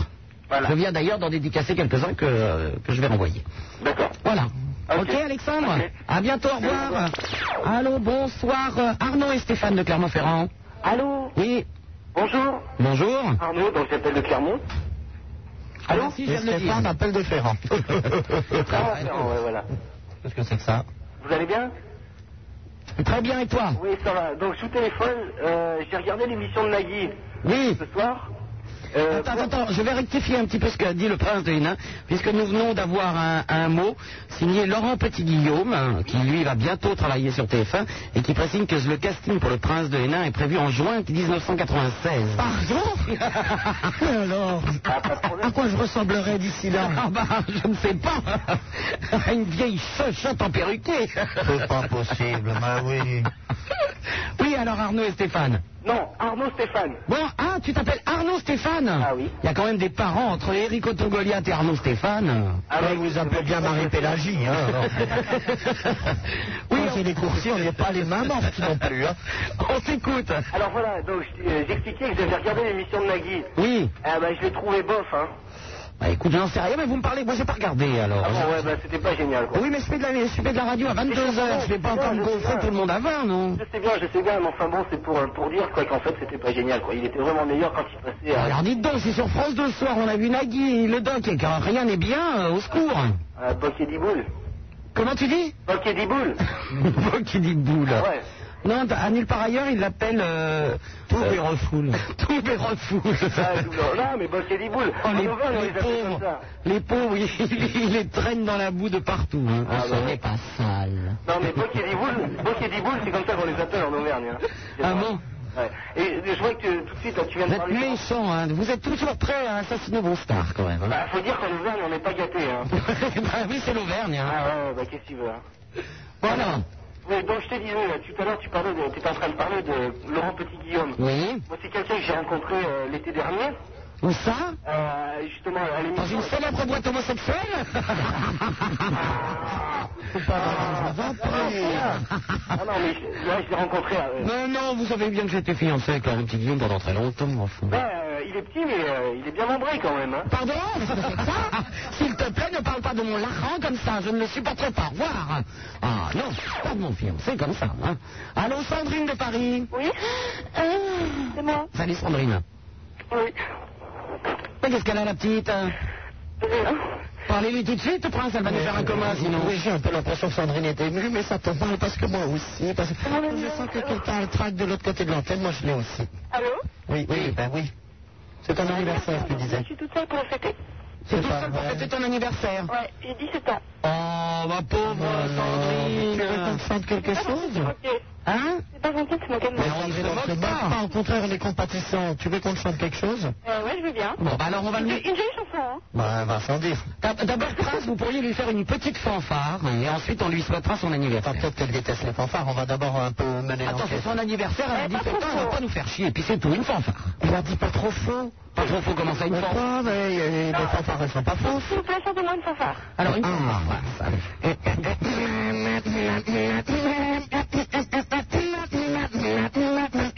[SPEAKER 3] Voilà.
[SPEAKER 2] Je viens d'ailleurs d'en dédicacer quelques-uns que, euh, que je vais renvoyer.
[SPEAKER 3] D'accord.
[SPEAKER 2] Voilà.
[SPEAKER 3] Ok.
[SPEAKER 2] Ok, Alexandre
[SPEAKER 3] Ok.
[SPEAKER 2] À bientôt, au revoir. Allô, bonsoir. euh, Arnaud et Stéphane de Clermont-Ferrand.
[SPEAKER 25] Allô
[SPEAKER 2] Oui,
[SPEAKER 25] Bonjour
[SPEAKER 2] bonjour.
[SPEAKER 25] Arnaud, donc j'appelle de Clermont.
[SPEAKER 2] Allô si, je
[SPEAKER 29] Et
[SPEAKER 2] viens de le dire.
[SPEAKER 29] Stéphane appelle de Ferrand.
[SPEAKER 25] Ah, non, ouais, voilà.
[SPEAKER 29] Qu'est-ce que c'est que ça
[SPEAKER 25] Vous allez bien
[SPEAKER 2] [LAUGHS] Très bien, et toi
[SPEAKER 25] Oui, ça va. Donc, je vous téléphone. euh, J'ai regardé l'émission de Nagui
[SPEAKER 2] Oui.
[SPEAKER 25] ce soir. Euh,
[SPEAKER 2] Attends, attends, attends, je vais rectifier un petit peu ce qu'a dit le prince de Hénin, puisque nous venons d'avoir un, un mot signé Laurent Petit-Guillaume, hein, qui lui va bientôt travailler sur TF1, et qui précise que le casting pour le prince de Hénin est prévu en juin 1996. [LAUGHS]
[SPEAKER 29] Pardon Et alors À quoi je ressemblerai d'ici là
[SPEAKER 2] Ah bah, je ne sais pas Une vieille chochotte en perruquée
[SPEAKER 29] C'est pas possible, bah oui.
[SPEAKER 2] Oui, alors Arnaud et Stéphane.
[SPEAKER 25] Non, Arnaud Stéphane.
[SPEAKER 2] Bon, ah, tu t'appelles Arnaud Stéphane
[SPEAKER 25] Ah oui.
[SPEAKER 2] Il y a quand même des parents entre Éric Autogoliath et Arnaud Stéphane.
[SPEAKER 29] Ah, mais vous appelez bien Marie-Pélagie, [LAUGHS] hein alors.
[SPEAKER 2] [LAUGHS] Oui,
[SPEAKER 29] Oui, c'est
[SPEAKER 2] on-
[SPEAKER 29] les coursiers, on n'est pas les mains mortes non plus, hein.
[SPEAKER 2] On s'écoute.
[SPEAKER 25] Alors voilà, donc je- euh, j'expliquais que j'avais regardé l'émission de Nagui.
[SPEAKER 2] Oui.
[SPEAKER 25] Ah bah je l'ai trouvé bof, hein.
[SPEAKER 2] Bah écoute, j'en sais rien, mais vous me parlez, moi j'ai pas regardé alors.
[SPEAKER 11] Ah bon, ouais, bah c'était pas génial quoi.
[SPEAKER 2] Oui, mais je fais de la, je fais de la radio à 22h, je vais pas encore me gonfler tout le monde avant, non
[SPEAKER 11] Je sais bien, je sais bien, mais enfin bon, c'est pour, euh, pour dire quoi qu'en fait c'était pas génial quoi. Il était vraiment meilleur quand il passait à,
[SPEAKER 2] Ah, Alors dites donc, c'est sur France 2 ce soir, on a vu Nagui, le doc, et quand rien n'est bien, euh, au secours.
[SPEAKER 11] à Boquet d'Iboule.
[SPEAKER 2] Comment tu
[SPEAKER 11] [LAUGHS]
[SPEAKER 2] dis [LAUGHS]
[SPEAKER 11] Boquet d'Iboule
[SPEAKER 2] Moi qui dis boule.
[SPEAKER 11] Ah Ouais.
[SPEAKER 2] Non, à nulle part ailleurs, il l'appelle... Euh, tout
[SPEAKER 11] et
[SPEAKER 2] [LAUGHS] refoule. tout et refoule.
[SPEAKER 11] Ah, double- Non, mais Boquet d'Iboule
[SPEAKER 2] Oh,
[SPEAKER 11] En
[SPEAKER 2] les,
[SPEAKER 11] Auvergne, on
[SPEAKER 2] les
[SPEAKER 11] les appelle comme
[SPEAKER 2] pauvres,
[SPEAKER 11] ça.
[SPEAKER 2] les pauvres, [LAUGHS] ils, ils les traînent dans la boue de partout. Hein.
[SPEAKER 11] Ah, bah, ouais.
[SPEAKER 2] pas sale.
[SPEAKER 11] Non, mais Boquet d'Iboule, Boquet d'Iboule, c'est comme ça qu'on les appelle en Auvergne. hein. C'est
[SPEAKER 2] Ah
[SPEAKER 11] vrai.
[SPEAKER 2] bon
[SPEAKER 11] Ouais. Et et je vois que tout de suite, là, tu viens
[SPEAKER 2] Vous
[SPEAKER 11] de
[SPEAKER 2] êtes
[SPEAKER 11] parler.
[SPEAKER 2] méchants, hein. vous êtes toujours prêts à assassiner vos stars quand même. hein.
[SPEAKER 11] Bah, faut dire qu'en Auvergne, on n'est pas gâtés. Hein.
[SPEAKER 2] [LAUGHS] bah oui, c'est l'Auvergne. Hein.
[SPEAKER 11] Ah ouais, bah qu'est-ce que tu veux hein.
[SPEAKER 2] Voilà.
[SPEAKER 11] Oui, donc je te disais, là, tout à l'heure, tu parlais de, étais en train de parler de Laurent Petit-Guillaume.
[SPEAKER 2] Oui.
[SPEAKER 11] Moi, c'est quelqu'un que j'ai rencontré euh, l'été dernier,
[SPEAKER 2] Où ça
[SPEAKER 11] euh, justement à l'émission.
[SPEAKER 2] Dans une célèbre boîte homosexuelle [LAUGHS]
[SPEAKER 10] Euh,
[SPEAKER 11] Ah non, mais je- là, je l'ai rencontré. euh,
[SPEAKER 2] Non, non, vous savez bien que j'étais fiancé avec Laurent Petit Guillaume pendant très longtemps, enfin.
[SPEAKER 11] ouais, euh, il est petit, mais euh, il est bien membré quand même. Hein.
[SPEAKER 2] Pardon
[SPEAKER 12] [LAUGHS]
[SPEAKER 2] S'il te plaît, ne parle pas de mon larron comme ça, je ne le supporterai pas. Au revoir Ah non, pas de mon fiancé comme ça. Hein. Allô, Sandrine de Paris
[SPEAKER 10] Oui
[SPEAKER 12] Ah.
[SPEAKER 10] C'est moi.
[SPEAKER 2] Salut Sandrine.
[SPEAKER 10] Oui.
[SPEAKER 2] Mais qu'est-ce qu'elle a la petite hein Parlez-lui tout de suite, prince, elle va nous faire un commun sinon.
[SPEAKER 12] euh, Oui, j'ai un peu l'impression que Sandrine est émue, mais ça tombe mal parce que moi aussi, parce que je sens que quelqu'un a le trac de l'autre côté de l'antenne, moi je l'ai aussi.
[SPEAKER 10] Allô
[SPEAKER 12] Oui, oui, ben oui. C'est ton anniversaire, tu disais.
[SPEAKER 10] Je suis toute seule pour le fêter.
[SPEAKER 12] C'est
[SPEAKER 2] tout
[SPEAKER 12] pas
[SPEAKER 2] seul pour
[SPEAKER 12] vrai.
[SPEAKER 2] fêter ton anniversaire.
[SPEAKER 10] Ouais, j'ai 17 ans.
[SPEAKER 2] Oh, ma pauvre
[SPEAKER 12] Euh, Tu veux
[SPEAKER 2] Sandrine
[SPEAKER 12] qu'on te sente quelque chose
[SPEAKER 2] Hein
[SPEAKER 10] C'est pas gentil de se moquer de moi.
[SPEAKER 12] Mais on ne
[SPEAKER 2] moque
[SPEAKER 12] se moque
[SPEAKER 2] pas.
[SPEAKER 12] pas, au contraire, on est compatissants. Tu veux qu'on te chante quelque chose
[SPEAKER 10] Euh, ouais, je veux bien.
[SPEAKER 2] Bon, bah alors on va
[SPEAKER 10] Une,
[SPEAKER 2] lui...
[SPEAKER 10] une jolie chanson,
[SPEAKER 12] [LAUGHS]
[SPEAKER 10] hein
[SPEAKER 12] Ben, va sans dire.
[SPEAKER 2] D'ab- D'abord, Prince, vous pourriez lui faire une petite fanfare et ensuite on lui souhaitera son anniversaire.
[SPEAKER 12] Enfin, Bah, peut-être qu'elle déteste les fanfares, on va d'abord un peu mener
[SPEAKER 2] Attends, c'est
[SPEAKER 12] l'enquête.
[SPEAKER 2] son anniversaire, elle a
[SPEAKER 10] Eh,
[SPEAKER 2] 17 ans,
[SPEAKER 10] pas trop
[SPEAKER 2] elle va
[SPEAKER 10] fort.
[SPEAKER 2] pas nous faire chier, et puis c'est tout, une fanfare.
[SPEAKER 12] Il a dit pas trop faux.
[SPEAKER 2] Pas trop faux, comment ça, une fanfare
[SPEAKER 12] Pourquoi Mais euh, les fanfares, elles sont pas fausses.
[SPEAKER 10] S'il vous plaît, chantez-moi une fanfare.
[SPEAKER 2] Alors, une
[SPEAKER 12] Ah.
[SPEAKER 2] fanfare. voilà.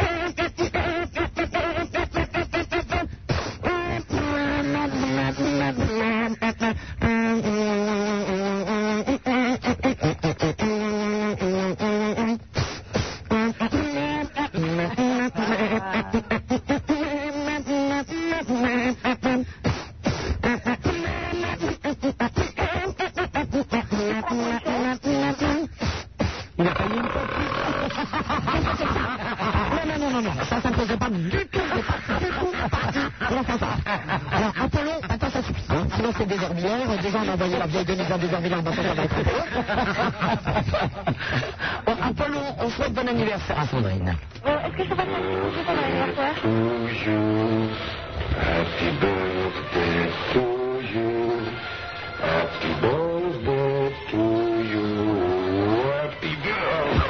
[SPEAKER 12] [LAUGHS]
[SPEAKER 2] Il a pas mis une copie. Non, non, non, non, non, ça, ça ne faisait pas du tout, c'est pas du tout la partie de la fanfare.
[SPEAKER 12] Alors, Apollo, attends, ça suffit. hein. Sinon, c'est des herbières. Déjà, on a envoyé la vieille Denise à des herbières, maintenant, ça va être
[SPEAKER 2] Bon, Apollo, on souhaite bon anniversaire à Sandrine.
[SPEAKER 10] Bon, est-ce que je peux pas chanter pour mon anniversaire
[SPEAKER 6] Toujours, happy birthday to you. Happy birthday to you. Happy birthday.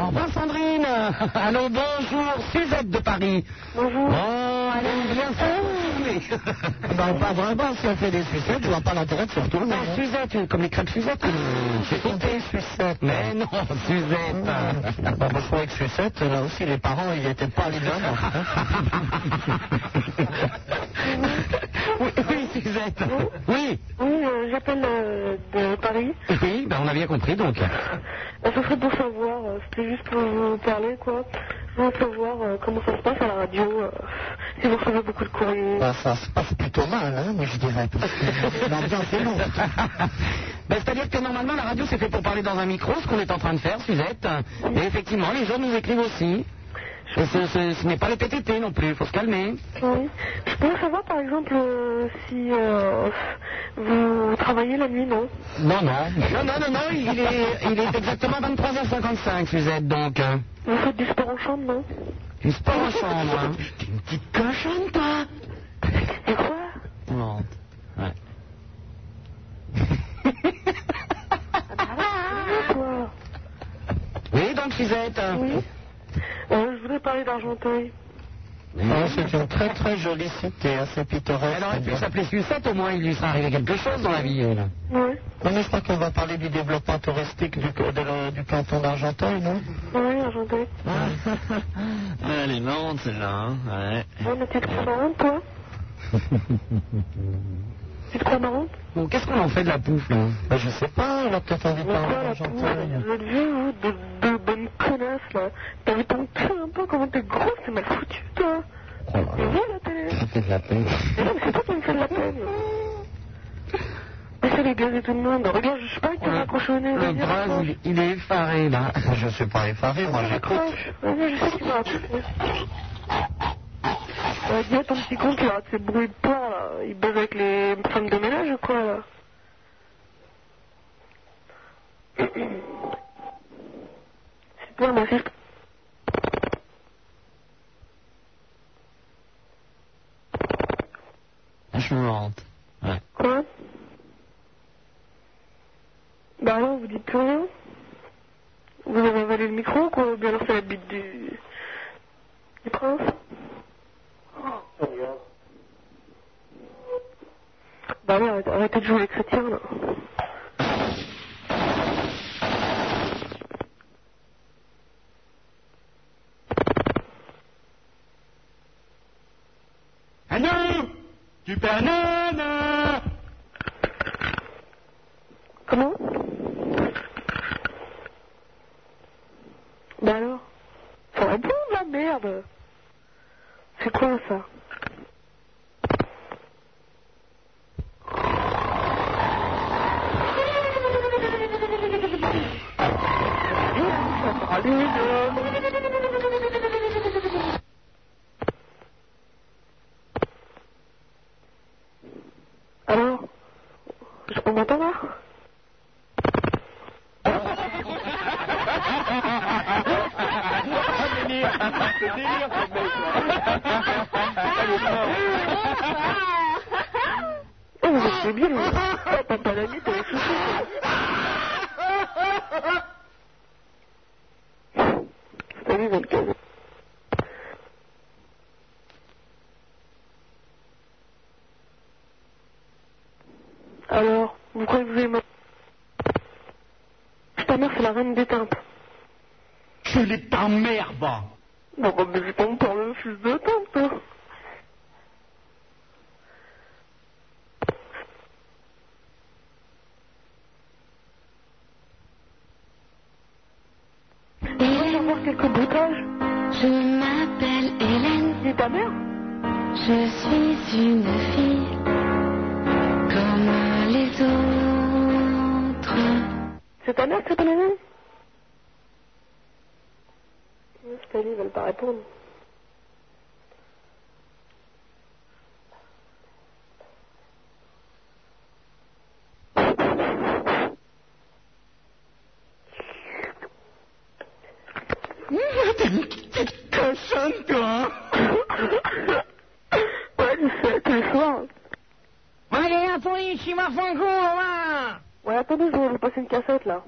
[SPEAKER 2] Au revoir Sandrine.
[SPEAKER 12] [LAUGHS]
[SPEAKER 2] Allô, bonjour, Suzette de Paris.
[SPEAKER 10] Bonjour.
[SPEAKER 12] Oh,
[SPEAKER 2] Bon, elle aime bien [LAUGHS] ça.
[SPEAKER 12] Ben, pas vraiment, si on fait des sucettes, je vois pas l'intérêt de se retourner. hein. Ah,
[SPEAKER 2] Ah, Suzette, comme les crêpes Suzette. C'est sauté, Suzette. Oh. Mais non, Suzette.
[SPEAKER 12] Bon, moi, je trouvais que sucette, là aussi, les parents, ils n'étaient pas les mêmes.
[SPEAKER 2] [LAUGHS] oui, oui, Suzette. Oui,
[SPEAKER 10] Oui, euh, j'appelle euh, de Paris.
[SPEAKER 2] oui, ben on a bien compris donc.
[SPEAKER 10] Euh, ce serait pour savoir, euh, c'était juste pour vous parler quoi. Je voulais savoir euh, comment ça se passe à la radio, euh, si vous recevez beaucoup de courriers.
[SPEAKER 12] Ben, ça se passe plutôt mal, hein, moi, je dirais. parce que L'ambiance est
[SPEAKER 2] [LAUGHS]
[SPEAKER 12] lourde.
[SPEAKER 2] Ben, C'est-à-dire que normalement la radio c'est fait pour parler dans un micro, ce qu'on est en train de faire, Suzette. Et effectivement, les gens nous écrivent aussi. Et ce, ce- ce n'est pas le PTT non plus, il faut se calmer.
[SPEAKER 10] Oui. Je pourrais savoir par exemple euh, si euh, vous travaillez la nuit, non
[SPEAKER 2] Non, non. Non, non, non, non, il est, il est exactement 23h55, Suzette, donc. hein.
[SPEAKER 10] Vous faites du sport en chambre, non
[SPEAKER 2] Il se passe en chambre. hein.
[SPEAKER 12] T'es une petite cochonne, toi
[SPEAKER 10] Et quoi
[SPEAKER 12] Non. Ouais.
[SPEAKER 10] Quoi
[SPEAKER 2] Oui, donc Suzette. euh,
[SPEAKER 10] Oui. Euh, je voudrais parler d'Argenteuil.
[SPEAKER 12] Non, Oh, c'est une très très jolie cité, assez pittoresque.
[SPEAKER 2] Elle aurait pu s'appeler Sucette, au moins il lui serait arrivé quelque chose dans la vie. elle.
[SPEAKER 12] Oui. Non, mais je crois qu'on va parler du développement touristique du, de la- du canton d'Argenteuil, non Ah.
[SPEAKER 11] Oui, Argenteuil.
[SPEAKER 4] Elle est marrante celle-là, hein. Ouais.
[SPEAKER 11] Ouais, mais tu te crois marrante, toi Tu te crois marrante
[SPEAKER 2] [LAUGHS] Bon, qu'est-ce qu'on en fait de la pouffe, là
[SPEAKER 12] Ben, Je sais pas, on a peut-être envie de parler d'Argenteuil.
[SPEAKER 11] Vous êtes vieux, vous, de, de bonnes connasses, là. T'as vu ton cul un peu, comment t'es grosse, t'es mal foutu, toi.
[SPEAKER 2] Oh
[SPEAKER 11] Mais viens à la télé.
[SPEAKER 12] C'est de la peine.
[SPEAKER 11] Mais non, mais c'est toi qui me fais de la peine. Laissez les gars et tout le monde. Regarde, je sais pas, qui m'a accroché au nez.
[SPEAKER 2] Le
[SPEAKER 11] vas-y,
[SPEAKER 2] bras,
[SPEAKER 11] accroche.
[SPEAKER 2] il, il est effaré, là.
[SPEAKER 12] Je ne suis pas effaré, moi j'écoute.
[SPEAKER 11] Vas-y, je sais qu'il m'a accroché. Ouais, dis à ton petit con qui arrête ses bruits de porc, là. Il baise avec les femmes de ménage ou quoi, là [COUGHS] C'est quoi, ma fille
[SPEAKER 4] Vachement marrante. Ouais.
[SPEAKER 11] Quoi Bah alors, vous dites plus rien Vous avez avalé le micro ou quoi Ou bien alors c'est la bite du... du prince Bah ouais, arrête- arrêtez de jouer les chrétiens, là.
[SPEAKER 2] Ah
[SPEAKER 4] Allô Super
[SPEAKER 2] hein.
[SPEAKER 4] Nana
[SPEAKER 11] Comment Bah alors Ça répond de la merde C'est quoi ça Alors Je- On m'entend là
[SPEAKER 10] Ah.
[SPEAKER 11] Oh, mais c'est bien, mais... Oh, papa, la nuit, t'as les chaussures. Salut, mon cœur. Alors, vous croyez que vous aimez... Ta mère, c'est la reine des teintes.
[SPEAKER 4] Je les t'emmerde
[SPEAKER 11] Non, bah, mais je tombe par le fils de hein. teinte, toi. Je voudrais avoir quelques boutages.
[SPEAKER 30] Je m'appelle Hélène.
[SPEAKER 11] C'est ta mère
[SPEAKER 30] Je suis une fille comme les autres.
[SPEAKER 11] C'est ta mère, c'est pas la même Non, Je t'ai dit, ils veulent pas répondre.
[SPEAKER 4] T'es une petite cochonne, toi
[SPEAKER 11] [LAUGHS]
[SPEAKER 4] hein.
[SPEAKER 11] Ouais, je sais, tous les soirs.
[SPEAKER 2] Allez, la police, il m'a fait un coup, là
[SPEAKER 11] Ouais, attendez, je vais vous passer une cassette, là.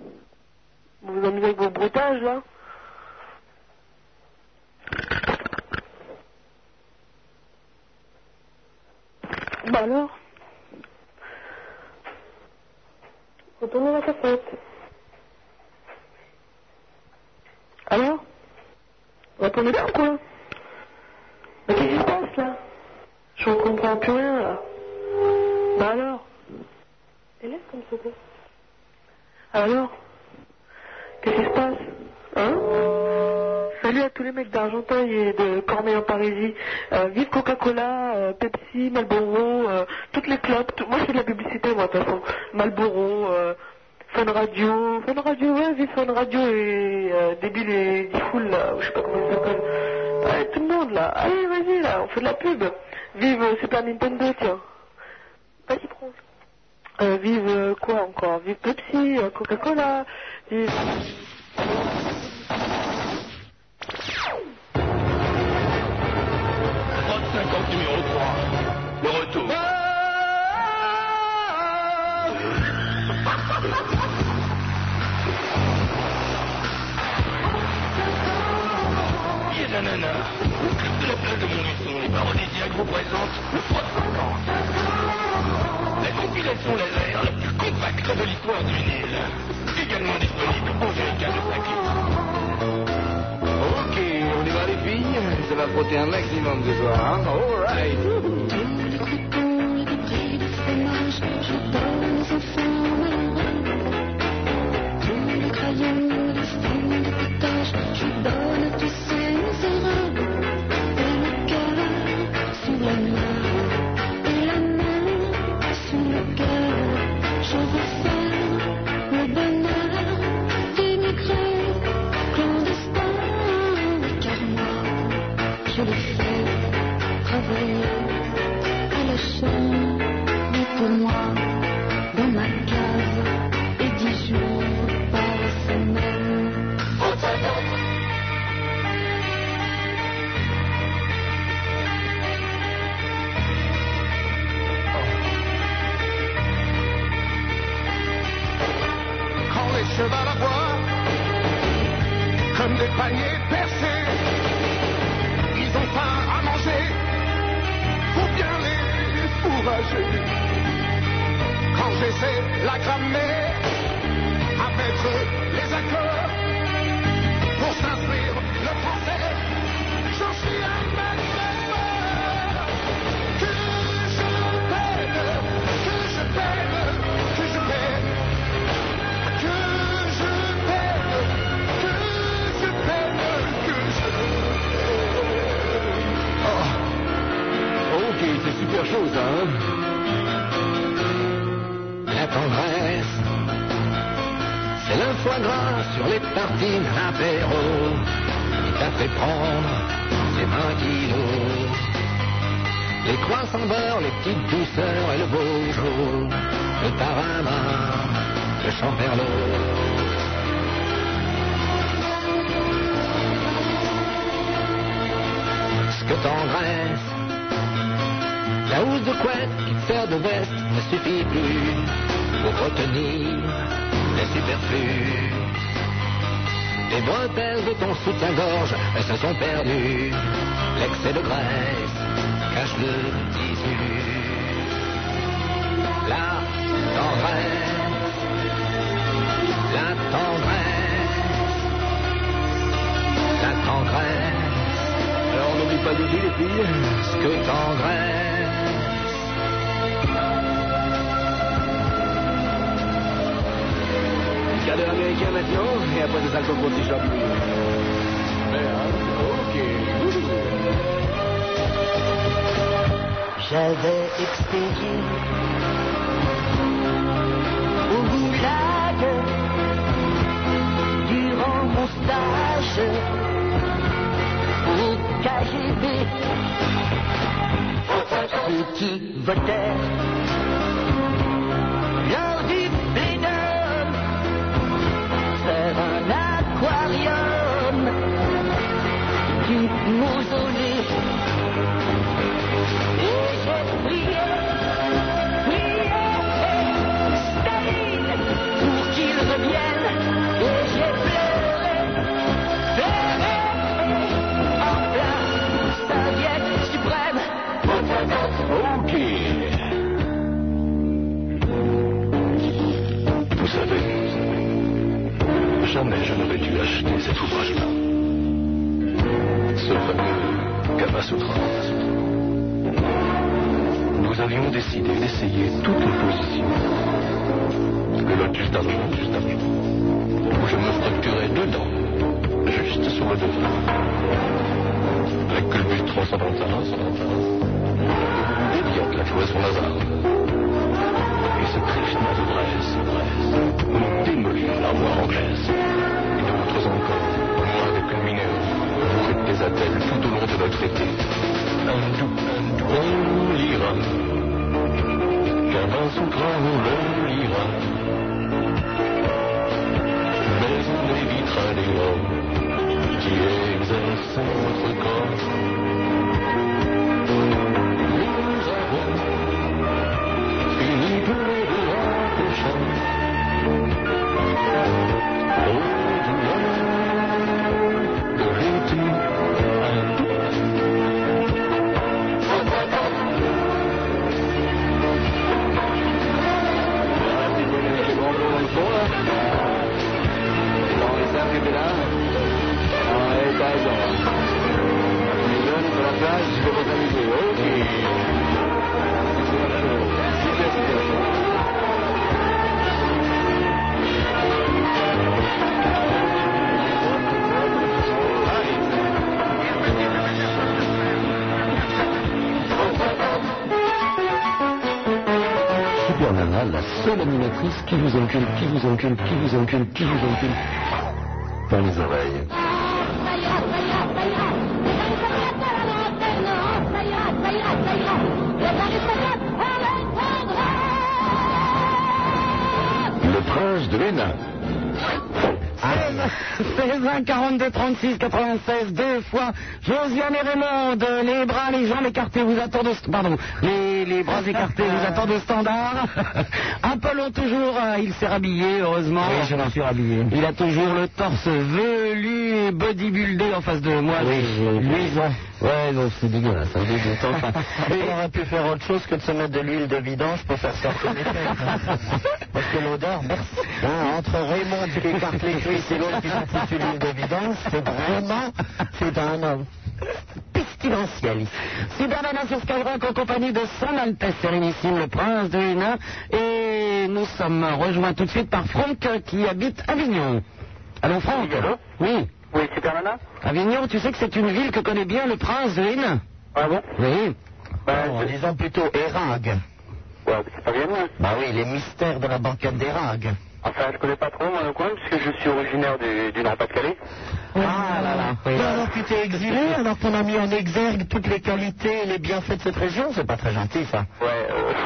[SPEAKER 11] Vous vous amusez avec vos broutages, là Bah alors Retournez la cassette. Alors Retournez là ou quoi Mais qu'est-ce qui se passe, là Je ne comprends plus rien, là. Bah alors Elle est comme ça, quoi. Alors Qu'est-ce qui se passe Hein Salut à tous les mecs d'Argenteuil et de Corneille en Parisie. Euh, vive Coca-Cola, euh, Pepsi, Marlboro, euh, toutes les clopes. tout- Moi, je fais de la publicité, moi, de toute façon. Marlboro, euh, Fun Radio. Fun Radio, ouais, vive Fun Radio et euh, Débile et Diffoul, là, ou je sais pas comment ça s'appelle. Allez, tout le monde, là. Allez, vas-y, là, on fait de la pub. Vive euh, Super Nintendo, tiens. Vas-y, prends. Euh, vive euh, quoi encore Vive Pepsi, euh, Coca-Cola, vive... Ah, ah,
[SPEAKER 31] Nana, la place de mon
[SPEAKER 12] sont les airs compacts de l'histoire du vinyle. Également disponible au VLK de Ok, on y va les filles, ça va frotter un maximum ce soir. Hein? All right. quand les chevals à bois, comme des paniers percés, ils ont faim à manger, faut bien les fourrager. Quand j'essaie la grammaire, à mettre les accords, pour s'instruire le français, j'en suis un maître que je peine, que je peine, que je peine. Que je peine, que je peine, que je peine. Ok, c'est super chaud ça, hein
[SPEAKER 32] La tendresse, c'est le foie gras sur les tartines à l'apéro. Il t'a fait prendre ses 20 kilos. Les croissants beurre, les petites douceurs et le beau jour. Le tarama, le champerlot. ce que t'engraisse. La housse de couette qui te sert de veste ne suffit plus pour retenir les superflus. Les bretelles de ton soutien-gorge, elles se sont perdues. L'excès de graisse cache le tissu. La tendresse, la tendresse, la tendresse. Alors n'oublie pas de dire les filles ce que t'engraisse. Cadeau américain maintenant, et après des alcools pour si je Mais hein, ok,
[SPEAKER 33] J'avais expédié au goulag durant mon stage au KGB. Ceux qui votèrent lors du plénum sur un aquarium du mausolée. Et j'ai prié, prié, Staline pour qu'il revienne. Et j'ai pleuré, pleuré en plein Soviet suprême.
[SPEAKER 12] Ok.
[SPEAKER 2] Vous savez, jamais je n'aurais dû acheter cet ouvrage-là. Ce fameux Kamasutra. Nous avions décidé d'essayer toutes les positions. Le lotus d'argent, Eh ben, juste d'argent. Où je me fracturais dedans, juste sur le devant. La culbute 321, 121. Déviante la cloison Lazare. Et ce Krishna de Grèce, Grèce, nous démolit l'armoire anglaise. Et d'autres encore, au moins des plus mineurs, bourrés des attelles tout au long de notre été. Un doux, un doux, on lira. Qu'un vin sous grain, on le lira. Mais on évitera les hommes qui exercent notre corps. Fini tous les grands péchants. Au-delà de l'éthique, un doute.
[SPEAKER 34] Super Nana, la seule animatrice qui vous encule, qui vous encule, qui vous encule, qui vous encule. Par les oreilles.
[SPEAKER 11] Le prince de Hénin.
[SPEAKER 2] 16 1 42 36 96 deux fois Josiane et Raymond euh, les bras les jambes écartées vous attendent au st- pardon les, les bras écartés vous attendent au standard [LAUGHS] Apollon toujours euh, il s'est rhabillé heureusement
[SPEAKER 35] Oui, je m'en suis rhabillé.
[SPEAKER 2] il a toujours le torse velu et bodybuildé en face de moi
[SPEAKER 35] Oui, j'ai-
[SPEAKER 2] lui ouais.
[SPEAKER 35] Ouais, donc c'est dégueulasse. hein, dégoûtant,
[SPEAKER 2] [LAUGHS]
[SPEAKER 35] enfin.
[SPEAKER 12] Il aurait pu faire autre chose que de se mettre de l'huile de vidange pour faire sortir
[SPEAKER 2] [LAUGHS]
[SPEAKER 12] les fesses. Parce que l'odeur, merci.
[SPEAKER 2] Ben,
[SPEAKER 12] Hein, entre Raymond qui écarte les cuisses et l'autre qui s'en fout de l'huile de vidange, c'est vraiment, c'est un homme.
[SPEAKER 2] pestilentielle. Superman sur Skyrock en compagnie de Son Altesse Sérénissime, le prince de Hénin. Et nous sommes rejoints tout de suite par Franck euh, qui habite Avignon. Allô Franck Oui.
[SPEAKER 6] Oui, Super Nana
[SPEAKER 2] Avignon, tu sais que c'est une ville que connaît bien le prince de Hénin
[SPEAKER 6] Ah bon Ben,
[SPEAKER 2] Oui. Oh,
[SPEAKER 12] en disant plutôt Érag.
[SPEAKER 6] Ouais, c'est pas hein. bien loin.
[SPEAKER 12] Bah oui, les mystères de la banquette d'Érag.
[SPEAKER 6] Enfin, je connais pas trop moi le coin, puisque je suis originaire du, du Nord-Pas-de-Calais.
[SPEAKER 12] Ah là là. Mais alors tu t'es exilé, alors qu'on a mis en exergue toutes les qualités et les bienfaits de cette région, c'est pas très gentil ça.
[SPEAKER 6] Ouais, euh, [LAUGHS]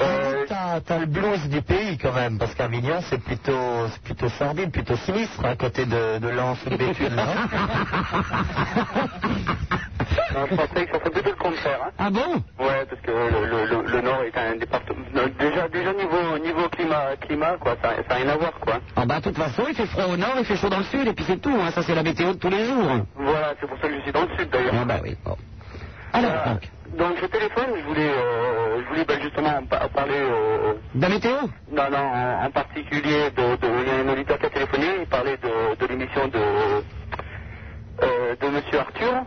[SPEAKER 2] Euh,
[SPEAKER 12] T'as t'as le blues du pays quand même, parce qu'Avignon c'est plutôt, c'est plutôt sordide, plutôt sinistre à côté de, de Lens ou de Béthune,
[SPEAKER 2] [LAUGHS]
[SPEAKER 6] non, je pensais que ça serait plutôt le contraire. Hein.
[SPEAKER 2] Ah bon
[SPEAKER 6] Ouais, parce que le, le- le- le Nord est un département. non, Déjà, déjà niveau, niveau climat, climat quoi, ça n'a rien à voir, quoi.
[SPEAKER 2] Ah bah de toute façon, il fait froid au nord, il fait chaud dans le sud, et puis c'est tout. hein. Ça, c'est la météo de tous les jours.
[SPEAKER 6] Voilà, c'est pour ça que je suis dans le sud d'ailleurs.
[SPEAKER 2] Ah bah oui. Alors,
[SPEAKER 6] Euh.
[SPEAKER 2] Franck.
[SPEAKER 6] Donc, je téléphone, je voulais, euh, je voulais bah, justement en par- parler. euh,
[SPEAKER 2] De la météo
[SPEAKER 6] non, non, en, en particulier, de, de, il y a un auditeur qui a téléphoné, il parlait de, de l'émission de, euh, de Monsieur Arthur.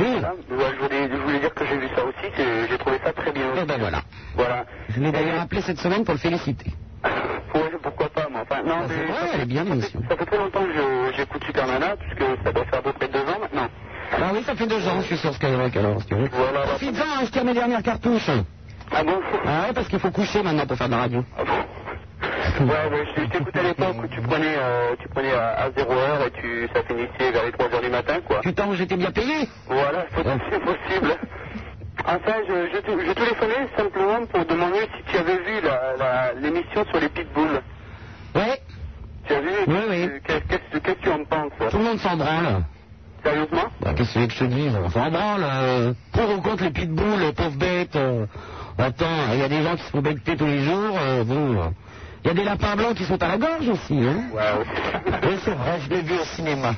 [SPEAKER 6] Voilà. Ouais, je, voulais, je voulais dire que j'ai vu ça aussi, que j'ai trouvé ça très bien.
[SPEAKER 2] Eh ben voilà.
[SPEAKER 6] Voilà. [COUGHS]
[SPEAKER 2] Je l'ai d'ailleurs appelé cette semaine pour le féliciter.
[SPEAKER 6] Ouais, pourquoi pas, moi. Enfin, non, Ah, mais
[SPEAKER 2] Ouais, elle est bien l'émission.
[SPEAKER 6] ça fait très longtemps que je- j'écoute Super Nana, puisque ça doit faire à peu près deux ans maintenant.
[SPEAKER 2] Ah oui, ça fait deux ans, je suis sur Skyrock alors, si tu veux.
[SPEAKER 6] Voilà.
[SPEAKER 2] Profites-en, hein, je tire mes dernières cartouches.
[SPEAKER 6] Ah bon
[SPEAKER 2] Ah ouais, parce qu'il faut coucher maintenant pour faire de la radio.
[SPEAKER 6] Ouais, ouais, je, je t'écoutais à l'époque où tu prenais, euh, tu prenais à, à 0 heure et tu, ça finissait vers les 3 heures du matin, quoi.
[SPEAKER 2] Putain, j'étais bien payé
[SPEAKER 6] Voilà, c'est c'est possible. Enfin, je, je, te- je téléphonais simplement pour demander si tu avais vu la- la- l'émission sur les pitbulls.
[SPEAKER 2] Ouais.
[SPEAKER 6] Tu as vu
[SPEAKER 2] Oui, oui.
[SPEAKER 6] Qu'est-ce qu'est-ce- qu'est-ce que tu en penses toi
[SPEAKER 2] Tout le monde s'en branle.
[SPEAKER 6] Sérieusement
[SPEAKER 2] Bah, qu'est-ce que tu veux que je te dise On s'en branle. euh, pour ou contre les pitbulls, les pauvres bêtes. euh, attends, il y a des gens qui se font becter tous les jours. euh, bon, euh, il y a des lapins blancs qui sont à la gorge aussi. Hein
[SPEAKER 12] Oui, c'est vrai, je l'ai vu au cinéma.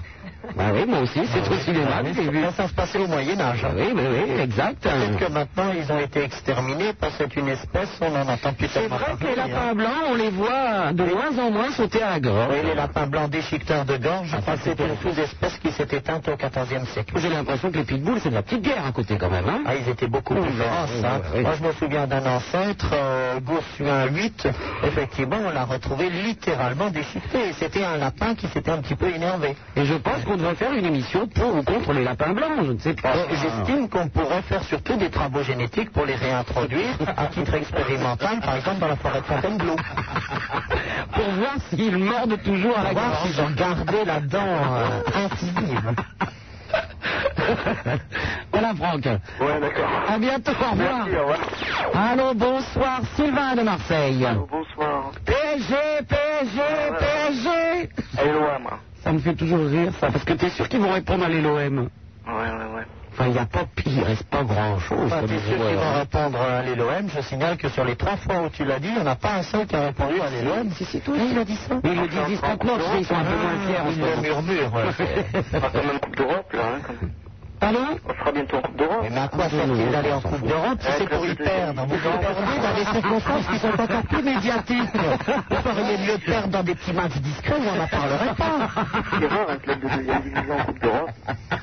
[SPEAKER 2] Bah oui, moi aussi, c'est
[SPEAKER 12] Ah
[SPEAKER 2] au
[SPEAKER 12] oui,
[SPEAKER 2] cinéma
[SPEAKER 12] ah
[SPEAKER 2] que
[SPEAKER 12] oui,
[SPEAKER 2] j'ai vu.
[SPEAKER 12] Ça, ça se passait au Moyen-Âge.
[SPEAKER 2] Ah oui, oui, oui, exact.
[SPEAKER 12] Peut-être que maintenant, ils ont été exterminés parce que c'est une espèce, on en entend plus
[SPEAKER 2] C'est
[SPEAKER 12] tellement
[SPEAKER 2] vrai que
[SPEAKER 12] parler,
[SPEAKER 2] les
[SPEAKER 12] hein.
[SPEAKER 2] lapins blancs, on les voit de moins en moins sauter à la gorge.
[SPEAKER 12] Oui, les lapins blancs déchiqueteurs de gorge,
[SPEAKER 2] Ah,
[SPEAKER 12] je crois que c'est une sous-espèce qui s'est éteinte au XIVe siècle.
[SPEAKER 2] J'ai l'impression que les pitbulls, c'est de la petite guerre à côté quand même. Hein
[SPEAKER 12] Ah, ils étaient beaucoup
[SPEAKER 2] Oui,
[SPEAKER 12] plus
[SPEAKER 2] oui,
[SPEAKER 12] féroces.
[SPEAKER 2] oui,
[SPEAKER 12] hein.
[SPEAKER 2] oui.
[SPEAKER 12] Moi, je me souviens d'un ancêtre, euh, Goursuin 8. Effectivement, on l'a retrouvé littéralement déchiqueté. Et C'était un lapin qui s'était un petit peu énervé.
[SPEAKER 2] Et je pense qu'on devrait faire une émission pour ou contre les lapins blancs, je ne sais pas.
[SPEAKER 12] Euh, J'estime qu'on pourrait faire surtout des travaux génétiques pour les réintroduire à titre expérimental, par exemple dans la forêt de
[SPEAKER 2] [LAUGHS]
[SPEAKER 12] Fontainebleau.
[SPEAKER 2] Pour voir s'ils mordent toujours à la
[SPEAKER 12] Pour voir
[SPEAKER 2] gorge.
[SPEAKER 12] s'ils ont gardé la dent euh, incisive.
[SPEAKER 2] [LAUGHS] voilà Franck.
[SPEAKER 6] Ouais, d'accord. [LAUGHS]
[SPEAKER 2] À bientôt, au revoir.
[SPEAKER 6] Merci, au revoir.
[SPEAKER 2] Allô, bonsoir, Sylvain de Marseille.
[SPEAKER 6] Bonsoir. Ah,
[SPEAKER 2] PSG, PSG, PSG.
[SPEAKER 6] Et l'OM
[SPEAKER 2] Ça me fait toujours rire ça, parce que t'es sûr qu'ils vont répondre à l'OM.
[SPEAKER 6] Ouais, ouais, ouais.
[SPEAKER 2] Enfin, il n'y a pas pire, il reste pas grand chose.
[SPEAKER 12] Enfin, tous ceux qui vont répondre à l'OM, je signale que sur les trois fois où tu l'as dit, il n'y en a pas un seul qui a répondu à l'OM.
[SPEAKER 2] Si, si, tous.
[SPEAKER 12] Oui, il a dit ça.
[SPEAKER 2] Mais ils le disent discrètement, tu sais, ils sont un peu moins fiers en ce
[SPEAKER 12] Il le
[SPEAKER 2] moment.
[SPEAKER 12] murmure.
[SPEAKER 6] On
[SPEAKER 12] [LAUGHS]
[SPEAKER 6] sera quand même en Coupe d'Europe, là. Hein, quand-
[SPEAKER 2] Pardon
[SPEAKER 6] On sera bientôt en Coupe d'Europe.
[SPEAKER 12] Mais à quoi sert-il d'aller en Coupe d'Europe si c'est pour y perdre Vous vous perdez dans des circonstances qui sont encore plus médiatiques. Vous feriez mieux de perdre dans des petits matchs discrets où on n'en parlerait
[SPEAKER 6] [LAUGHS]
[SPEAKER 12] pas.
[SPEAKER 6] C'est rare
[SPEAKER 11] hein,
[SPEAKER 6] un club de deuxième division en Coupe d'Europe.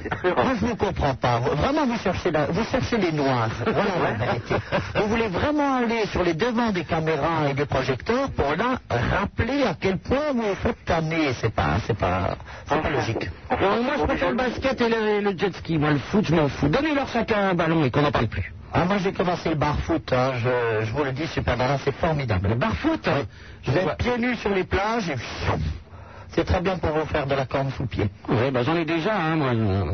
[SPEAKER 6] C'est très rare.
[SPEAKER 12] Moi, je ne comprends pas. Vraiment, vous cherchez, la- vous cherchez les noirs. Voilà
[SPEAKER 6] [LAUGHS]
[SPEAKER 12] la vérité. Vous voulez vraiment aller sur les devants des caméras et des projecteurs pour là rappeler à quel point vous vous faites tanner. C'est pas, c'est pas, c'est pas logique.
[SPEAKER 2] Non, moi, je préfère le basket et le, et le jet ski. Moi, le foot, je m'en fous. Donnez-leur chacun un ballon et qu'on n'en parle plus.
[SPEAKER 12] Ah, moi j'ai commencé le barfoot, hein. je, je vous le dis, Super Nana, c'est formidable. Le barfoot Je vais être pieds nus sur les plages et c'est très bien pour vous faire de la corne sous le pied.
[SPEAKER 36] Oui, bah j'en ai déjà, hein, moi.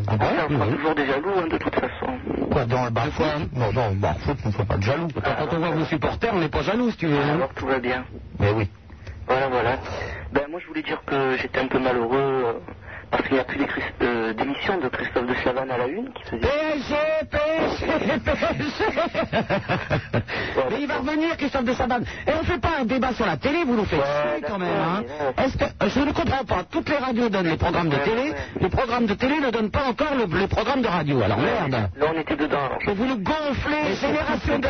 [SPEAKER 12] Ah bon
[SPEAKER 11] toujours des jaloux, hein, de toute façon.
[SPEAKER 12] Quoi, dans le barfoot Non, dans le barfoot, on ne faut pas de jaloux.
[SPEAKER 2] Bah,
[SPEAKER 36] Quand on voit vos supporters, on n'est pas jaloux, si tu veux. hein.
[SPEAKER 11] Alors tout va bien.
[SPEAKER 12] Mais oui.
[SPEAKER 11] Voilà, voilà. Ben moi je voulais dire que j'étais un peu malheureux euh, parce qu'il n'y a plus des Chris- euh, d'émission de Christophe de Chavannes à la une qui faisait.
[SPEAKER 2] PSG, PSG,
[SPEAKER 12] [LAUGHS]
[SPEAKER 2] PSG Mais il va revenir, Christophe de Chabannes. Et on ne fait pas un débat sur la télé, vous nous faites chier quand même. Hein. Est-ce que, euh, je ne comprends pas, toutes les radios donnent les programmes de télé, les programmes de télé ne donnent pas encore le, les programmes de radio, alors merde.
[SPEAKER 11] Là on était dedans. alors.
[SPEAKER 2] Mais vous nous gonflez, génération de...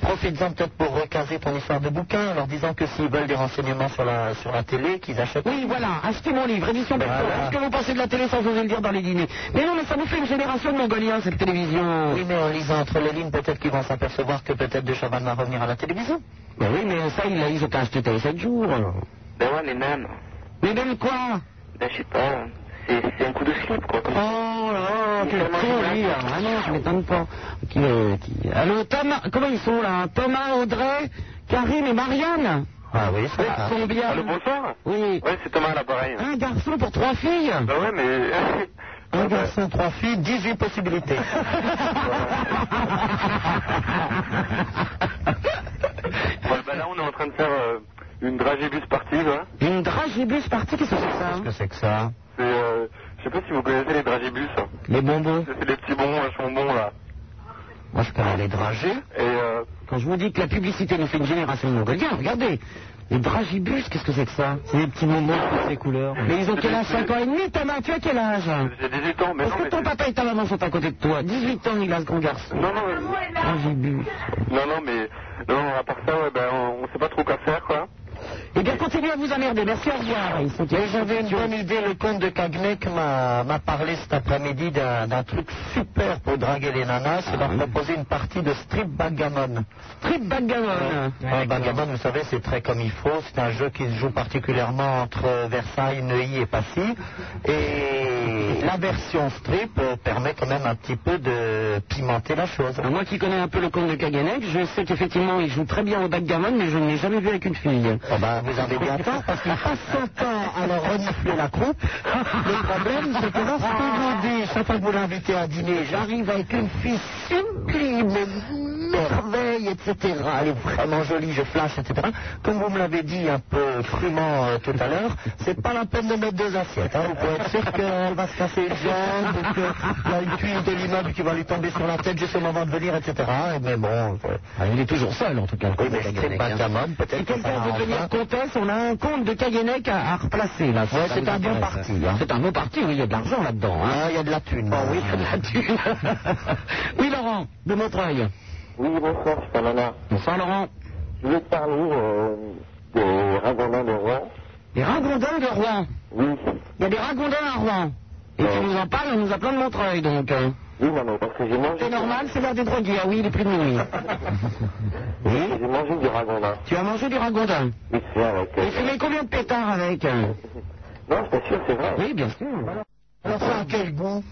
[SPEAKER 12] Profites-en peut-être pour recaser ton histoire de bouquin en leur disant que s'ils veulent des renseignements sur la, sur la télé, qu'ils achètent.
[SPEAKER 2] Oui, voilà, achetez mon livre, édition Belfort.
[SPEAKER 12] Voilà.
[SPEAKER 2] Est-ce que vous pensez de la télé sans oser le dire dans les dîners Mais non, mais ça vous fait une génération de mongoliens, cette télévision.
[SPEAKER 12] Oui, mais en lisant entre les lignes, peut-être qu'ils vont s'apercevoir que peut-être De Chavannes va revenir à la télévision.
[SPEAKER 36] Ben oui, mais ça, ils ils ont qu'à acheter télé 7 jours.
[SPEAKER 11] Ben ouais, mais même.
[SPEAKER 2] Mais même quoi
[SPEAKER 11] Ben je sais pas. C'est c'est un coup de slip quoi. Comme...
[SPEAKER 2] Oh là là,
[SPEAKER 11] quel con, lui, hein.
[SPEAKER 2] Ah non, je m'étonne pas. Qui, euh, qui- Allô, Thomas, comment ils sont là Thomas, Audrey, Karine et Marianne
[SPEAKER 12] Ah oui,
[SPEAKER 2] Vous êtes combien
[SPEAKER 11] Allô, bonsoir
[SPEAKER 2] Oui.
[SPEAKER 11] Ouais, c'est Thomas à l'appareil.
[SPEAKER 2] Un garçon pour trois filles
[SPEAKER 11] Ben ouais,
[SPEAKER 6] euh,
[SPEAKER 11] mais.
[SPEAKER 12] Un garçon, trois filles, 18 possibilités.
[SPEAKER 11] [LAUGHS] Ouais, ben là on est en train de faire euh, une dragébus partive. hein.
[SPEAKER 2] Une dragibus partie, qu'est-ce que c'est ça hein
[SPEAKER 12] Qu'est-ce que c'est que ça
[SPEAKER 11] C'est. euh, je sais pas si vous connaissez les dragébus. hein.
[SPEAKER 12] Les bonbons.
[SPEAKER 11] C'est les petits bonbons à chambon là.
[SPEAKER 12] Moi, je connais les dragées.
[SPEAKER 11] Et euh,
[SPEAKER 2] Quand je vous dis que la publicité nous fait une génération de mongoliens, regardez Les dragibus, qu'est-ce que c'est que ça C'est des petits moments de toutes les couleurs. Mais ils ont quel âge 5 ans et demi, Thomas Tu as quel âge
[SPEAKER 11] j'ai 18 ans, mais
[SPEAKER 2] Est-ce
[SPEAKER 11] non,
[SPEAKER 2] que
[SPEAKER 11] mais.
[SPEAKER 2] ton papa et ta maman sont à côté de toi 18 ans, il a ce grand garçon.
[SPEAKER 11] Non, non,
[SPEAKER 6] euh,
[SPEAKER 11] mais-
[SPEAKER 2] Dragibus.
[SPEAKER 11] non, non, mais. Non, à part ça, ouais, ben on, on sait pas trop quoi faire quoi.
[SPEAKER 2] Eh bien, continuez à vous emmerder. Merci, au revoir. Ils sont
[SPEAKER 12] Et j'avais une bonne idée, le comte de Cagnac m'a m'a parlé cet après-midi d'un d'un truc super pour draguer les nanas, c'est leur proposer une partie de strip backgammon.
[SPEAKER 2] Trip Backgammon.
[SPEAKER 12] Ouais, backgammon, vous savez, c'est très comme il faut, c'est un jeu qui se joue particulièrement entre Versailles, Neuilly et Passy. Et la version strip euh, permet quand même un petit peu de pimenter la chose.
[SPEAKER 2] Alors, Moi qui connais un peu le comte de Kaganek, je sais qu'effectivement il joue très bien au backgammon, mais je ne l'ai jamais vu avec une fille.
[SPEAKER 12] Ah bah, vous avez bien tort, parce qu'il passe son temps à leur renifler la croupe. Le problème, c'est que lorsque vous dites, chaque fois que vous l'invitez à dîner, j'arrive avec une fille sublime, une merveille, etc. Elle est vraiment jolie, je flash, etc. Comme vous me l'avez dit un peu crûment euh, tout à l'heure, c'est pas la peine de mettre deux assiettes. hein. Vous pouvez être sûr qu'elle va se casser une jambe, ou qu'il y a une cuisse de l'immeuble qui va lui tomber sur la tête juste au moment de venir, etc. Mais bon, euh,
[SPEAKER 36] il est toujours seul, en tout cas.
[SPEAKER 12] oui, mais c'est pas gamin, peut-être
[SPEAKER 2] Si
[SPEAKER 12] que hein. ça
[SPEAKER 2] quelqu'un
[SPEAKER 12] va
[SPEAKER 2] veut devenir
[SPEAKER 12] enfin.
[SPEAKER 2] comtesse, on a un comte de Kaganek à, à replacer là.
[SPEAKER 12] Ouais, c'est un bon parti. hein.
[SPEAKER 36] C'est un bon parti, oui, il y a de l'argent là-dedans. Hein.
[SPEAKER 12] Ah, il y a de la thune.
[SPEAKER 2] Ah oui, comme la thune. [LAUGHS] oui, Laurent, de Montreuil.
[SPEAKER 6] Oui, bonsoir, Super Nana.
[SPEAKER 2] Bonsoir, Laurent.
[SPEAKER 6] Je voulais te parler euh, des ragondins de Rouen.
[SPEAKER 2] Les Ragondins de Rouen.
[SPEAKER 6] Oui,
[SPEAKER 2] Il y a des Ragondins à Rouen. Et tu nous en parles en nous appelant de Montreuil, donc. hein.
[SPEAKER 6] oui, non, mais parce que j'ai mangé,
[SPEAKER 2] C'est normal, c'est l'heure des drogués. Ah oui, il est plus de minuit.
[SPEAKER 6] j'ai mangé du ragondin.
[SPEAKER 2] Tu as mangé du Ragondin.
[SPEAKER 6] Oui, c'est vrai, avec. euh,
[SPEAKER 2] Et fumé combien de pétards avec hein
[SPEAKER 6] Non, je t'assure, c'est vrai.
[SPEAKER 2] Oui, bien sûr.
[SPEAKER 12] Alors ça a quel goût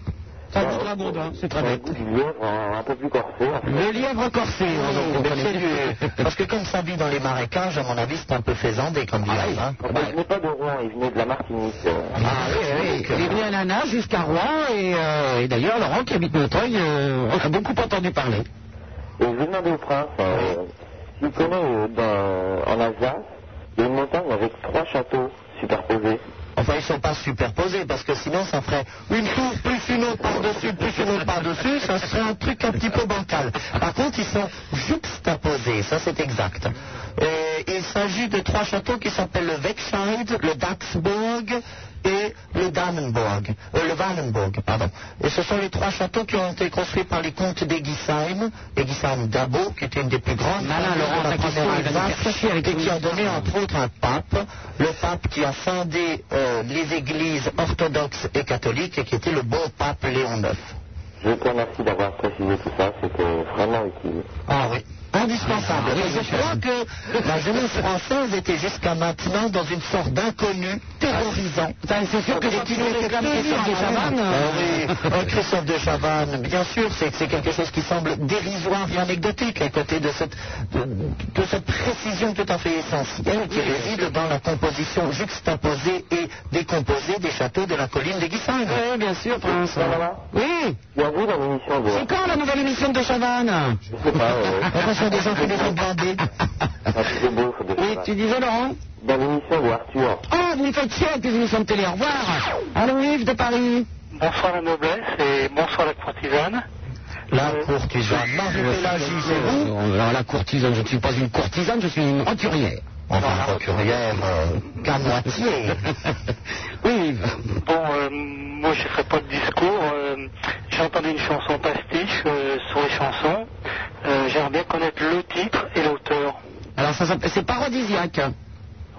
[SPEAKER 2] Ça goûte Ragondin, c'est très
[SPEAKER 6] C'est
[SPEAKER 2] bête.
[SPEAKER 6] du lièvre euh, un peu plus corsé. en fait.
[SPEAKER 2] Le lièvre corsé, on en
[SPEAKER 12] C'est
[SPEAKER 2] comprenait.
[SPEAKER 12] du- Parce que comme ça vit dans les marécages, à mon avis, c'est un peu faisandé comme village. hein.
[SPEAKER 6] Enfin, il venait pas de Rouen, il venait de la Martinique. euh.
[SPEAKER 2] Ah oui, oui, il est venu à Nana jusqu'à Rouen et, euh, et d'ailleurs Laurent qui habite Montreuil, euh, on a beaucoup entendu parler.
[SPEAKER 6] Et je vais demander au prince, euh, s'il connaît euh, dans- en Alsace, il y a une montagne avec trois châteaux superposés.
[SPEAKER 12] Enfin, ils ne sont pas superposés, parce que sinon, ça ferait une tour plus une autre par-dessus, plus une autre par-dessus, ça serait un truc un petit peu bancal. Par contre, ils sont juxtaposés, ça c'est exact. Et il s'agit de trois châteaux qui s'appellent le Wechside, le Daxburg et le Dannenburg, euh, le Wallenburg, pardon. Et ce sont les trois châteaux qui ont été construits par les comtes d'Eguisheim, Eguisheim d'Abo, qui était une des plus grandes
[SPEAKER 2] Malin,
[SPEAKER 12] familles de
[SPEAKER 2] Laurent,
[SPEAKER 12] la
[SPEAKER 2] ta question,
[SPEAKER 12] première
[SPEAKER 2] il va nous
[SPEAKER 12] Alsace,
[SPEAKER 2] faire chier avec
[SPEAKER 12] et
[SPEAKER 2] une
[SPEAKER 12] qui a donné
[SPEAKER 2] histoire.
[SPEAKER 12] entre entre autres un pape, le pape qui a fondé euh, les églises orthodoxes et catholiques et qui était le beau pape Léon IX.
[SPEAKER 37] Je te remercie d'avoir précisé tout ça, c'était vraiment utile.
[SPEAKER 2] Ah oui. Indispensable.
[SPEAKER 12] Ah,
[SPEAKER 2] Mais je crois que la jeunesse française était jusqu'à maintenant dans une sorte d'inconnu terrorisant.
[SPEAKER 12] Ah,
[SPEAKER 2] Ah,
[SPEAKER 12] C'est sûr que
[SPEAKER 2] Et
[SPEAKER 12] quand
[SPEAKER 2] tu
[SPEAKER 12] tu
[SPEAKER 2] nous
[SPEAKER 12] réclames
[SPEAKER 2] réclames
[SPEAKER 12] Christophe de Chavannes,
[SPEAKER 2] Ah oui, euh, Christophe de Chavannes, bien sûr, c'est c'est quelque chose qui semble dérisoire et anecdotique à côté de cette, de, de cette précision tout à fait essentielle qui réside dans la composition juxtaposée et décomposée des châteaux de la colline des Guissanges.
[SPEAKER 12] Oui, bien sûr, Prince. Oui
[SPEAKER 37] Bienvenue dans l'émission, vous.
[SPEAKER 12] C'est quand la nouvelle émission de Chavannes
[SPEAKER 37] Je sais pas, euh,
[SPEAKER 2] Ce sont Ah, des gens qui nous ont demandé.
[SPEAKER 37] un petit peu
[SPEAKER 2] [LAUGHS]
[SPEAKER 37] beau, faut
[SPEAKER 12] Oui, tu disais, Laurent
[SPEAKER 37] Dans l'émission de Arthur.
[SPEAKER 12] Ah, vous me faites chier avec les émissions de télé. Au revoir. Allô, Yves de Paris.
[SPEAKER 6] Bonsoir la noblesse et bonsoir la courtisane.
[SPEAKER 2] La courtisane. Marie-Pélagie, c'est vous
[SPEAKER 11] Alors, la courtisane, je ne suis pas une courtisane, je suis une roturière.
[SPEAKER 2] Enfin, roturière, euh, qu'à moitié.
[SPEAKER 11] [LAUGHS] oui,
[SPEAKER 6] Bon, euh, moi je ferai pas de discours. euh, j'ai entendu une chanson pastiche euh, sur les chansons. Euh, J'aimerais bien connaître le titre et l'auteur.
[SPEAKER 11] Alors, ça s'appelle- c'est parodisiaque.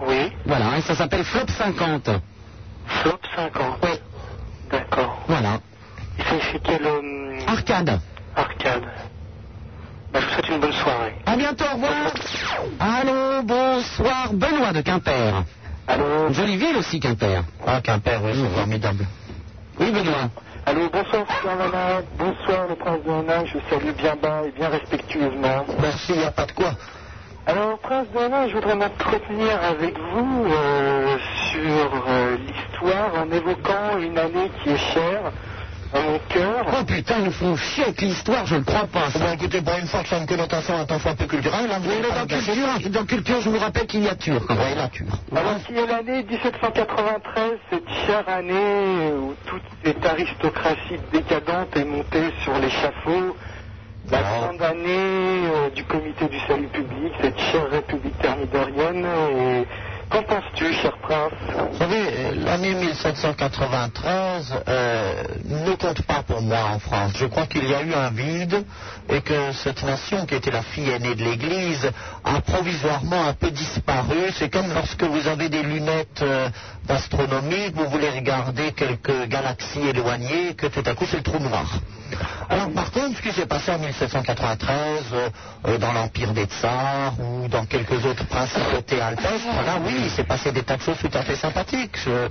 [SPEAKER 6] Oui.
[SPEAKER 11] Voilà, et ça s'appelle Flop 50.
[SPEAKER 6] Flop 50. Oui. D'accord.
[SPEAKER 11] Voilà.
[SPEAKER 6] Et c'est chez quel euh,
[SPEAKER 11] Arcade.
[SPEAKER 6] arcade Bah, Je vous souhaite une bonne soirée.
[SPEAKER 12] À bientôt, au revoir. Allô, bonsoir, Benoît de Quimper.
[SPEAKER 11] Allô Jolie ville aussi, Quimper.
[SPEAKER 2] Ah, Quimper, oui, c'est formidable.
[SPEAKER 11] Oui, Benoît.
[SPEAKER 6] Allô, bonsoir Superman, bonsoir le prince de Hénin, je vous salue bien bas et bien respectueusement.
[SPEAKER 2] Merci, il n'y Ben, a pas de quoi.
[SPEAKER 6] Alors, prince de Hénin, je voudrais m'entretenir avec vous euh, sur euh, l'histoire en évoquant une année qui est chère à mon cœur.
[SPEAKER 11] Oh putain, ils nous font chier avec l'histoire, je ne crois pas.
[SPEAKER 2] Bon, Ben, écoutez, bon, une fois que ça me connotation est un fois plus culturelle, hein, vous
[SPEAKER 11] Mais dans culture, dans culture, je vous rappelle qu'il y a Turc.
[SPEAKER 2] Oui, la Turc.
[SPEAKER 6] Alors, qui est l'année 1793, cette chère année où toute cette aristocratie décadente est montée sur l'échafaud, la grande année euh, du comité du salut public, cette chère république thermidorienne, et qu'en penses-tu, cher prince
[SPEAKER 2] Vous savez, euh, l'année 1793 euh, ne compte pas pour moi en France. Je crois qu'il y a eu un vide et que cette nation qui était la fille aînée de l'Église a provisoirement un peu disparu. C'est comme lorsque vous avez des lunettes euh, d'astronomie, que vous voulez regarder quelques galaxies éloignées, que tout à coup c'est le trou noir. Alors par contre, ce qui s'est passé en 1793 euh, euh, dans l'Empire des Tsars ou dans quelques autres principautés alpestres, là oui, il s'est passé des tas de choses tout à fait sympathiques. Je-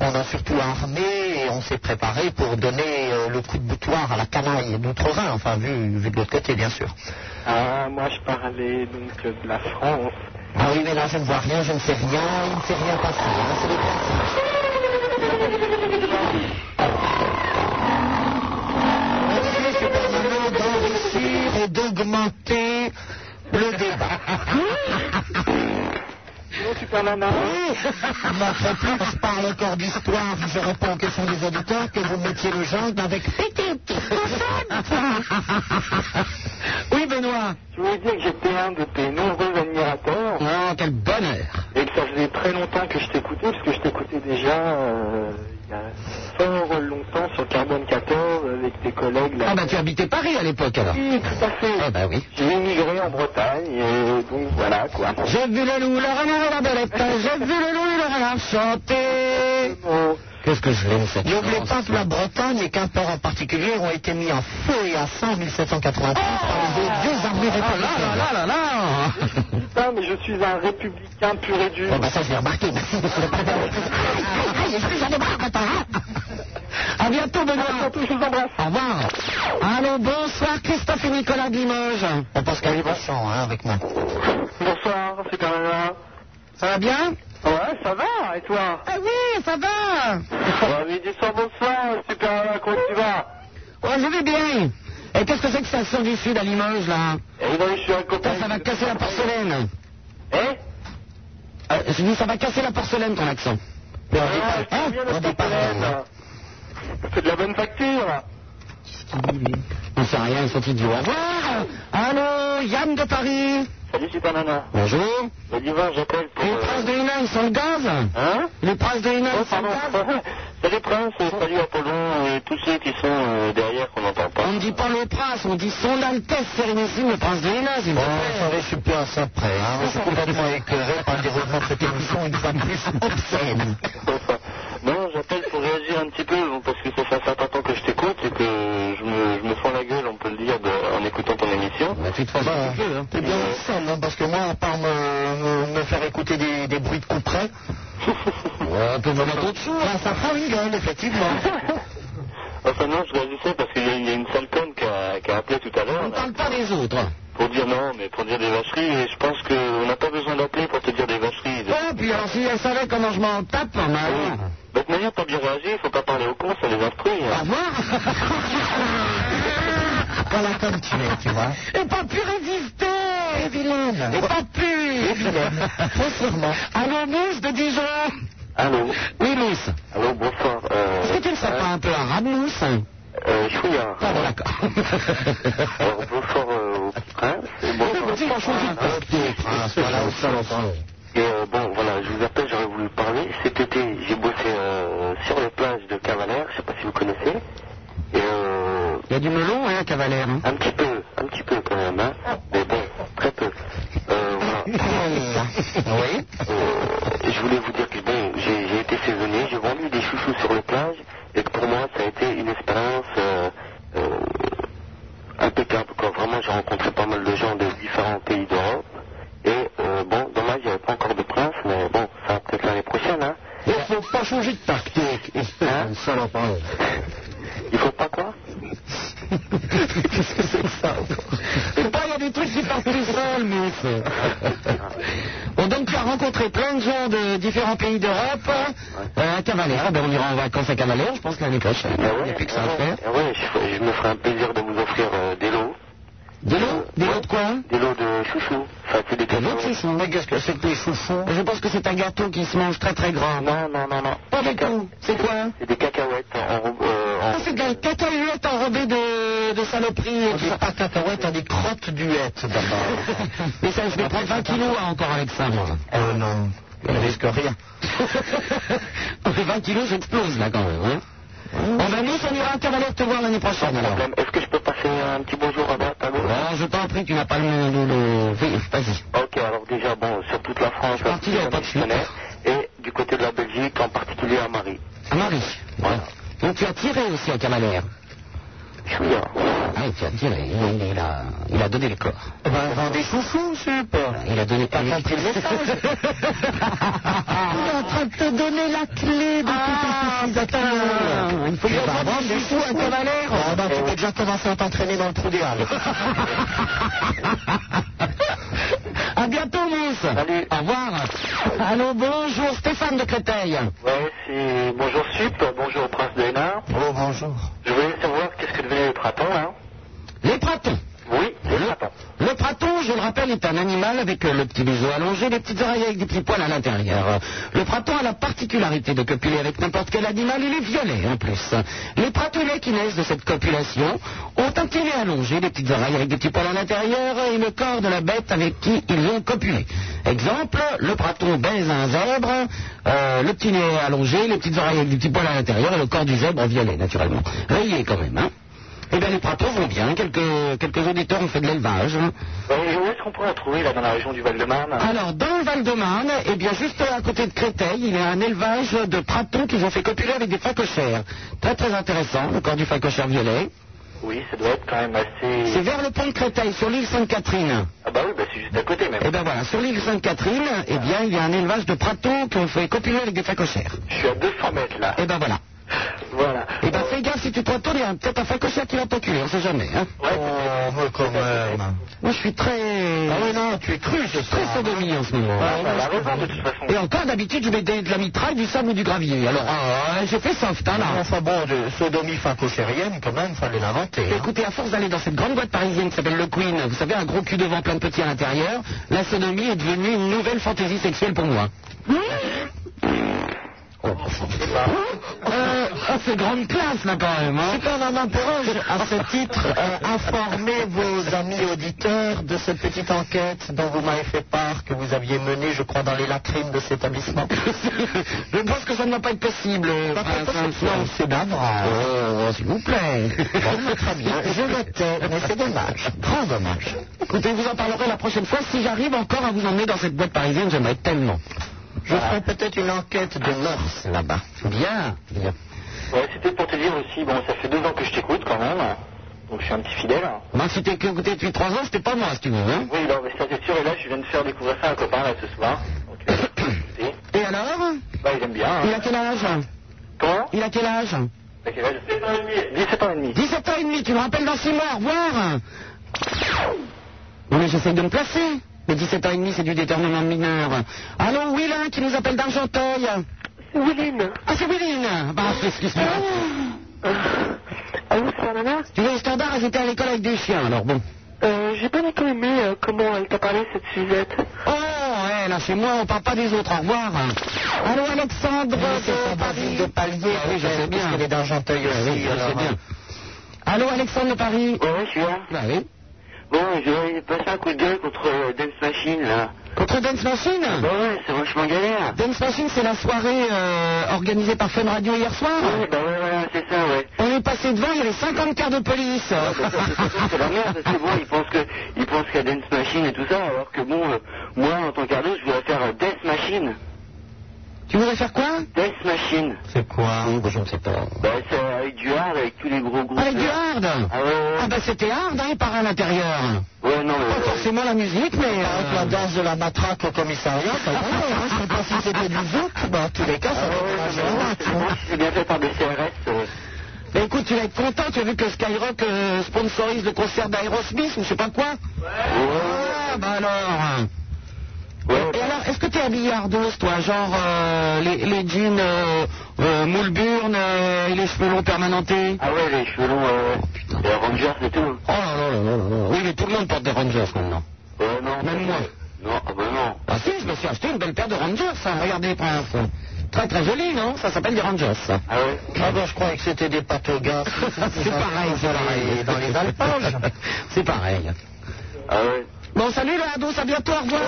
[SPEAKER 2] on a surtout armé et on s'est préparé pour donner euh, le coup de boutoir à la canaille d'outre-Rhin, enfin vu, vu de l'autre côté bien sûr.
[SPEAKER 6] Ah, moi je parlais donc euh, de la France.
[SPEAKER 2] Ah oui, mais là je ne vois rien, je ne sais rien, il ne s'est rien passé. hein, c'est des principes. Merci, Super Nana, d'enrichir et d'augmenter le débat.
[SPEAKER 6] Non, Superman, non.
[SPEAKER 2] Notre plus par le corps d'histoire, je réponds aux questions des auditeurs que vous mettiez le genre avec pétite.
[SPEAKER 12] Oui, Benoît.
[SPEAKER 6] je voulais dire que j'étais un de tes nombreux admirateurs.
[SPEAKER 11] Oh, quel bonheur.
[SPEAKER 6] Et que ça faisait très longtemps que je t'écoutais, parce que je t'écoutais déjà euh, il y a fort longtemps sur Carbone 14 avec tes collègues. Là.
[SPEAKER 11] Ah bah, tu habitais Paris à l'époque, alors.
[SPEAKER 6] Oui, tout à fait.
[SPEAKER 11] Ah bah oui.
[SPEAKER 6] J'ai immigré en Bretagne, et donc voilà quoi.
[SPEAKER 12] J'ai vu le loup, le renard et la belette. J'ai vu le loup et le renard chanter.
[SPEAKER 11] Qu'est-ce que je l'aime, cette
[SPEAKER 2] N'oubliez
[SPEAKER 11] France.
[SPEAKER 2] pas que la Bretagne et Quimper en particulier ont été mis en feu et à sang en 1793 par les deux armées
[SPEAKER 11] Ah
[SPEAKER 2] républicaines.
[SPEAKER 11] là là là
[SPEAKER 6] Putain, mais je suis un républicain pur et dur.
[SPEAKER 2] Bon, bah ça, je l'ai remarqué, merci.
[SPEAKER 6] [LAUGHS]
[SPEAKER 2] Aïe, est-ce que j'en ai marre maintenant, hein
[SPEAKER 12] À bientôt, Benoît.
[SPEAKER 6] Surtout, je vous embrasse.
[SPEAKER 2] Au revoir.
[SPEAKER 12] Allô, bonsoir, Christophe et Nicolas de Limoges.
[SPEAKER 2] On pense qu'elle est passant, hein, avec moi.
[SPEAKER 6] Bonsoir, c'est Carmela.
[SPEAKER 12] Ça va bien
[SPEAKER 6] Ouais, ça va, et toi
[SPEAKER 12] Ah oui, ça
[SPEAKER 6] [LAUGHS]
[SPEAKER 12] va.
[SPEAKER 6] Ouais, mais dis-toi bonsoir, Super Nana, comment tu vas
[SPEAKER 12] Ouais, Oh, je vais bien. Et qu'est-ce que c'est que ça sort du sud à Limoges, là
[SPEAKER 6] Eh ben, je suis un copain.
[SPEAKER 12] Putain, ça va casser la porcelaine.
[SPEAKER 6] Hein
[SPEAKER 12] Euh, je dis, ça va casser la porcelaine, ton accent.
[SPEAKER 2] Mais on dit
[SPEAKER 6] Ah,
[SPEAKER 2] pas- hein,
[SPEAKER 6] c'est bien
[SPEAKER 2] on
[SPEAKER 6] la
[SPEAKER 2] dit pas-
[SPEAKER 6] porcelaine. C'est de la bonne facture.
[SPEAKER 12] On sait rien, ils sont idiots. Au revoir. Allô, Yann de Paris.
[SPEAKER 6] Salut Super Nana.
[SPEAKER 12] Bonjour.
[SPEAKER 6] Bah, dis voir, j'appelle pour.
[SPEAKER 12] Les
[SPEAKER 6] euh,
[SPEAKER 12] princes de Hénin, ils sont le gaz
[SPEAKER 6] Hein
[SPEAKER 12] Les princes de Hénin,
[SPEAKER 6] Oh,
[SPEAKER 12] ils sont
[SPEAKER 6] pardon. [LAUGHS]
[SPEAKER 12] le gaz
[SPEAKER 6] salut Prince, euh, salut Apollon et tous ceux qui sont euh, derrière qu'on n'entend pas.
[SPEAKER 12] On ne dit pas le prince, on dit son Altesse Sérénissime, le prince de Hénin, s'il vous
[SPEAKER 2] Bon,
[SPEAKER 12] plaît.
[SPEAKER 2] Oh, ça va, je suis plus à ça près, hein. Je suis complètement écœuré par le déroulement de cette émission, une fois de plus [LAUGHS] obscène.
[SPEAKER 6] non, j'appelle pour réagir un petit peu, bon, parce que ça fait un certain temps que je t'écoute et que je me, je me
[SPEAKER 38] tu te fasses
[SPEAKER 12] Bah,
[SPEAKER 38] ce que tu veux. Hein.
[SPEAKER 12] T'es bien ensemble, hein, parce que moi, à part me, me- me faire écouter des, des bruits de coups [LAUGHS] près.
[SPEAKER 38] Ouais,
[SPEAKER 12] t'es vraiment autre chose. ça prend une gueule, effectivement.
[SPEAKER 6] Enfin non, je réagissais parce qu'il y, a- il y a une sale conne qui a, qui a appelé tout à l'heure. là,
[SPEAKER 12] On Pas les autres.
[SPEAKER 6] Pour dire non, mais pour dire des vacheries, et je pense qu'on n'a pas besoin d'appeler pour te dire des vacheries.
[SPEAKER 12] Ah, puis alors, si elle savait comment je m'en tape, hein, ma-
[SPEAKER 6] Bah, De toute manière, t'as bien réagi, il faut pas parler aux cons, ça les instruit.
[SPEAKER 12] bah,
[SPEAKER 6] hein.
[SPEAKER 12] [LAUGHS] voilà comme tu es, tu vois.
[SPEAKER 2] Et pas pu résister Et vilaine Et pas pu
[SPEAKER 12] Et vilaine, très sûrement.
[SPEAKER 2] Allô, Mousse de Dijon
[SPEAKER 6] Ah. Allô
[SPEAKER 2] Oui, Mousse
[SPEAKER 6] Allô, bonsoir. Euh,
[SPEAKER 2] Est-ce que tu ne sens pas un peu arabe, Mousse
[SPEAKER 6] euh, Chouillard.
[SPEAKER 2] Ah bon, d'accord.
[SPEAKER 6] [LAUGHS] Alors, bonsoir euh, au petit prince. Et bonsoir
[SPEAKER 12] Petit
[SPEAKER 2] Ah,
[SPEAKER 12] prince, voilà, au salon.
[SPEAKER 6] Et euh, bon, voilà, je vous appelle, j'aurais voulu parler. Cet été, j'ai bossé euh, sur les plages de Cavalère, je sais pas si vous connaissez. Et, euh,
[SPEAKER 2] Il y a du melon, hein, Cavalère hein
[SPEAKER 6] un petit peu, un petit peu quand même, hein. Mais bon, très peu. Euh,
[SPEAKER 2] Ah
[SPEAKER 6] voilà.
[SPEAKER 12] oui
[SPEAKER 6] Euh, je voulais vous dire que bon, j'ai j'ai été saisonnier, j'ai vendu des chouchous sur les plages, et que pour moi, ça a été une expérience euh, euh, impeccable. Quoi. Vraiment, j'ai rencontré pas mal de gens de différents pays d'Europe. Et euh, bon, dommage, il n'y avait pas encore de prince, mais bon, ça va peut-être l'année prochaine. Hein.
[SPEAKER 12] Il faut pas changer de tactique, espèce
[SPEAKER 2] Hein
[SPEAKER 12] de salopard.
[SPEAKER 6] Il faut
[SPEAKER 2] [LAUGHS]
[SPEAKER 6] pas quoi
[SPEAKER 12] Qu'est-ce que c'est que ça
[SPEAKER 2] C'est pas, il y a des trucs qui partent tout seuls, Mousse [LAUGHS] Bon, donc tu as rencontré plein de gens de différents pays d'Europe euh, à Cavalère. Ah, Ben, on ira en vacances à Cavalère, je pense, l'année prochaine. Il n'y a plus que ça à faire.
[SPEAKER 6] Eh Ah ouais, je, ferai- je me ferai un plaisir de vous offrir euh, des lots.
[SPEAKER 2] Des lots Des lots de quoi hein.
[SPEAKER 6] Des lots de chouchous. Enfin, c'est des
[SPEAKER 2] Des lots de chouchous Mais qu'est-ce que c'est que les chouchous Je pense que c'est un gâteau qui se mange très très grand.
[SPEAKER 6] Non, non, non, non.
[SPEAKER 2] Pas du tout. C'est quoi hein
[SPEAKER 6] C'est des cacahuètes en... en- euh, en-
[SPEAKER 2] Ah, c'est de la cacahuète enrobée de, de saloperies.
[SPEAKER 12] Des pâtes cacahuètes, t'as des crottes duettes d'abord.
[SPEAKER 2] Mais ça, je vais prendre 20 kilos là, encore avec ça, moi.
[SPEAKER 12] Euh, non, je ne risque rien.
[SPEAKER 2] On fait 20 kilos, j'explose là quand même. Hein. Bon, ben, nous, on ira à Cavalère te voir l'année prochaine alors.
[SPEAKER 6] Est-ce que je peux passer un petit bonjour à droite, à gauche
[SPEAKER 2] Bon, je t'en prie, tu n'as pas le. le, le... Oui, vas-y.
[SPEAKER 6] Ok, alors déjà, bon, sur toute la France, euh,
[SPEAKER 2] parti, il y a pas de
[SPEAKER 6] je connais, et du côté de la Belgique, en particulier à Marie.
[SPEAKER 2] À Marie. Donc, tu as tiré aussi à Cavalère.
[SPEAKER 6] Chouillard.
[SPEAKER 2] Ah, tu as tiré. Il, il a, il a donné le corps. Ah,
[SPEAKER 12] Ben, vend des chouchous, super.
[SPEAKER 2] Il a donné
[SPEAKER 12] T'as compris le message
[SPEAKER 2] [LAUGHS] Il est en train de te donner la clé de ah, tout Il faut bien vendre Eh ben, des chouchous Eh à Cavalère.
[SPEAKER 12] Ah ben, tu peux déjà commencer à t'entraîner dans le trou des halles.
[SPEAKER 2] [LAUGHS] À bientôt, Mousse.
[SPEAKER 6] Salut.
[SPEAKER 2] Au revoir. Allô, bonjour, Stéphane de Créteil.
[SPEAKER 6] Ouais, c'est... Bonjour Sup, bonjour au prince de Hénin.
[SPEAKER 12] Oh, bonjour.
[SPEAKER 6] Je voulais savoir qu'est-ce que devenait le praton, hein
[SPEAKER 2] Les pratons.
[SPEAKER 6] Oui, le praton.
[SPEAKER 2] Le praton, je le rappelle, est un animal avec euh, le petit museau allongé, les petites oreilles avec des petits poils à l'intérieur. Euh, Le praton a la particularité de copuler avec n'importe quel animal, il est violet en plus. Les pratolets qui naissent de cette copulation ont un petit nez allongé, des petites oreilles avec des petits poils à l'intérieur euh, et le corps de la bête avec qui ils ont copulé. Exemple, le praton baise un zèbre, euh, le petit nez allongé, les petites oreilles avec des petits poils à l'intérieur et le corps du zèbre violet naturellement. Rayé quand même, hein eh bien, les pratons vont bien. Quelques, quelques auditeurs ont fait de l'élevage. hein.
[SPEAKER 6] Ouais, où est-ce qu'on pourrait en trouver, là, dans la région du Val-de-Marne
[SPEAKER 2] Alors, dans le Val-de-Marne, eh bien, juste à côté de Créteil, il y a un élevage de pratons qu'ils ont fait copuler avec des facochères. Très, très intéressant, le corps du facochère violet.
[SPEAKER 6] Oui, ça doit être quand même assez...
[SPEAKER 2] C'est vers le pont de Créteil, sur l'île Sainte-Catherine.
[SPEAKER 6] Ah bah oui, bah c'est juste à côté, même.
[SPEAKER 2] Eh bien, voilà, sur l'île Sainte-Catherine, eh bien, il y a un élevage de pratons qu'on fait copuler avec des facochères.
[SPEAKER 6] Je suis à 200 mètres, là.
[SPEAKER 2] Eh bien, voilà.
[SPEAKER 6] Voilà.
[SPEAKER 2] Eh bien, fais gaffe, si tu te retournes, il y a peut-être un facochère qui va t'enculer, on sait jamais. Hein.
[SPEAKER 12] Oh, mais quand même.
[SPEAKER 2] Moi, je suis très...
[SPEAKER 12] Ah oui, non, tu es cru, ce
[SPEAKER 2] très
[SPEAKER 12] soir.
[SPEAKER 2] sodomie en ce moment.
[SPEAKER 6] Ah, bah, la raison, de toute façon.
[SPEAKER 2] Et encore, d'habitude, je mets des- de la mitraille, du sable ou du gravier. Alors, euh, j'ai fait soft, hein, là.
[SPEAKER 12] Enfin bon, de sodomie facochérienne, quand même, fallait l'inventer. hein.
[SPEAKER 2] Écoutez, à force d'aller dans cette grande boîte parisienne qui s'appelle le Queen, vous savez, un gros cul devant, plein de petits à l'intérieur, la sodomie est devenue une nouvelle fantaisie sexuelle pour moi.
[SPEAKER 12] Oh,
[SPEAKER 2] Euh, oh, c'est grande classe, là, quand même, hein.
[SPEAKER 12] Super Nana Perroge, à ce titre, euh, informez vos amis auditeurs de cette petite enquête dont vous m'avez fait part, que vous aviez menée, je crois, dans les latrines de cet établissement.
[SPEAKER 2] [LAUGHS] je pense que ça ne va pas être possible.
[SPEAKER 12] Pas
[SPEAKER 2] prince,
[SPEAKER 12] très
[SPEAKER 2] hein,
[SPEAKER 12] possible, c'est navrant.
[SPEAKER 2] Oh, s'il vous plaît.
[SPEAKER 12] Bon, très bien, je le tais, mais c'est dommage, grand dommage.
[SPEAKER 2] Écoutez, vous en parlerez la prochaine fois si j'arrive encore à vous emmener dans cette boîte parisienne, j'aimerais tellement.
[SPEAKER 12] Je ferai peut-être une enquête de mœurs là-bas.
[SPEAKER 2] Bien, bien.
[SPEAKER 6] Ouais, c'était pour te dire aussi, bon, ça fait deux ans que je t'écoute, quand même.
[SPEAKER 12] Donc je suis un petit fidèle. hein.
[SPEAKER 2] Moi, si t'es écouté depuis 3 ans, c'était pas moi, si tu veux. Hein
[SPEAKER 12] Oui, non, mais ça c'est sûr. Et là, je viens de faire découvrir ça à un copain là, ce soir. Donc, euh,
[SPEAKER 2] [COUGHS]
[SPEAKER 12] écoutez.
[SPEAKER 2] Et alors
[SPEAKER 12] bah, il aime bien. hein.
[SPEAKER 2] Il a quel âge
[SPEAKER 12] Comment
[SPEAKER 2] Il a quel âge
[SPEAKER 12] T'as quel âge 17 ans et demi. 17 ans et demi.
[SPEAKER 2] 17 ans et demi, tu me rappelles dans 6 mois, au revoir Non mais j'essaye de me placer. Mais 17 ans et demi, c'est du détournement de mineur. Allô, Willin qui nous appelle d'Argenteuil.
[SPEAKER 6] C'est Willine.
[SPEAKER 2] Ah, c'est Willin Bah, excuse-moi.
[SPEAKER 6] Ah. Allô, Supernana
[SPEAKER 2] Tu vois, les standards, elles étaient à l'école avec des chiens, alors bon.
[SPEAKER 6] euh, J'ai pas d'accord aimé euh, comment elle t'a parlé, cette Suzette.
[SPEAKER 2] Oh, ouais, là, chez moi, on parle pas des autres, au revoir. Allô, Alexandre de Paris.
[SPEAKER 39] de palier,
[SPEAKER 2] Ah oui, je sais bien.
[SPEAKER 39] Parce qu'elle est d'Argenteuil
[SPEAKER 2] Ouais,
[SPEAKER 39] aussi.
[SPEAKER 2] oui, je
[SPEAKER 39] alors,
[SPEAKER 2] sais bien.
[SPEAKER 39] hein.
[SPEAKER 2] Allô, Alexandre de Paris.
[SPEAKER 12] Ouais, je suis là.
[SPEAKER 2] Bah oui.
[SPEAKER 12] Bon, je vais passer un coup de gueule contre euh, Dance Machine là.
[SPEAKER 2] Contre Dance Machine
[SPEAKER 12] Bah ouais, c'est vachement galère.
[SPEAKER 2] Dance Machine, c'est la soirée euh, organisée par Fun Radio hier soir.
[SPEAKER 12] Ouais, bah ouais, voilà, c'est ça, ouais.
[SPEAKER 2] On est passé devant, il y avait 50 quarts de police.
[SPEAKER 12] Ah, bah, ça, c'est sûr que c'est la merde, parce que bon, ils pensent que, ils pensent qu'il y a Dance Machine et tout ça, alors que bon, euh, moi, en tant qu'ardo, je voudrais faire euh, Death Machine.
[SPEAKER 2] tu voudrais faire quoi
[SPEAKER 12] Death Machine.
[SPEAKER 39] C'est quoi Je ne sais pas.
[SPEAKER 12] Bah, c'est euh, avec du hard, avec tous les gros groupes.
[SPEAKER 2] Avec du hard
[SPEAKER 12] Ah ouais, ouais,
[SPEAKER 2] Ah bah c'était hard, hein, par à l'intérieur.
[SPEAKER 12] ouais. Ouais, non, mais.
[SPEAKER 11] euh,
[SPEAKER 2] Pas forcément la musique, mais... euh,
[SPEAKER 39] Avec la danse de la matraque au commissariat, ça va, hein, je ne sais pas si c'était du zouk, mais en tous les cas, ça
[SPEAKER 12] Ah ouais, ouais,
[SPEAKER 39] va
[SPEAKER 12] c'est bon, c'est bon, si c'est bien fait par des CRS. euh,
[SPEAKER 2] bah, écoute, tu vas être content, tu as vu que Skyrock euh, sponsorise le concert d'Aerosmith ou je sais pas quoi Ouais, bah alors
[SPEAKER 12] Ouais,
[SPEAKER 2] Et alors, est-ce que t'es habillé ardos, toi Genre euh, les, les jeans euh, euh, moule burne euh, et les cheveux longs permanentés
[SPEAKER 12] Ah ouais, les cheveux longs, euh, les Rangers et tout.
[SPEAKER 2] Oh là là là là là là. Oui, mais tout le monde porte des Rangers maintenant.
[SPEAKER 12] Ouais, non.
[SPEAKER 2] Même moi.
[SPEAKER 12] Non, ah bah non.
[SPEAKER 2] Ah si, je me suis acheté une belle paire de Rangers, ça. Regardez, Prince. Très très jolie, non Ça s'appelle des Rangers, ça.
[SPEAKER 12] Ah ouais
[SPEAKER 39] Ah ben, je croyais que c'était des patogas.
[SPEAKER 2] [LAUGHS] C'est pareil, c'est pareil.
[SPEAKER 39] Et dans les alpages.
[SPEAKER 2] C'est pareil.
[SPEAKER 12] Ah ouais
[SPEAKER 2] Bon, salut le Ados, à bientôt, au revoir.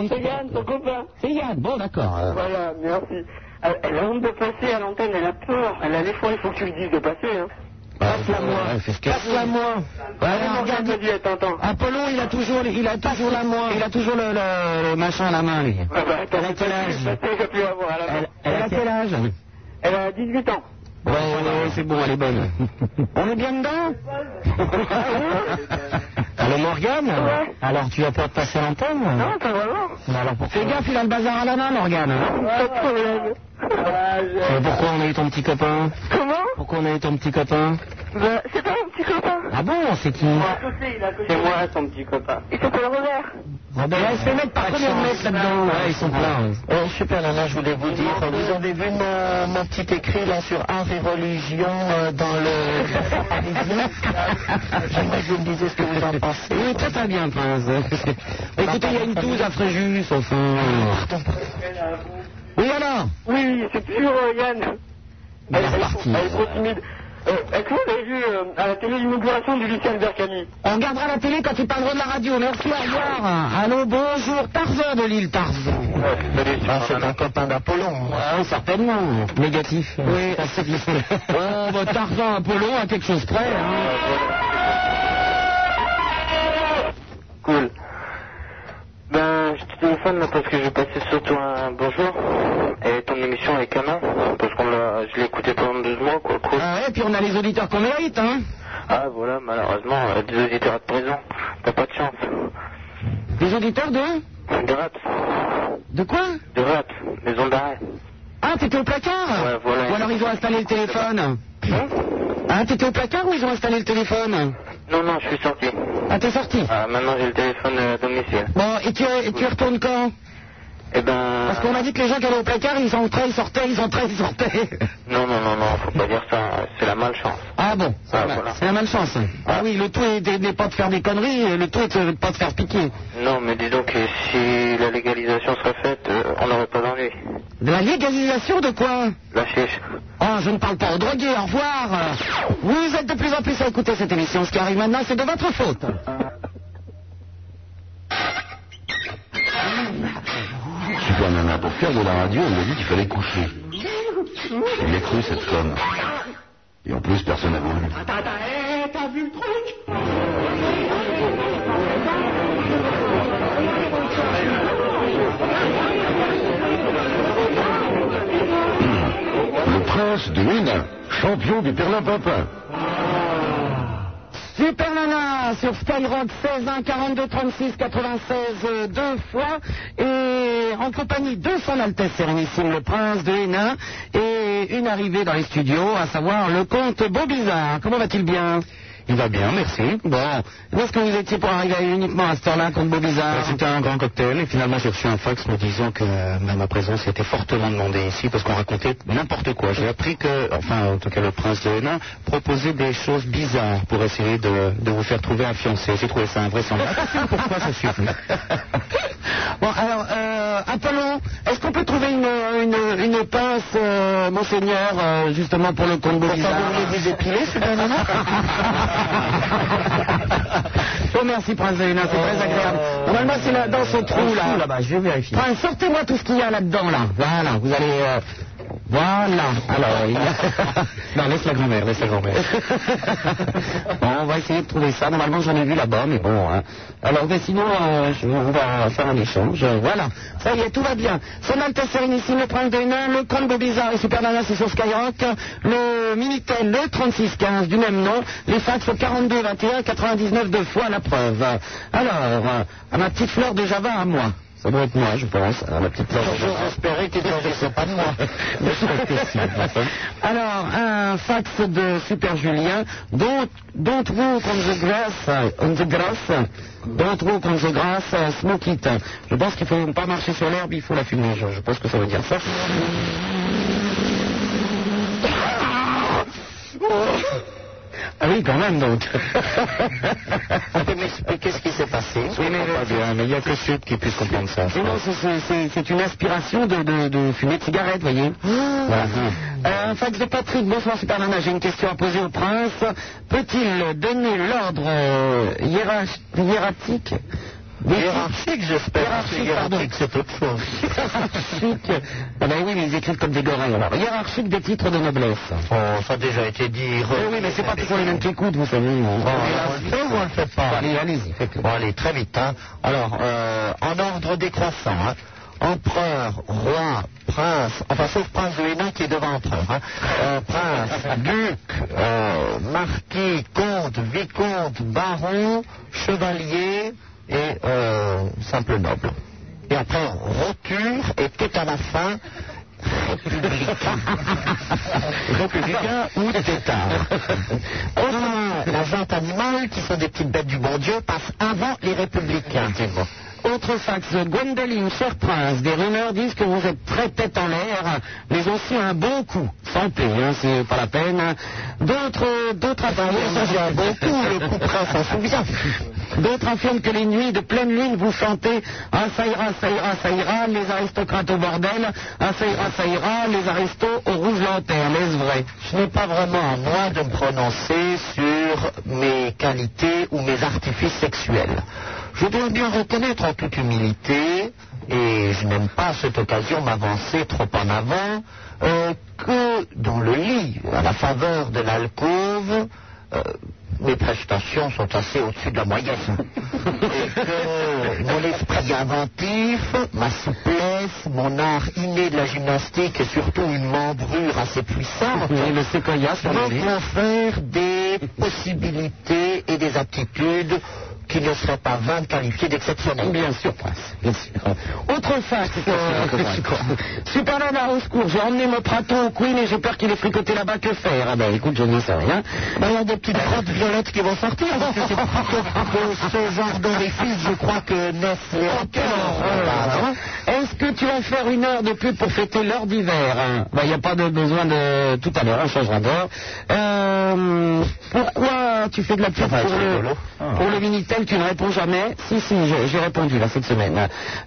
[SPEAKER 6] C'est Yann, ton copain.
[SPEAKER 2] C'est Yann, bon d'accord. euh.
[SPEAKER 6] Voilà, merci. Euh, Elle, elle a honte de passer à l'antenne, elle a peur, elle a l'effroi, il faut que tu lui dises de passer. Hein.
[SPEAKER 2] Passe-la moi. Passe-la moi. Voilà,
[SPEAKER 6] regarde,
[SPEAKER 2] regarde.
[SPEAKER 6] dit, attends, attends.
[SPEAKER 2] Apollon, il a toujours, il a toujours la main, il a toujours le, le- le machin à la main, lui.
[SPEAKER 6] Ah bah, attends,
[SPEAKER 2] Elle a quel âge
[SPEAKER 6] passer, je vais plus la voir, elle a-
[SPEAKER 2] Elle, elle a quel âge
[SPEAKER 6] Elle a 18 ans.
[SPEAKER 2] Ah Ouais, ouais, ouais, c'est bon, elle est bonne. [LAUGHS] On est bien dedans [LAUGHS] Allô, Morgane Alors, tu vas pas te passer à l'antenne
[SPEAKER 6] Non, pas vraiment.
[SPEAKER 2] Mais alors, pourquoi Fais gaffe, il a le bazar à la main, Morgane.
[SPEAKER 6] Pas de problème.
[SPEAKER 2] Mais pourquoi on a eu ton petit copain
[SPEAKER 6] Comment
[SPEAKER 2] Pourquoi on a eu ton petit copain
[SPEAKER 6] bah, C'est pas mon petit copain.
[SPEAKER 2] Ah bon, c'est qui
[SPEAKER 12] C'est moi, son petit copain.
[SPEAKER 6] Il s'appelle Robert.
[SPEAKER 2] Robert, elle se fait mettre par combien de mètres là-dedans Ouais, ils sont pleins.
[SPEAKER 39] Oh, super, Nana, je voulais vous dire, vous avez vu mon, mon petit écrit là sur art et religion euh, dans
[SPEAKER 2] [LAUGHS]
[SPEAKER 39] le Parisien J'aimerais que vous me disiez ce que vous en pensez.
[SPEAKER 2] Oui, très très bien, Prince.
[SPEAKER 39] [LAUGHS]
[SPEAKER 2] Écoutez, il y a une touze à Fréjus, enfin. Oui, alors
[SPEAKER 6] Oui, oui, c'est sûr, euh, Yann.
[SPEAKER 2] Il
[SPEAKER 6] Elle,
[SPEAKER 2] est
[SPEAKER 6] elle est
[SPEAKER 2] reparti.
[SPEAKER 6] trop- elle est trop timide. Euh, Est-ce que vous avez vu euh, à la télé l'inauguration du lycée Albert Camus
[SPEAKER 2] On regardera la télé quand ils parleront de la radio. Merci, au revoir. Allô, bonjour. Tarzan de l'île Tarzan.
[SPEAKER 12] Salut,
[SPEAKER 39] Ah, c'est un copain d'Apollon.
[SPEAKER 2] Ah, certainement. Négatif. Oui, [LAUGHS] assez difficile. oh, bah, Tarzan, Apollon, à quelque chose près. hein.
[SPEAKER 12] Cool. Ben, je te téléphone là parce que je vais passer surtout un bonjour. Et ton émission avec Anna, parce qu'on l'a, je l'ai écouté pendant 12 mois, quoi, cool.
[SPEAKER 2] Ah ouais, puis on a les auditeurs qu'on mérite, hein.
[SPEAKER 12] Ah voilà, malheureusement, euh, des auditeurs à présent, t'as pas de chance.
[SPEAKER 2] Les auditeurs de
[SPEAKER 12] Des raps,
[SPEAKER 2] De quoi
[SPEAKER 12] des raps, des ondes d'arrêt.
[SPEAKER 2] Ah, t'étais au placard
[SPEAKER 12] Ouais, voilà.
[SPEAKER 2] Ou alors ils ont installé le téléphone
[SPEAKER 12] Hein
[SPEAKER 2] Ah, t'étais au placard ou ils ont installé le téléphone
[SPEAKER 12] Non, non, je suis sorti.
[SPEAKER 2] Ah, t'es sorti
[SPEAKER 12] Ah, maintenant j'ai le téléphone euh, à domicile.
[SPEAKER 2] Bon, et tu, et tu retournes quand
[SPEAKER 12] Eh ben...
[SPEAKER 2] Parce qu'on a dit que les gens qui allaient au placard, ils entraient, ils sortaient, ils entraient, ils sortaient.
[SPEAKER 12] [LAUGHS] Non, non, non, non, faut pas dire ça, c'est la malchance.
[SPEAKER 2] Ah bon,
[SPEAKER 12] Ah, voilà.
[SPEAKER 2] c'est la malchance. Ah oui, le tout est de- n'est pas de faire des conneries, et le tout est de pas de faire piquer.
[SPEAKER 12] Non, mais disons que si la légalisation serait faite, euh, on n'aurait pas d'ennui.
[SPEAKER 2] De la légalisation de quoi
[SPEAKER 12] La chiche.
[SPEAKER 2] Oh, je ne parle pas aux drogués, au revoir. Vous êtes de plus en plus à écouter cette émission. Ce qui arrive maintenant, c'est de votre faute.
[SPEAKER 11] Super Nana, pour faire de la radio, on lui a dit qu'il fallait coucher. Il a cru cette femme. Et en plus, personne n'a voulu. Le prince de Hénin chante. champion du Perlin-Pimpin.
[SPEAKER 2] Super Nana sur Skyrock 16 1 42 36 96 euh, deux fois et en compagnie de son Altesse Sérénissime le Prince de Hénin et une arrivée dans les studios, à savoir le comte Beaubizarre. Comment va-t-il bien
[SPEAKER 40] Il va bien, merci.
[SPEAKER 2] Bon, où est-ce que vous étiez pour arriver uniquement à ce temps-là, comte Beaubizarre
[SPEAKER 40] Bah, C'était un grand cocktail et finalement j'ai reçu un fax me disant que euh, ma présence était fortement demandée ici parce qu'on racontait n'importe quoi. J'ai appris que, enfin en tout cas le prince de Hénin, proposait des choses bizarres pour essayer de, de vous faire trouver un fiancé. J'ai trouvé ça invraisemblable. Je sais pas pourquoi ça suffit.
[SPEAKER 2] Bon, alors, euh, Apollon, est-ce qu'on peut trouver une, une, une pince, euh, monseigneur, euh, justement pour le combo
[SPEAKER 12] Pour ça, vous voulez vous épiler,
[SPEAKER 40] [LAUGHS]
[SPEAKER 12] Super Nana
[SPEAKER 2] Oh, merci, Prince Elena, c'est très agréable. Normalement, c'est là, dans ce trou, là.
[SPEAKER 12] Là-bas, je vais vérifier.
[SPEAKER 2] Prince, sortez-moi tout ce qu'il y a là-dedans, là. Voilà, vous allez... euh, Voilà. Alors, il y a- [LAUGHS]
[SPEAKER 40] Non, laisse la grand-mère, laisse la grand-mère.
[SPEAKER 2] Bon, on va essayer de trouver ça. Normalement, j'en ai vu là-bas, mais bon. hein. Alors, ben, sinon, euh, je- on va faire un échange. Euh, Voilà. Ça y est, tout va bien. Son Altesse Sérénissime, le Prince des Nains, le Combo Bizarre et Super Nana, c'est sur Skyrock. Le Minitel, le 3615, du même nom. Les fax au 42 21 99 deux fois la preuve. Alors, euh, à ma petite fleur de Java, à moi. Ça doit être moi, je pense. à ma petite fleur de Java.
[SPEAKER 12] J'espérais que tu ne pas de moi.
[SPEAKER 2] [LAUGHS] Mais je crois que si. Alors, un fax de Super Julien. Don't, don't walk on the grass, on the grass, don't walk on the grass, uh, smoke it. Je pense qu'il ne faut pas marcher sur l'herbe, il faut la fumer. Je, je pense que ça veut dire ça. Ah oui, quand même,
[SPEAKER 12] [LAUGHS]
[SPEAKER 2] donc.
[SPEAKER 12] Tu peux m'expliquer ce qui s'est passé
[SPEAKER 40] Oui, mais pas bien, mais il n'y a que Sud qui puisse comprendre ça.
[SPEAKER 2] Mais non, c'est- c'est- c'est- c'est une aspiration de, de, de fumée de cigarette, voyez.
[SPEAKER 12] Ah.
[SPEAKER 2] Voilà. Euh, un fax de Patrick, bonsoir Super Nana, j'ai une question à poser au prince. Peut-il donner l'ordre euh, hiérarch- hiératique
[SPEAKER 12] Hiérarchique, j'espère.
[SPEAKER 2] Hiérarchique, pardon.
[SPEAKER 12] Hiérarchique, c'est autre chose.
[SPEAKER 2] Hiérarchique. Ah ben oui, mais ils écrivent comme des gorilles. Alors, hiérarchique des titres de noblesse.
[SPEAKER 12] Oh, ça a déjà été dit.
[SPEAKER 2] Oui, Eh oui, mais c'est pas toujours les mêmes qui écoutent, vous savez.
[SPEAKER 12] on le fait ou on le fait pas
[SPEAKER 2] Allez, allez-y, faites-le.
[SPEAKER 12] Bon, allez, très vite. hein. Alors, euh, en ordre décroissant, hein. empereur, roi, [LAUGHS] prince, enfin sauf prince de Hénin qui est devant empereur, hein. Euh, prince, duc, euh, marquis, comte, vicomte, baron, chevalier et euh, simple noble. Et après, roture et tout à la fin, républicain. républicain
[SPEAKER 2] [LAUGHS]
[SPEAKER 12] ou tétard. Non, non, non, la jante animale, qui sont des petites bêtes du bon Dieu, passe avant les républicains.
[SPEAKER 2] Autre fax, Gwendoline, cher prince, des rumeurs disent que vous êtes très tête en l'air, mais aussi un bon coup. Sans paix, hein, c'est pas la peine. D'autres, euh, d'autres affirment...
[SPEAKER 12] Ah, ça, j'ai un bon coup, le coup prince, on se souvient.
[SPEAKER 2] D'autres affirment que les nuits de pleine lune, vous chantez « Ah, ça ira, ça ira, ça ira, les aristocrates au bordel, ah, ça ira, ça ira, les aristos au rouge lanterne, est-ce vrai ?»
[SPEAKER 12] Je n'ai pas vraiment à moi de me prononcer sur mes qualités ou mes artifices sexuels. Je dois bien reconnaître en toute humilité, et je n'aime pas à cette occasion m'avancer trop en avant, euh, que dans le lit, à la faveur de l'alcôve, euh, mes prestations sont assez au-dessus de la moyenne. et que mon esprit inventif, ma souplesse, mon art inné de la gymnastique et surtout une membrure assez puissante
[SPEAKER 2] Et le séquoia sur le
[SPEAKER 12] me
[SPEAKER 2] lit.
[SPEAKER 12] confèrent des possibilités et des aptitudes qui ne seraient pas vains de qualifier d'exceptionnelles.
[SPEAKER 2] Bien sûr, Prince, bien sûr. Autre fax. euh,
[SPEAKER 12] [LAUGHS]
[SPEAKER 2] Super Nana, au secours, j'ai emmené mon praton au Queen et j'ai peur qu'il ait fricoté là-bas, que faire Ah ben écoute, je ne sais rien.
[SPEAKER 12] Ben, Il y a des petites crottes violettes qui vont sortir, parce que c'est plutôt [LAUGHS] de ce genre d'orifice, je crois que neuf et encore.
[SPEAKER 2] Alors, Est-ce que tu vas faire une heure de pub pour fêter l'heure d'hiver hein Ben, Il n'y a pas de besoin de... Tout à l'heure, on changera d'heure. Euh, pourquoi tu fais de la pub
[SPEAKER 12] va être
[SPEAKER 2] pour le,
[SPEAKER 12] rigolo. Ah.
[SPEAKER 2] pour le Minitel Tu ne réponds jamais Si, si, j'ai- j'ai répondu là cette semaine.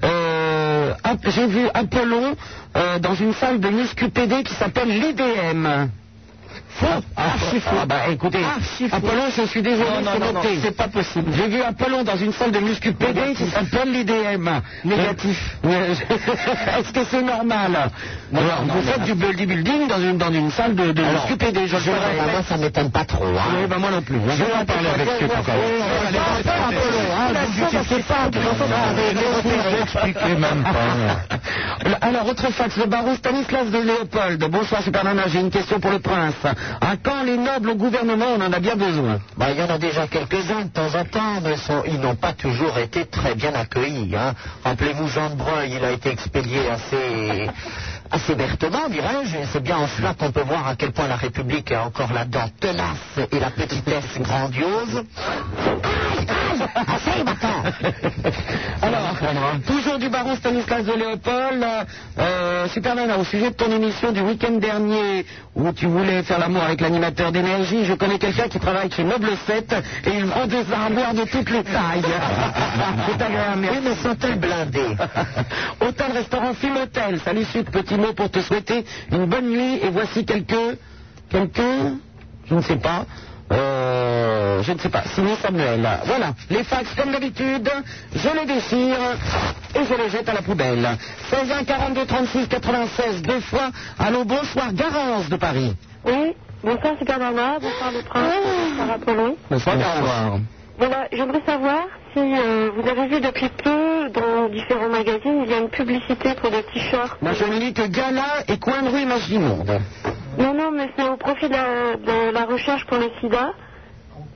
[SPEAKER 2] Euh, Ap- j'ai vu Apollon euh, dans une salle de muscu PD qui s'appelle l'IDM. Faux Archi faux Ah bah écoutez, Apollon, je suis désolé
[SPEAKER 12] Non, non,
[SPEAKER 2] de
[SPEAKER 12] non, non,
[SPEAKER 2] commenter.
[SPEAKER 12] c'est pas possible.
[SPEAKER 2] J'ai vu Apollon dans une salle de muscu PD qui s'appelle l'IDM. Négatif. Euh, [LAUGHS] Est-ce que c'est normal Alors,
[SPEAKER 12] non,
[SPEAKER 2] vous
[SPEAKER 12] non,
[SPEAKER 2] faites
[SPEAKER 12] non.
[SPEAKER 2] du bodybuilding dans une, dans une salle de, de
[SPEAKER 12] Alors,
[SPEAKER 2] muscu PD, je
[SPEAKER 12] Je- ben, moi, ça m'étonne pas trop. hein.
[SPEAKER 2] Oui, ben moi non plus.
[SPEAKER 12] Je vais en parler avec
[SPEAKER 2] Ouais,
[SPEAKER 12] Stup
[SPEAKER 2] ouais,
[SPEAKER 12] encore.
[SPEAKER 2] ouais, ouais,
[SPEAKER 12] On va
[SPEAKER 2] ouais,
[SPEAKER 12] aller voir
[SPEAKER 2] ouais,
[SPEAKER 12] ça,
[SPEAKER 2] ouais,
[SPEAKER 12] Apollo, hein,
[SPEAKER 2] ouais,
[SPEAKER 12] la
[SPEAKER 2] ouais,
[SPEAKER 12] justice,
[SPEAKER 2] ouais,
[SPEAKER 12] c'est pas-
[SPEAKER 2] ouais,
[SPEAKER 12] Non,
[SPEAKER 2] ouais,
[SPEAKER 12] mais
[SPEAKER 2] ouais,
[SPEAKER 12] vous
[SPEAKER 2] ouais,
[SPEAKER 12] vous expliquez même pas.
[SPEAKER 2] ouais. [LAUGHS] Alors, autre fax, le baron Stanislas de Léopold. Bonsoir, Super Nana, j'ai une question pour le prince. À quand les nobles au gouvernement On en a bien besoin.
[SPEAKER 12] Bah, il y en a déjà quelques-uns de temps en temps, mais sont- ils n'ont pas toujours été très bien accueillis. Hein. Rappelez-vous Jean de Breuil, il a été expédié assez, assez vertement, dirais-je. Et C'est bien en cela qu'on peut voir à quel point la République a encore la dent tenace et la petitesse grandiose.
[SPEAKER 2] [LAUGHS] Alors, toujours du baron Stanislas de Léopold, euh, Super Nana, au sujet de ton émission du week-end dernier où tu voulais faire l'amour avec l'animateur d'énergie, je connais quelqu'un qui travaille chez Noble 7 et il vend des armoires de toutes les [LAUGHS] tailles. C'est agréable. Oui, mais sont-elles blindées Hôtel, restaurant, film hôtel. Salut Sup, petit mot pour te souhaiter une bonne nuit et voici quelques... quelques... je ne sais pas. Euh, je ne sais pas, signé Samuel. Voilà, les fax comme d'habitude, je les déchire et je les jette à la poubelle. 16 1 42 36 96 deux fois. Allô, bonsoir, Garance de Paris.
[SPEAKER 10] Oui, bonsoir Super Nana, bonsoir le prince,
[SPEAKER 30] Ah.
[SPEAKER 10] bonsoir Apollon.
[SPEAKER 2] Bonsoir, Garance.
[SPEAKER 10] Voilà, j'aimerais savoir si euh, vous avez vu depuis peu dans différents magazines, il y a une publicité pour des t-shirts.
[SPEAKER 2] Ma cheminée que Gala et Coin de rue Magimonde.
[SPEAKER 10] Non, non, mais c'est au profit de la, de la recherche pour le sida.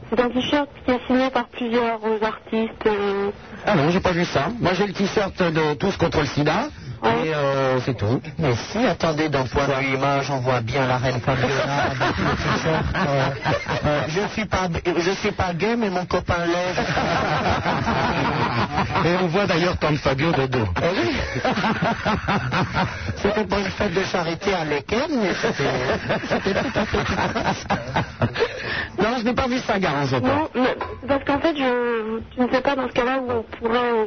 [SPEAKER 10] C'est un t-shirt qui est signé par plusieurs euh, artistes. euh,
[SPEAKER 2] Ah non, j'ai pas vu ça. Moi j'ai le t-shirt de Tous contre le sida. Et euh, c'est tout.
[SPEAKER 12] Mais si, attendez, dans Point de vue Image, on voit bien la reine
[SPEAKER 2] [LAUGHS]
[SPEAKER 12] Fabiola avec le t-shirt. euh, euh, je suis pas, je suis pas gay, mais mon copain l'est.
[SPEAKER 2] Et on voit d'ailleurs tant de Fabio de dos.
[SPEAKER 12] C'était pour une fête de charité à Lecken, mais c'était- c'était tout à fait
[SPEAKER 2] Non, je n'ai pas vu ça, Garance.
[SPEAKER 10] Non, mais- parce qu'en fait, je, je ne sais pas dans ce cas-là où on pourrait euh,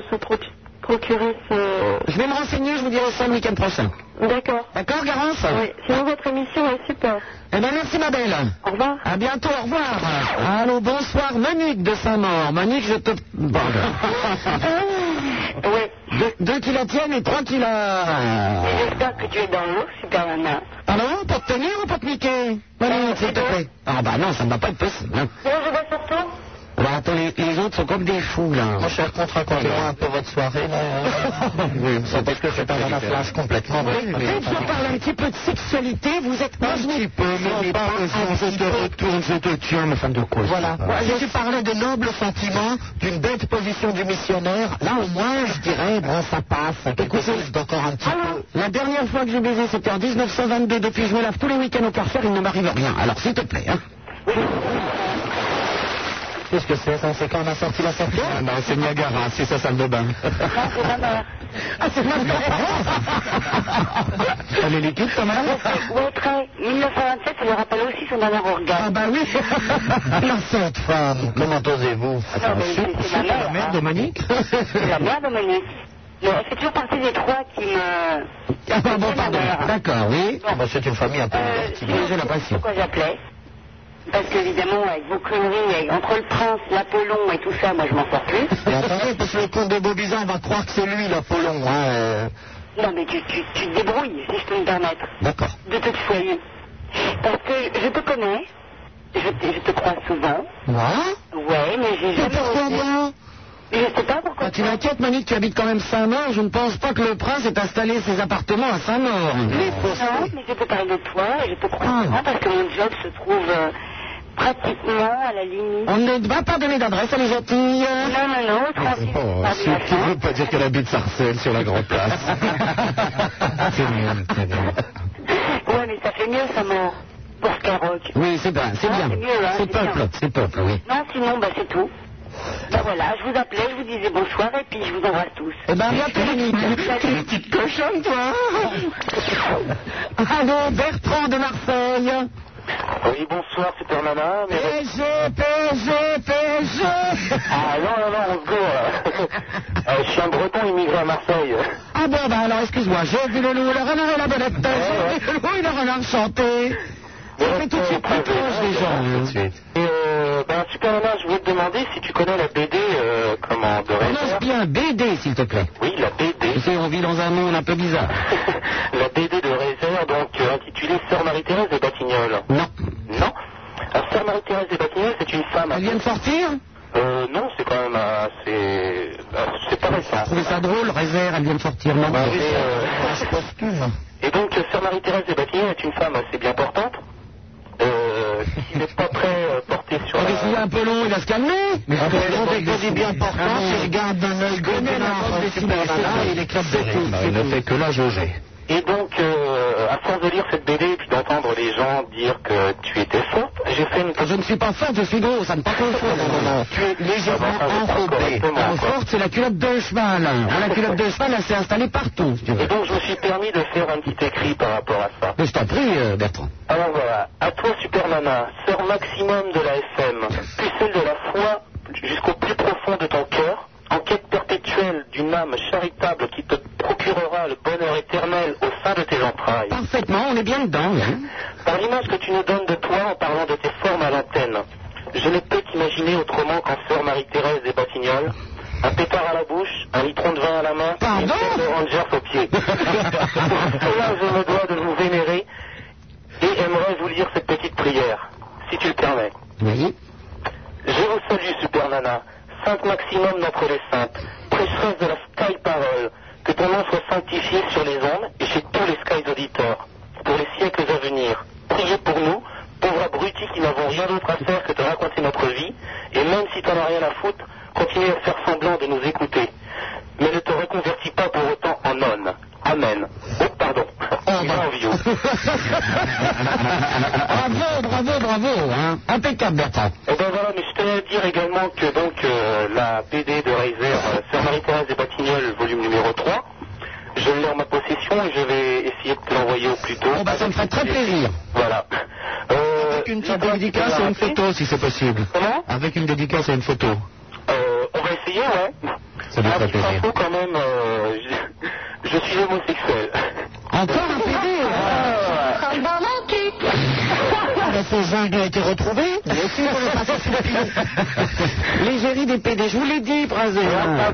[SPEAKER 10] se, se procu- procurer ce...
[SPEAKER 2] Je vais me renseigner, je vous dirai ça le week-end prochain.
[SPEAKER 10] D'accord.
[SPEAKER 2] D'accord, Garance
[SPEAKER 10] Oui, sinon votre émission
[SPEAKER 30] Ah,
[SPEAKER 10] est super.
[SPEAKER 2] Eh bien, merci, ma belle.
[SPEAKER 10] Au revoir.
[SPEAKER 2] À bientôt, au revoir. Allô, bonsoir, Monique de Saint-Maur. Monique, je te.
[SPEAKER 11] [LAUGHS]
[SPEAKER 2] Pardon. Deux, deux qui la tiennent et trois qui la.
[SPEAKER 11] J'espère que tu es dans l'eau, super nana.
[SPEAKER 2] Alors, pour te tenir ou pour te niquer Monique, s'il te plaît. Ah, bah non, ça ne va pas être possible. hein.
[SPEAKER 11] Non, je vais sur toi.
[SPEAKER 2] Bah, attends, les, les autres sont comme des fous, là.
[SPEAKER 12] Mon cher contre, racontez-moi un peu votre soirée. là. [LAUGHS]
[SPEAKER 2] Oui,
[SPEAKER 12] c'est parce que je parle à la flash complètement.
[SPEAKER 2] Dès que je parle un petit peu de sexualité, vous êtes un petit peu,
[SPEAKER 12] mais pas un petit peu.
[SPEAKER 2] retourne, je te tiens, mais fin de quoi
[SPEAKER 12] Voilà. Je parlais de nobles sentiments, d'une bête position du missionnaire. Là, au moins, je dirais, bon, ça passe. ça Quelque chose d'encore un petit peu.
[SPEAKER 2] La dernière fois que j'ai baisé, c'était en 1922. Depuis, je me lave tous les week-ends au Carrefour, il ne m'arrive rien. Alors, s'il te plaît, hein.
[SPEAKER 12] Qu'est-ce que c'est ça C'est quand on a sorti la sortie
[SPEAKER 2] Ah, Non, c'est Niagara, c'est sa salle de
[SPEAKER 12] [LAUGHS]
[SPEAKER 2] bain. Ah, c'est ma [LAUGHS] mère Elle est liquide, ta mère
[SPEAKER 11] Ouais, très. 1927, ça lui rappelle aussi son dernier organe.
[SPEAKER 2] Ah bah
[SPEAKER 11] [LAUGHS]
[SPEAKER 2] oui
[SPEAKER 12] Cette femme, comment osez-vous
[SPEAKER 11] Non, Ah, mais c'est- c'est ma mère. hein.
[SPEAKER 2] de Monique
[SPEAKER 11] C'est la mère de Monique. Mais elle fait toujours partie des trois qui me...
[SPEAKER 2] Ah, bon, pardon. D'accord, oui.
[SPEAKER 12] Ah, bah, C'est une famille un peu divertie.
[SPEAKER 2] J'ai l'impression.
[SPEAKER 11] Euh, Pourquoi j'appelais Parce qu'évidemment, avec vos conneries, avec- entre le prince, l'Apollon et tout ça, moi je m'en sors plus.
[SPEAKER 12] Mais attendez, parce que le comte de Beaubizan va croire que c'est lui, l'Apollon. hein, euh.
[SPEAKER 11] Non, mais tu, tu, tu te débrouilles, si je peux me permettre,
[SPEAKER 12] D'accord.
[SPEAKER 11] de te foyer. Parce que je te connais, je, te- je te crois souvent.
[SPEAKER 12] Moi
[SPEAKER 11] Ouais, mais j'ai jamais... osé. Je sais pas pourquoi.
[SPEAKER 2] Quand Ah, tu m'inquiètes, Monique, tu habites quand même Saint-Maur. Je ne pense pas que le prince ait installé ses appartements à Saint-Maur.
[SPEAKER 11] Non, mais je peux parler de toi, et je peux croire en toi, parce que mon job se trouve euh, pratiquement à la limite.
[SPEAKER 2] On ne va pas donner d'adresse, elle est gentille.
[SPEAKER 11] Non, non, non, tranquille.
[SPEAKER 41] Oh,
[SPEAKER 11] pas
[SPEAKER 41] si
[SPEAKER 11] bien.
[SPEAKER 41] tu veux pas dire qu'elle habite Sarcelles sur la Grande
[SPEAKER 2] [LAUGHS]
[SPEAKER 41] Place.
[SPEAKER 12] [LAUGHS]
[SPEAKER 41] c'est mieux, c'est mieux.
[SPEAKER 11] Ouais, mais ça fait mieux, ça mort. Pour Skyrock.
[SPEAKER 2] Oui, c'est bien, c'est
[SPEAKER 11] Ah,
[SPEAKER 2] bien.
[SPEAKER 11] c'est mieux, hein,
[SPEAKER 2] C'est
[SPEAKER 11] c'est
[SPEAKER 2] peuple,
[SPEAKER 11] bien.
[SPEAKER 2] c'est peuple, oui.
[SPEAKER 11] Non, sinon, bah c'est tout. Ben voilà, je vous appelais, je vous disais bonsoir, et puis je vous embrasse tous.
[SPEAKER 2] Eh ben, viens, Monique.
[SPEAKER 11] Salut.
[SPEAKER 2] T'es une petite cochonne, toi. Allô, Bertrand de Marseille.
[SPEAKER 6] Oui, bonsoir, Super Nana.
[SPEAKER 2] [LAUGHS]
[SPEAKER 6] Mais...
[SPEAKER 2] PSG, PSG, PSG.
[SPEAKER 6] Ah non, non, non,
[SPEAKER 2] [LAUGHS]
[SPEAKER 6] on se gourre, là. Euh, je suis un breton immigré à Marseille.
[SPEAKER 2] Ah bon, bah alors, excuse-moi, j'ai vu le loup, le renard et la belette. J'ai vu le loup et le renard chanter. Ça fait tout de suite plus proche des gens. hein.
[SPEAKER 6] Et euh, ben, Super Nana, je voulais te demander si tu connais la BD, euh, comment, de
[SPEAKER 2] Prononce bien BD, s'il te plaît.
[SPEAKER 6] Oui, la BD.
[SPEAKER 2] Tu sais, on vit dans un monde un peu bizarre.
[SPEAKER 6] [LAUGHS] la BD de Rézer, donc euh, intitulée Sœur Marie-Thérèse de Batignolles.
[SPEAKER 2] Non.
[SPEAKER 6] Non Alors, Sœur Marie-Thérèse de Batignolles, c'est une femme.
[SPEAKER 2] Elle vient de sortir
[SPEAKER 6] Euh, non, c'est quand même assez. euh, C'est pas récent.
[SPEAKER 42] Vous trouvez ça drôle Réserve, elle vient de sortir. Non,
[SPEAKER 6] Et, euh, et donc, euh, Sœur Marie-Thérèse de Bâtillon est une femme assez bien portante, euh, qui n'est pas très euh, portée sur la...
[SPEAKER 2] Il est un peu long, il a se calmer. Mais
[SPEAKER 6] Ah, mais bon,
[SPEAKER 2] dès que je dis bien portant, si Ah je garde un œil gonné la force des super nanas, il éclate de tout.
[SPEAKER 42] Il ne fait que la jauger.
[SPEAKER 6] Et donc, euh, à force de lire cette BD et puis d'entendre les gens dire que tu étais forte, j'ai fait une...
[SPEAKER 2] Je ne suis pas forte, je suis gros, ça ne [LAUGHS] pas confondre. Tu es légèrement Ah, enrobé. La forte, c'est la culotte de cheval. Hein, La culotte de cheval, elle s'est installée partout, si tu veux.
[SPEAKER 6] Et donc, je me suis permis de faire un petit écrit par rapport à ça.
[SPEAKER 2] Mais je t'en prie, euh, Bertrand.
[SPEAKER 6] Alors voilà, à toi Super Nana, sœur maximum de la FM, pucelle de la foi jusqu'au plus profond de ton cœur, en quête perpétuelle d'une âme charitable qui te procurera le bonheur éternel au sein de tes entrailles.
[SPEAKER 2] Parfaitement, on est bien dedans. hein.
[SPEAKER 6] Par l'image que tu nous donnes de toi en parlant de tes formes à l'antenne, je ne peux t'imaginer autrement qu'en sœur Marie-Thérèse des Batignolles, un pétard à la bouche, un litron de vin à la main, et une paire de Rangers aux pieds. Pour cela, je me dois de vous vénérer et aimerais vous lire cette petite prière, si tu le permets.
[SPEAKER 42] [LAUGHS]
[SPEAKER 2] Oui.
[SPEAKER 6] Je vous salue, Super Nana, sainte maximum d'entre les saintes, prêcheresse de la Sky Parole, que ton nom soit sanctifié sur les ondes et chez tous les Sky auditeurs, pour les siècles à venir. Priez pour nous, pauvres abrutis qui n'avons rien d'autre à faire que de raconter notre vie, et même si t'en as rien à foutre, continue à faire semblant de nous écouter. Mais ne te reconvertis pas pour autant en nonne. Amen. Oh, pardon. Il m'a envie.
[SPEAKER 2] bravo, bravo, bravo. Hein. Impeccable, Bertrand.
[SPEAKER 6] Et ben voilà, mais je tenais à dire également que donc euh, la BD de Reiser, euh, Sœur Marie-Thérèse des Batignolles, volume numéro 3, je l'ai en ma possession et je vais essayer de te l'envoyer au plus tôt.
[SPEAKER 2] Oh, bah, Ça me ferait très plaisir.
[SPEAKER 6] Voilà. Euh,
[SPEAKER 42] Une dédicace et une photo, si c'est possible. Avec une dédicace et une photo.
[SPEAKER 6] Euh, on va essayer, ouais. Ah,
[SPEAKER 42] Ça nous ferait plaisir.
[SPEAKER 6] Info quand même, euh, je, je suis homosexuel. Ah,
[SPEAKER 2] Encore un hein. PD
[SPEAKER 42] [LAUGHS]
[SPEAKER 12] Mais ce jungle a été retrouvé.
[SPEAKER 2] Mais si, on est passé sous le pied. [LAUGHS] L'égérie des PD, je vous l'ai dit, Brazé.
[SPEAKER 42] Ah,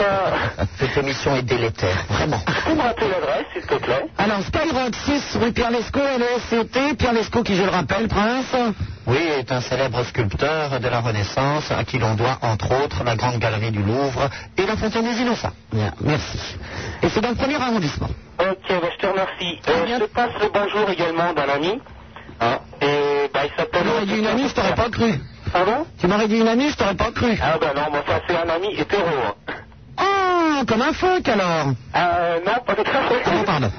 [SPEAKER 12] Euh, Cette émission est délétère, vraiment.
[SPEAKER 6] Tu peux me rappeler l'adresse, s'il te plaît
[SPEAKER 2] Alors, Skyrock 6, rue Pierre Lescaut, E LESCT. Pierre Lescaut, qui, je le rappelle, prince.
[SPEAKER 12] Oui, est un célèbre sculpteur de la Renaissance à qui l'on doit, entre autres, la Grande Galerie du Louvre et la Fontaine des Innocents.
[SPEAKER 2] Bien, merci. Et c'est dans le premier arrondissement.
[SPEAKER 6] Ok, bah, je te remercie. Euh, je te passe le bonjour également d'un ami. Hein, et bah, il s'appelle.
[SPEAKER 2] Tu m'aurais dit une amie, je t'aurais pas cru.
[SPEAKER 6] Pardon
[SPEAKER 2] Tu m'aurais dit une amie, je t'aurais pas cru.
[SPEAKER 6] Ah bah non, moi ça c'est un ami hétéro. hein.
[SPEAKER 2] Oh, comme un fuck alors.
[SPEAKER 6] Euh, non, pas tout à fait.
[SPEAKER 2] Oh, pardon.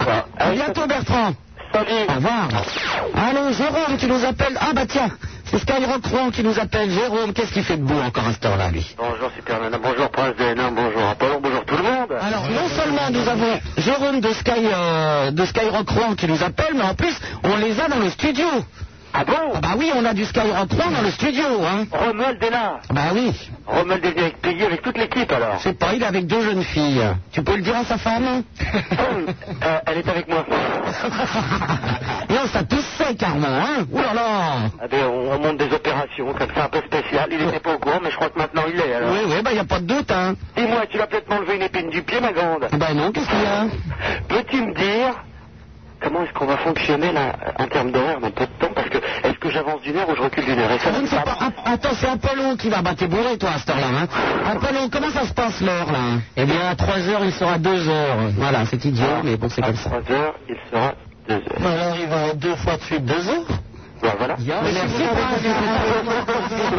[SPEAKER 12] Ah,
[SPEAKER 2] À bientôt, Bertrand.
[SPEAKER 6] Salut.
[SPEAKER 2] Au revoir. Allô, Jérôme, tu nous appelles. Ah, bah tiens, c'est Skyrock Rouen qui nous appelle. Jérôme, qu'est-ce qu'il fait de beau encore à cette heure-là, lui
[SPEAKER 6] Bonjour Super Nana, bonjour Prince de Hénin, bonjour Apollon, bonjour tout le monde.
[SPEAKER 2] Alors, non seulement nous avons Jérôme de, Sky, euh, de Skyrock Rouen qui nous appelle, mais en plus, on les a dans le studio.
[SPEAKER 6] Ah bon
[SPEAKER 2] Bah oui, on a du Skyrock Rouen dans le studio, hein.
[SPEAKER 6] Romuald est là.
[SPEAKER 2] Bah oui.
[SPEAKER 6] Romuald est venu avec Peggy, avec toute l'équipe alors.
[SPEAKER 2] [LAUGHS] Je sais pas, il est avec deux jeunes filles. Tu peux le dire à sa femme hein
[SPEAKER 6] Euh, elle est avec moi.
[SPEAKER 2] [LAUGHS] Non, ça pousse sec, Armand, hein Ouh là là
[SPEAKER 6] Ah ben, on remonte des opérations comme ça un peu spéciales. Il n'était pas au courant, mais je crois que maintenant il l'est alors.
[SPEAKER 2] Oui, oui, bah y a pas de doute, hein.
[SPEAKER 6] Dis-moi, tu l'as peut-être enlevé une épine du pied, ma grande.
[SPEAKER 2] Bah non, qu'est-ce qu'il y a
[SPEAKER 6] Peux-tu me dire comment est-ce qu'on va fonctionner là en termes d'horaire dans peu de temps Parce que est-ce que j'avance d'une heure ou je recule d'une heure Et ça,
[SPEAKER 2] Je ne sais pas. App- Attends, c'est Apollon qui va. Bah, t'es bourré, toi, à cette heure-là. Hein Apollon, comment ça se passe l'heure,
[SPEAKER 12] hein
[SPEAKER 2] là Eh bien, à 3 heures, il sera 2 heures. Voilà, c'est idiot, mais bon, c'est comme ça.
[SPEAKER 6] 3 heures, il sera 2 heures.
[SPEAKER 12] Mais alors, il va avoir deux fois de suite deux heures
[SPEAKER 6] Bah, voilà.
[SPEAKER 2] hein,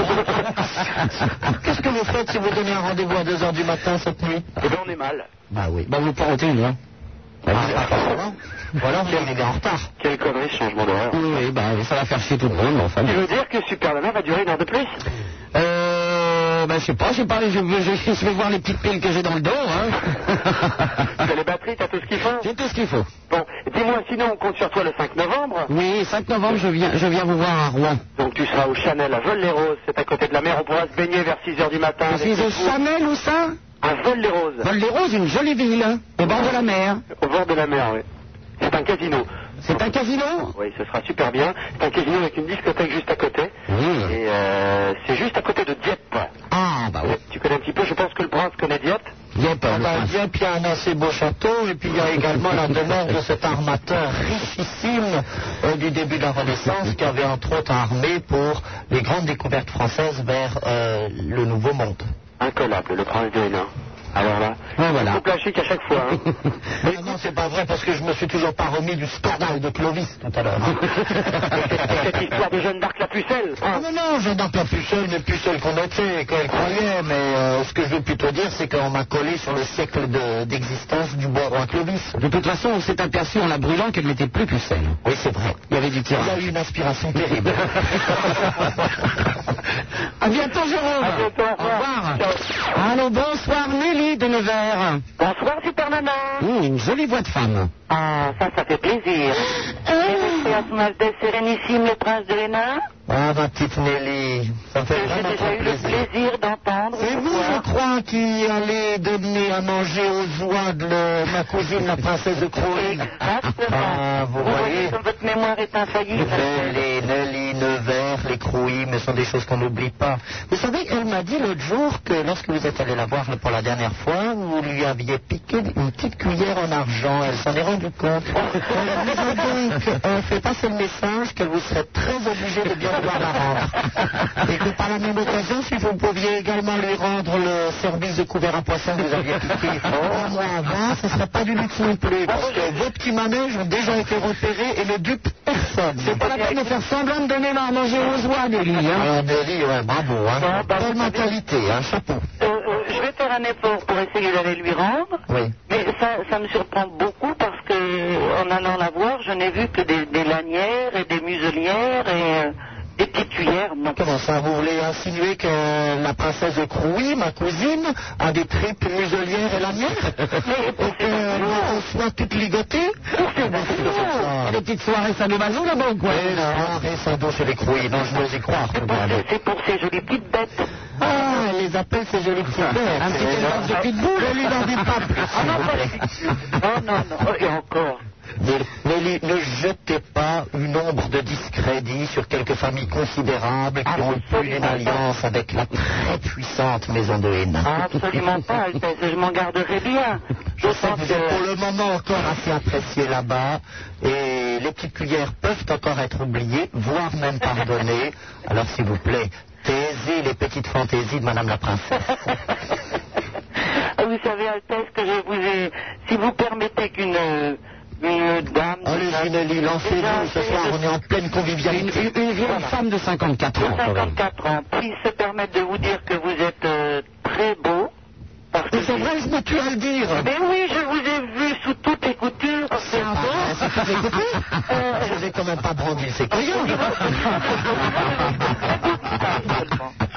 [SPEAKER 12] [LAUGHS] Qu'est-ce que vous faites si vous donnez un rendez-vous à 2 heures du matin cette nuit
[SPEAKER 6] Eh ben, on est mal.
[SPEAKER 12] Bah oui.
[SPEAKER 2] Ah Bah, vous portez une, hein
[SPEAKER 12] Ah, bah, Ou alors, vous arrivez en retard.
[SPEAKER 6] Quelle connerie ce changement d'horaire.
[SPEAKER 2] Oui, oui, bah, ça va faire chier tout le monde, mais enfin.
[SPEAKER 6] Tu veux dire que Super Nana va durer une heure
[SPEAKER 2] [LAUGHS]
[SPEAKER 6] de plus
[SPEAKER 2] Euh. Bah, je sais pas, je sais pas, je, je- je vais voir les petites piles que j'ai dans le dos, hein. [LAUGHS]
[SPEAKER 6] T'as les batteries, t'as tout ce qu'il faut
[SPEAKER 2] J'ai tout ce qu'il faut.
[SPEAKER 6] Bon, dis-moi, sinon on compte sur toi le 5 novembre.
[SPEAKER 2] Oui, 5 novembre, je viens, je viens vous voir à Rouen.
[SPEAKER 6] Donc tu seras au Chanel à Vol-les-Roses, c'est à côté de la mer, on pourra se baigner vers 6h du matin.
[SPEAKER 2] Je suis au Chanel, où ça
[SPEAKER 6] À Vol-les-Roses,
[SPEAKER 2] Vol-les-Roses, une jolie ville, hein, au bord de la mer.
[SPEAKER 6] au bord de la mer, oui. C'est un casino.
[SPEAKER 2] C'est un casino
[SPEAKER 6] Oui, ce sera super bien. C'est un casino avec une discothèque juste à côté. Et euh, c'est juste à côté de Dieppe.
[SPEAKER 2] Ah, bah oui.
[SPEAKER 6] Tu connais un petit peu, je pense que le prince connaît Dieppe.
[SPEAKER 2] Yep,
[SPEAKER 12] Ah
[SPEAKER 2] le
[SPEAKER 12] bah,
[SPEAKER 2] prince.
[SPEAKER 12] bien, puis il y a un assez beau château, Oh, et puis il y a également la demeure de cet armateur richissime euh, du début de la Renaissance, qui avait entre autres armé pour les grandes découvertes françaises vers euh, le Nouveau Monde.
[SPEAKER 43] incollable, le prince de Hénin. Alors là, il faut qu'à chaque fois. hein.
[SPEAKER 2] Ah non, c'est pas vrai parce que je me suis toujours pas remis du scandale de Clovis tout à l'heure.
[SPEAKER 43] Cette histoire de Jeanne d'Arc la pucelle.
[SPEAKER 2] Ah non, non, Jeanne d'Arc la pucelle, mais pucelle qu'on était, qu'elle croyait, mais euh, ce que je veux plutôt dire, c'est qu'on m'a collé sur le siècle [LAUGHS] de- d'existence du bois roi Clovis.
[SPEAKER 12] De toute façon, on s'est aperçu en la brûlant qu'elle n'était plus pucelle.
[SPEAKER 2] Oui, c'est vrai.
[SPEAKER 12] Il y avait du
[SPEAKER 2] Il y a
[SPEAKER 12] tirage.
[SPEAKER 2] eu une inspiration terrible.
[SPEAKER 12] À bientôt, Jérôme. au revoir. Allô, bonsoir, Nelly de Nevers.
[SPEAKER 6] Bonsoir, Super Nana.
[SPEAKER 2] Mmh,
[SPEAKER 12] une jolie voix de femme.
[SPEAKER 6] [LAUGHS] Ah, ça, ça fait plaisir.
[SPEAKER 10] Ah. Euh.
[SPEAKER 6] C'est à son Altesse Sérénissime, le prince de Hénin,
[SPEAKER 2] Ah, ma petite Nelly, ça me fait vraiment très plaisir.
[SPEAKER 6] plaisir d'entendre.
[SPEAKER 2] C'est vous, je crois, qui allez donner à manger aux oies de le- ma cousine, la princesse de Croix. Ah, vous voyez
[SPEAKER 6] Votre mémoire est infaillible.
[SPEAKER 2] Nelly, Nelly, Nevers, les Crouilles, mais ce sont des choses qu'on n'oublie pas. Vous savez, elle m'a dit l'autre jour que lorsque vous êtes allé la voir pour la dernière fois, vous lui aviez piqué une petite cuillère en argent. Elle s'en est rendue compte. Voilà, mais donc, on fait passer le message que vous serez très obligé de bien vouloir la rendre. Et que par la même occasion, si vous pouviez également lui rendre le service de couvert à poisson que vous aviez piqué trois mois avant, ce ne serait pas du luxe non plus. Parce que vos petits manèges ont déjà été repérés et ne dupent personne. C'est pas la peine de faire semblant de donner à manger aux oies, Nelly. Hein. Alors, Nelly, ouais, bravo. Hein. Belle mentalité, hein, chapeau.
[SPEAKER 6] Euh, Je vais faire un effort pour essayer d'aller lui rendre.
[SPEAKER 2] Oui.
[SPEAKER 6] Mais ça, ça me surprend beaucoup parce que en allant la voir, je n'ai vu que des, des lanières et des muselières et euh, des petites cuillères. Non.
[SPEAKER 2] Comment ça, vous voulez insinuer que la princesse de Crouy, ma cousine, a des tripes muselières et lanières Et que nous, on soit toutes ligotées
[SPEAKER 12] Des petites soirées sadomaso là-bas ou quoi
[SPEAKER 2] Eh non, arrête, ça doit chez les Crouy, non, je n'ose y croire.
[SPEAKER 6] C'est pour ces jolies petites bêtes.
[SPEAKER 2] Ah, elle les appelle ces jolies petites bêtes. Un petit élevage de pitbull Ne lui en dites Ah pas plus.
[SPEAKER 6] Ah,
[SPEAKER 2] [LAUGHS]
[SPEAKER 6] Oh non, non, et encore.
[SPEAKER 2] Nelly, ne jetez pas une ombre de discrédit sur quelques familles considérables qui ont eu une alliance avec la très puissante maison de Hénin.
[SPEAKER 6] Absolument pas, Altesse, je m'en garderai bien.
[SPEAKER 2] Je sais que vous êtes pour le moment encore assez apprécié là-bas et les petites cuillères peuvent encore être oubliées, voire même pardonnées. Alors s'il vous plaît, taisez les petites fantaisies de Madame la
[SPEAKER 6] [LAUGHS]
[SPEAKER 2] Princesse.
[SPEAKER 6] Ah, Vous savez, Altesse, que je vous ai. Si vous permettez qu'une euh, une dame.
[SPEAKER 2] Allez, Nelly, lancez-vous ce soir, on est en pleine convivialité.
[SPEAKER 12] Une vieille femme de 54 ans. quand même.
[SPEAKER 6] 54 ans, puisse se permettre de vous dire que vous êtes euh, très beau. Parce que
[SPEAKER 2] c'est vrai, je me tue à le dire.
[SPEAKER 6] Mais oui, je vous ai vu sous toutes les coutures. Ah, C'est un
[SPEAKER 12] Ah,
[SPEAKER 2] Vous écoutez Euh,
[SPEAKER 12] Euh,
[SPEAKER 2] Je vous ai quand
[SPEAKER 12] [LAUGHS]
[SPEAKER 2] même pas brandi, c'est croyant.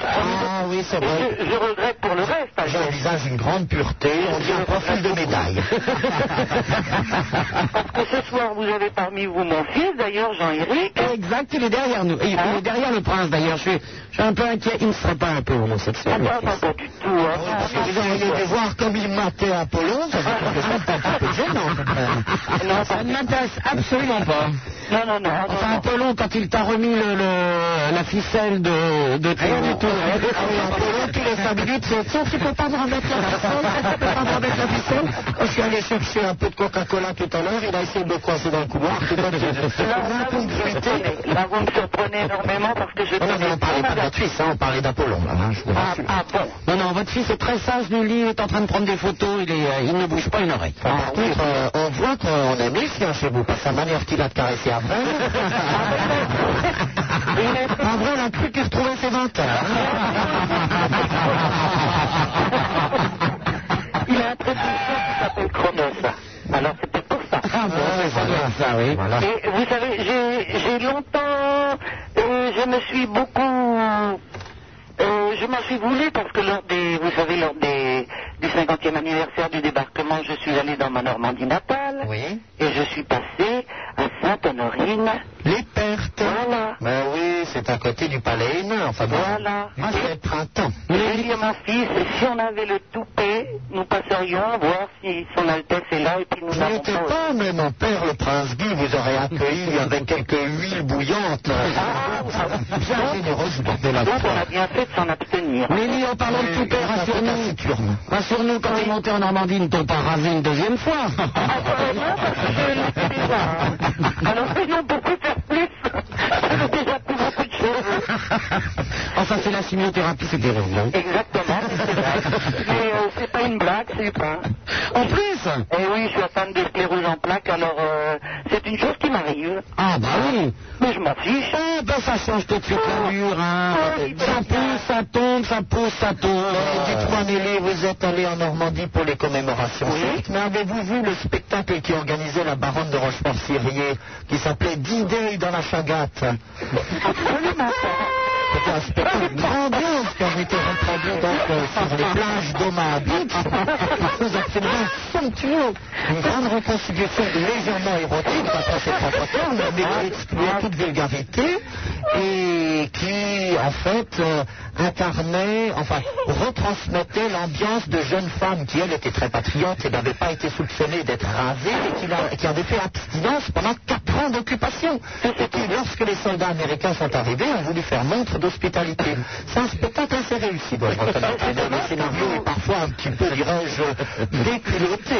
[SPEAKER 2] Ah oui, c'est vrai.
[SPEAKER 6] Je, regrette pour le reste.
[SPEAKER 2] J'envisage une grande pureté, on dit un profil de médaille.
[SPEAKER 6] Parce que ce soir, vous avez parmi vous mon fils, d'ailleurs, Jean-Éric.
[SPEAKER 12] Exact, il est derrière nous. Il, il est derrière le prince d'ailleurs. Je suis, je suis un peu inquiet. Il ne serait pas un peu homosexuel. le
[SPEAKER 6] Ah,
[SPEAKER 12] prince.
[SPEAKER 6] hein.
[SPEAKER 2] Parce que vous auriez dû voir comme il matait Apollon, ça va être un petit peu gênant. quand même.
[SPEAKER 12] Non, ça ne m'intéresse absolument pas.
[SPEAKER 6] Non, non, non.
[SPEAKER 12] Enfin, Apollon, quand il t'a remis le, le- la ficelle de, de
[SPEAKER 2] Rien du tout. Apollon, tous les 5 minutes, c'est tiens, tu peux pas me remettre la ficelle, tu peux pas me remettre la ficelle. Quand je suis allé chercher un peu de Coca-Cola tout à l'heure, il a essayé de me coincer dans le couloir. tout à l'heure. C'est l'incongruité.
[SPEAKER 6] Là, vous me surprenez énormément parce que je
[SPEAKER 2] Non, mais on parlait pas de la Suisse, hein, on parlait d'Apollon, là, hein, je vous rassure.
[SPEAKER 12] Non, non, votre fils est très sage, Nelly. Il est en train de prendre des photos. Il, est, euh, il ne bouge pas une oreille. Ah,
[SPEAKER 2] Par contre, euh, on voit qu'on aime les chiens chez vous, par sa manière qu'il a de caresser
[SPEAKER 12] [LAUGHS]
[SPEAKER 2] après. En vrai, on a cru qu'il retrouvait ses 20
[SPEAKER 6] Il a un très bon chien qui s'appelle Chronos.
[SPEAKER 2] Ah,
[SPEAKER 6] Alors, c'est peut-être pour ça.
[SPEAKER 12] Ah, ça, oui. Voilà.
[SPEAKER 6] Et vous savez, j'ai j'ai longtemps, euh, je me suis beaucoup, euh, je m'en suis voulu parce que lors des, vous savez, lors des, du 50e anniversaire du débarquement, je suis allé dans ma Normandie natale et je suis passé à Sainte-Honorine.
[SPEAKER 2] Les pertes.
[SPEAKER 6] Voilà.
[SPEAKER 2] Mais oui, c'est à côté du palais Hénin, enfin bon.
[SPEAKER 6] Voilà.
[SPEAKER 2] Ah, c'est le printemps.
[SPEAKER 6] Et J'ai dit à mon fils, si on avait le toupet, nous passerions voir si son Altesse est là et puis nous
[SPEAKER 2] Je
[SPEAKER 6] n'avons
[SPEAKER 2] n'étais pas, mais mon père, le prince Guy, vous aurait accueilli avec quelques huiles bouillantes.
[SPEAKER 12] Ah,
[SPEAKER 2] Bien généreusement de la
[SPEAKER 6] Donc on a bien fait de s'en abstenir.
[SPEAKER 12] Nelly, en parlant de toupet, rassure-nous. Rassure-nous, quand il est monté en Normandie, ils ne t'ont pas rasé une deuxième fois.
[SPEAKER 2] Ah, hein.
[SPEAKER 6] Alors
[SPEAKER 12] [LAUGHS]
[SPEAKER 6] faisons beaucoup faire plus. J'avais déjà pris beaucoup de choses.
[SPEAKER 12] Enfin, c'est la chimiothérapie, c'est des revenants.
[SPEAKER 6] Exactement. c'est vrai. euh, participe. hein.
[SPEAKER 2] En plus
[SPEAKER 6] Eh oui, je suis atteinte de sclérose en plaques, alors euh, c'est une chose qui m'arrive.
[SPEAKER 2] Ah bah oui
[SPEAKER 6] Mais je m'en fiche.
[SPEAKER 2] Ah ben ça change tout de suite l'allure, hein Ça pousse, ça tombe, ça pousse, ça tombe Dites-moi Nelly, vous êtes allé en Normandie pour les commémorations certes, mais avez-vous vu le spectacle qui organisait la baronne de Rochefort-Sirier qui s'appelait D-Day dans la Chagate
[SPEAKER 6] Absolument.
[SPEAKER 2] C'était un spectacle grandiose qui avait été reproduit donc euh, sur les plages d'Omaha Beach. Quelque chose absolument somptueux. Une grande reconstitution légèrement érotique, d'après ses propres termes, mais qui excluait toute vulgarité et qui, en fait, euh, incarnait, enfin, retransmettait l'ambiance de jeunes femmes qui, elles, étaient très patriotes et n'avaient pas été soupçonnées d'être rasées et qui, l'a- qui avaient fait abstinence pendant quatre ans d'occupation. Et qui, lorsque les soldats américains sont arrivés, ont voulu faire montre d'hospitalité. C'est un spectacle assez réussi, dois-je reconnaître. Et Le scénario est parfois un petit peu, dirais-je, déculotté.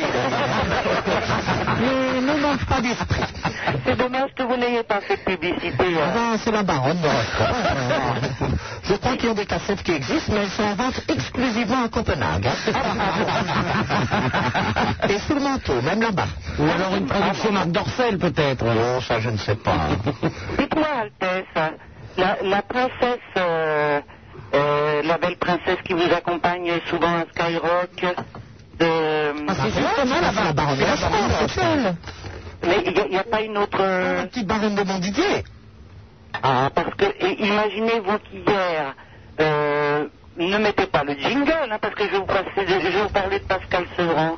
[SPEAKER 2] Mais ne manque pas d'esprit.
[SPEAKER 6] C'est dommage que vous n'ayez pas fait de publicité. hein.
[SPEAKER 2] Ah ben, c'est la baronne de [LAUGHS] Rochefort. Je crois qu'il y a des cassettes qui existent, mais elles sont en vente exclusivement à Copenhague. hein. [LAUGHS] Et sous le manteau, même là-bas. Ou alors une production Marc Dorcel, peut-être. Non, ça, je ne sais pas. hein. [LAUGHS]
[SPEAKER 6] Dites-moi, Altesse, la, la princesse, euh, euh, la belle princesse qui vous accompagne souvent à Skyrock, euh, de...
[SPEAKER 2] Ah, c'est justement la, la baronne de Rochefort, c'est elle.
[SPEAKER 6] Mais il n'y a, pas une autre... euh,
[SPEAKER 2] La petite baronne de Montdidier.
[SPEAKER 6] Ah, parce que et- imaginez-vous qu'hier, euh, ne mettez pas le jingle, hein, parce que je vais vous, passer de- je vais vous parler de Pascal Sevran.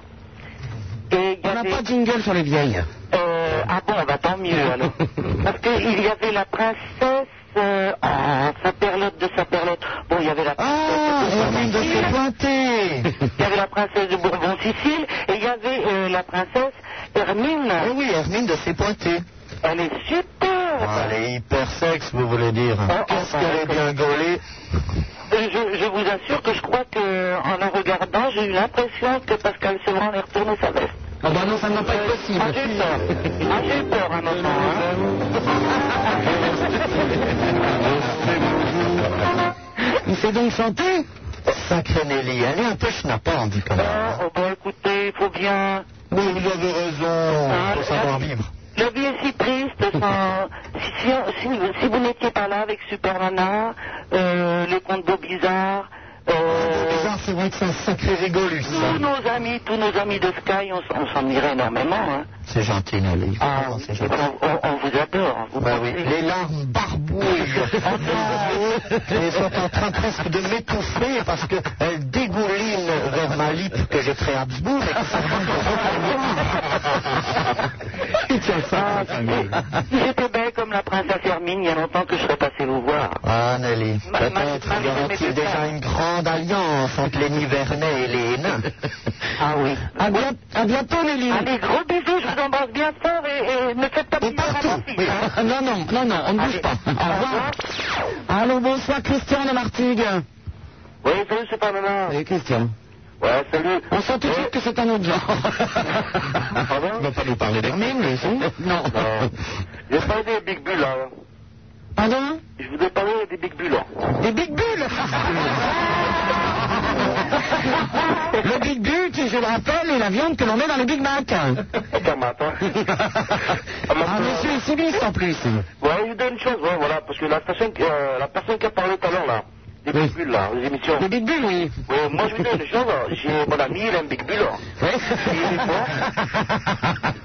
[SPEAKER 6] Et il y avait-
[SPEAKER 2] Pas de jingle sur les vieilles.
[SPEAKER 6] euh, ah bon, bah
[SPEAKER 2] [LAUGHS]
[SPEAKER 6] tant mieux alors. Parce qu'il y avait la princesse, euh, ah, sa perlotte de sa perlotte. Bon, il y avait la
[SPEAKER 2] Ah, Hermine de ses pointées.
[SPEAKER 6] il y avait la princesse de Bourbon-Sicile et [LAUGHS] il y avait euh, la princesse Hermine.
[SPEAKER 2] Oh Oui, oui, Hermine de ses [LAUGHS] pointées.
[SPEAKER 6] Elle est superbe.
[SPEAKER 2] Elle est hyper sexe, vous voulez dire. Qu'est-ce qu'elle est bien gaulée.
[SPEAKER 6] Euh, Je, je vous assure que je crois que en la regardant, j'ai eu l'impression que Pascal Sevran avait retourné sa veste.
[SPEAKER 2] Ah bah non, ça ne va pas être possible.
[SPEAKER 6] Ah, j'ai eu peur. Ah, j'ai eu peur un moment. hein.
[SPEAKER 2] Il s'est donc chanté Sacré Nelly, elle est un peu schnappante quand même.
[SPEAKER 6] Oh, bon, écoutez, il faut bien.
[SPEAKER 2] Mais vous avez raison, faut savoir vivre.
[SPEAKER 6] La vie est si triste. Enfin, si, si, si, si vous n'étiez pas là avec Super Nana, euh, les contes beaux bizarres,
[SPEAKER 2] Bizarre, c'est vrai que c'est un sacré rigolus.
[SPEAKER 6] tous nos amis, tous nos amis de Sky, on, s- on s'ennuierait énormément. hein.
[SPEAKER 2] C'est gentil, Nelly. Ah, c'est gentil.
[SPEAKER 6] On, on vous adore. hein, Vous
[SPEAKER 2] Ouais, oui. Les larmes [LAUGHS] barbouillent. Elles sont en train presque de m'étouffer parce qu'elles dégoulinent vers ma lippe que j'ai créée à Habsbourg. et qui servent de- Il tient ça.
[SPEAKER 6] Si j'étais belle comme la princesse Hermine, il y a longtemps que je serais passé vous voir.
[SPEAKER 2] Ah, Nelly,
[SPEAKER 6] Ma- ma-
[SPEAKER 2] peut-être
[SPEAKER 6] ma-
[SPEAKER 2] y aura-t-il
[SPEAKER 6] mes
[SPEAKER 2] déjà
[SPEAKER 6] petits-
[SPEAKER 2] une grande alliance entre les Nivernais et les nains.
[SPEAKER 6] Ah oui.
[SPEAKER 2] À, bien- à bientôt, Nelly.
[SPEAKER 6] Allez, gros bisous, je vous embrasse bien fort et, et ne faites pas plaisir à mon fils.
[SPEAKER 2] Oui. Ah, Non, non, non, non, on ne bouge pas. Au revoir. Allô, bonsoir, Christian de Martigues.
[SPEAKER 44] Oui, salut, c'est pas Nana.
[SPEAKER 2] Salut, Christian.
[SPEAKER 44] Ouais, salut.
[SPEAKER 2] On sent tout de suite que c'est un autre genre.
[SPEAKER 44] Pardon
[SPEAKER 2] On va pas nous parler d'Hermine, mais si. Non.
[SPEAKER 44] J'ai parlé des Big Bulls, là.
[SPEAKER 2] Pardon
[SPEAKER 44] Je vous ai parlé des Big hein. Bulls, là.
[SPEAKER 2] Des Big Bulls Le Big Bull, qui, je le rappelle, est la viande que l'on met dans les Big Mac.
[SPEAKER 44] Attends, mais
[SPEAKER 2] [LAUGHS]
[SPEAKER 44] attends.
[SPEAKER 2] Ah, monsieur, il subisse en plus.
[SPEAKER 44] hein. Ouais, je vous dis une chose, ouais, voilà, parce que la, station, qui- euh, la personne qui a parlé tout à l'heure, là, des Big Bulls, là, les émissions.
[SPEAKER 2] Des Big Bulls, oui.
[SPEAKER 44] Ouais, moi, je vous dis une chose, hein, j'ai mon ami, il a un Big Bull, là.
[SPEAKER 2] Ouais.
[SPEAKER 44] Il est
[SPEAKER 2] [LAUGHS]
[SPEAKER 44] mort.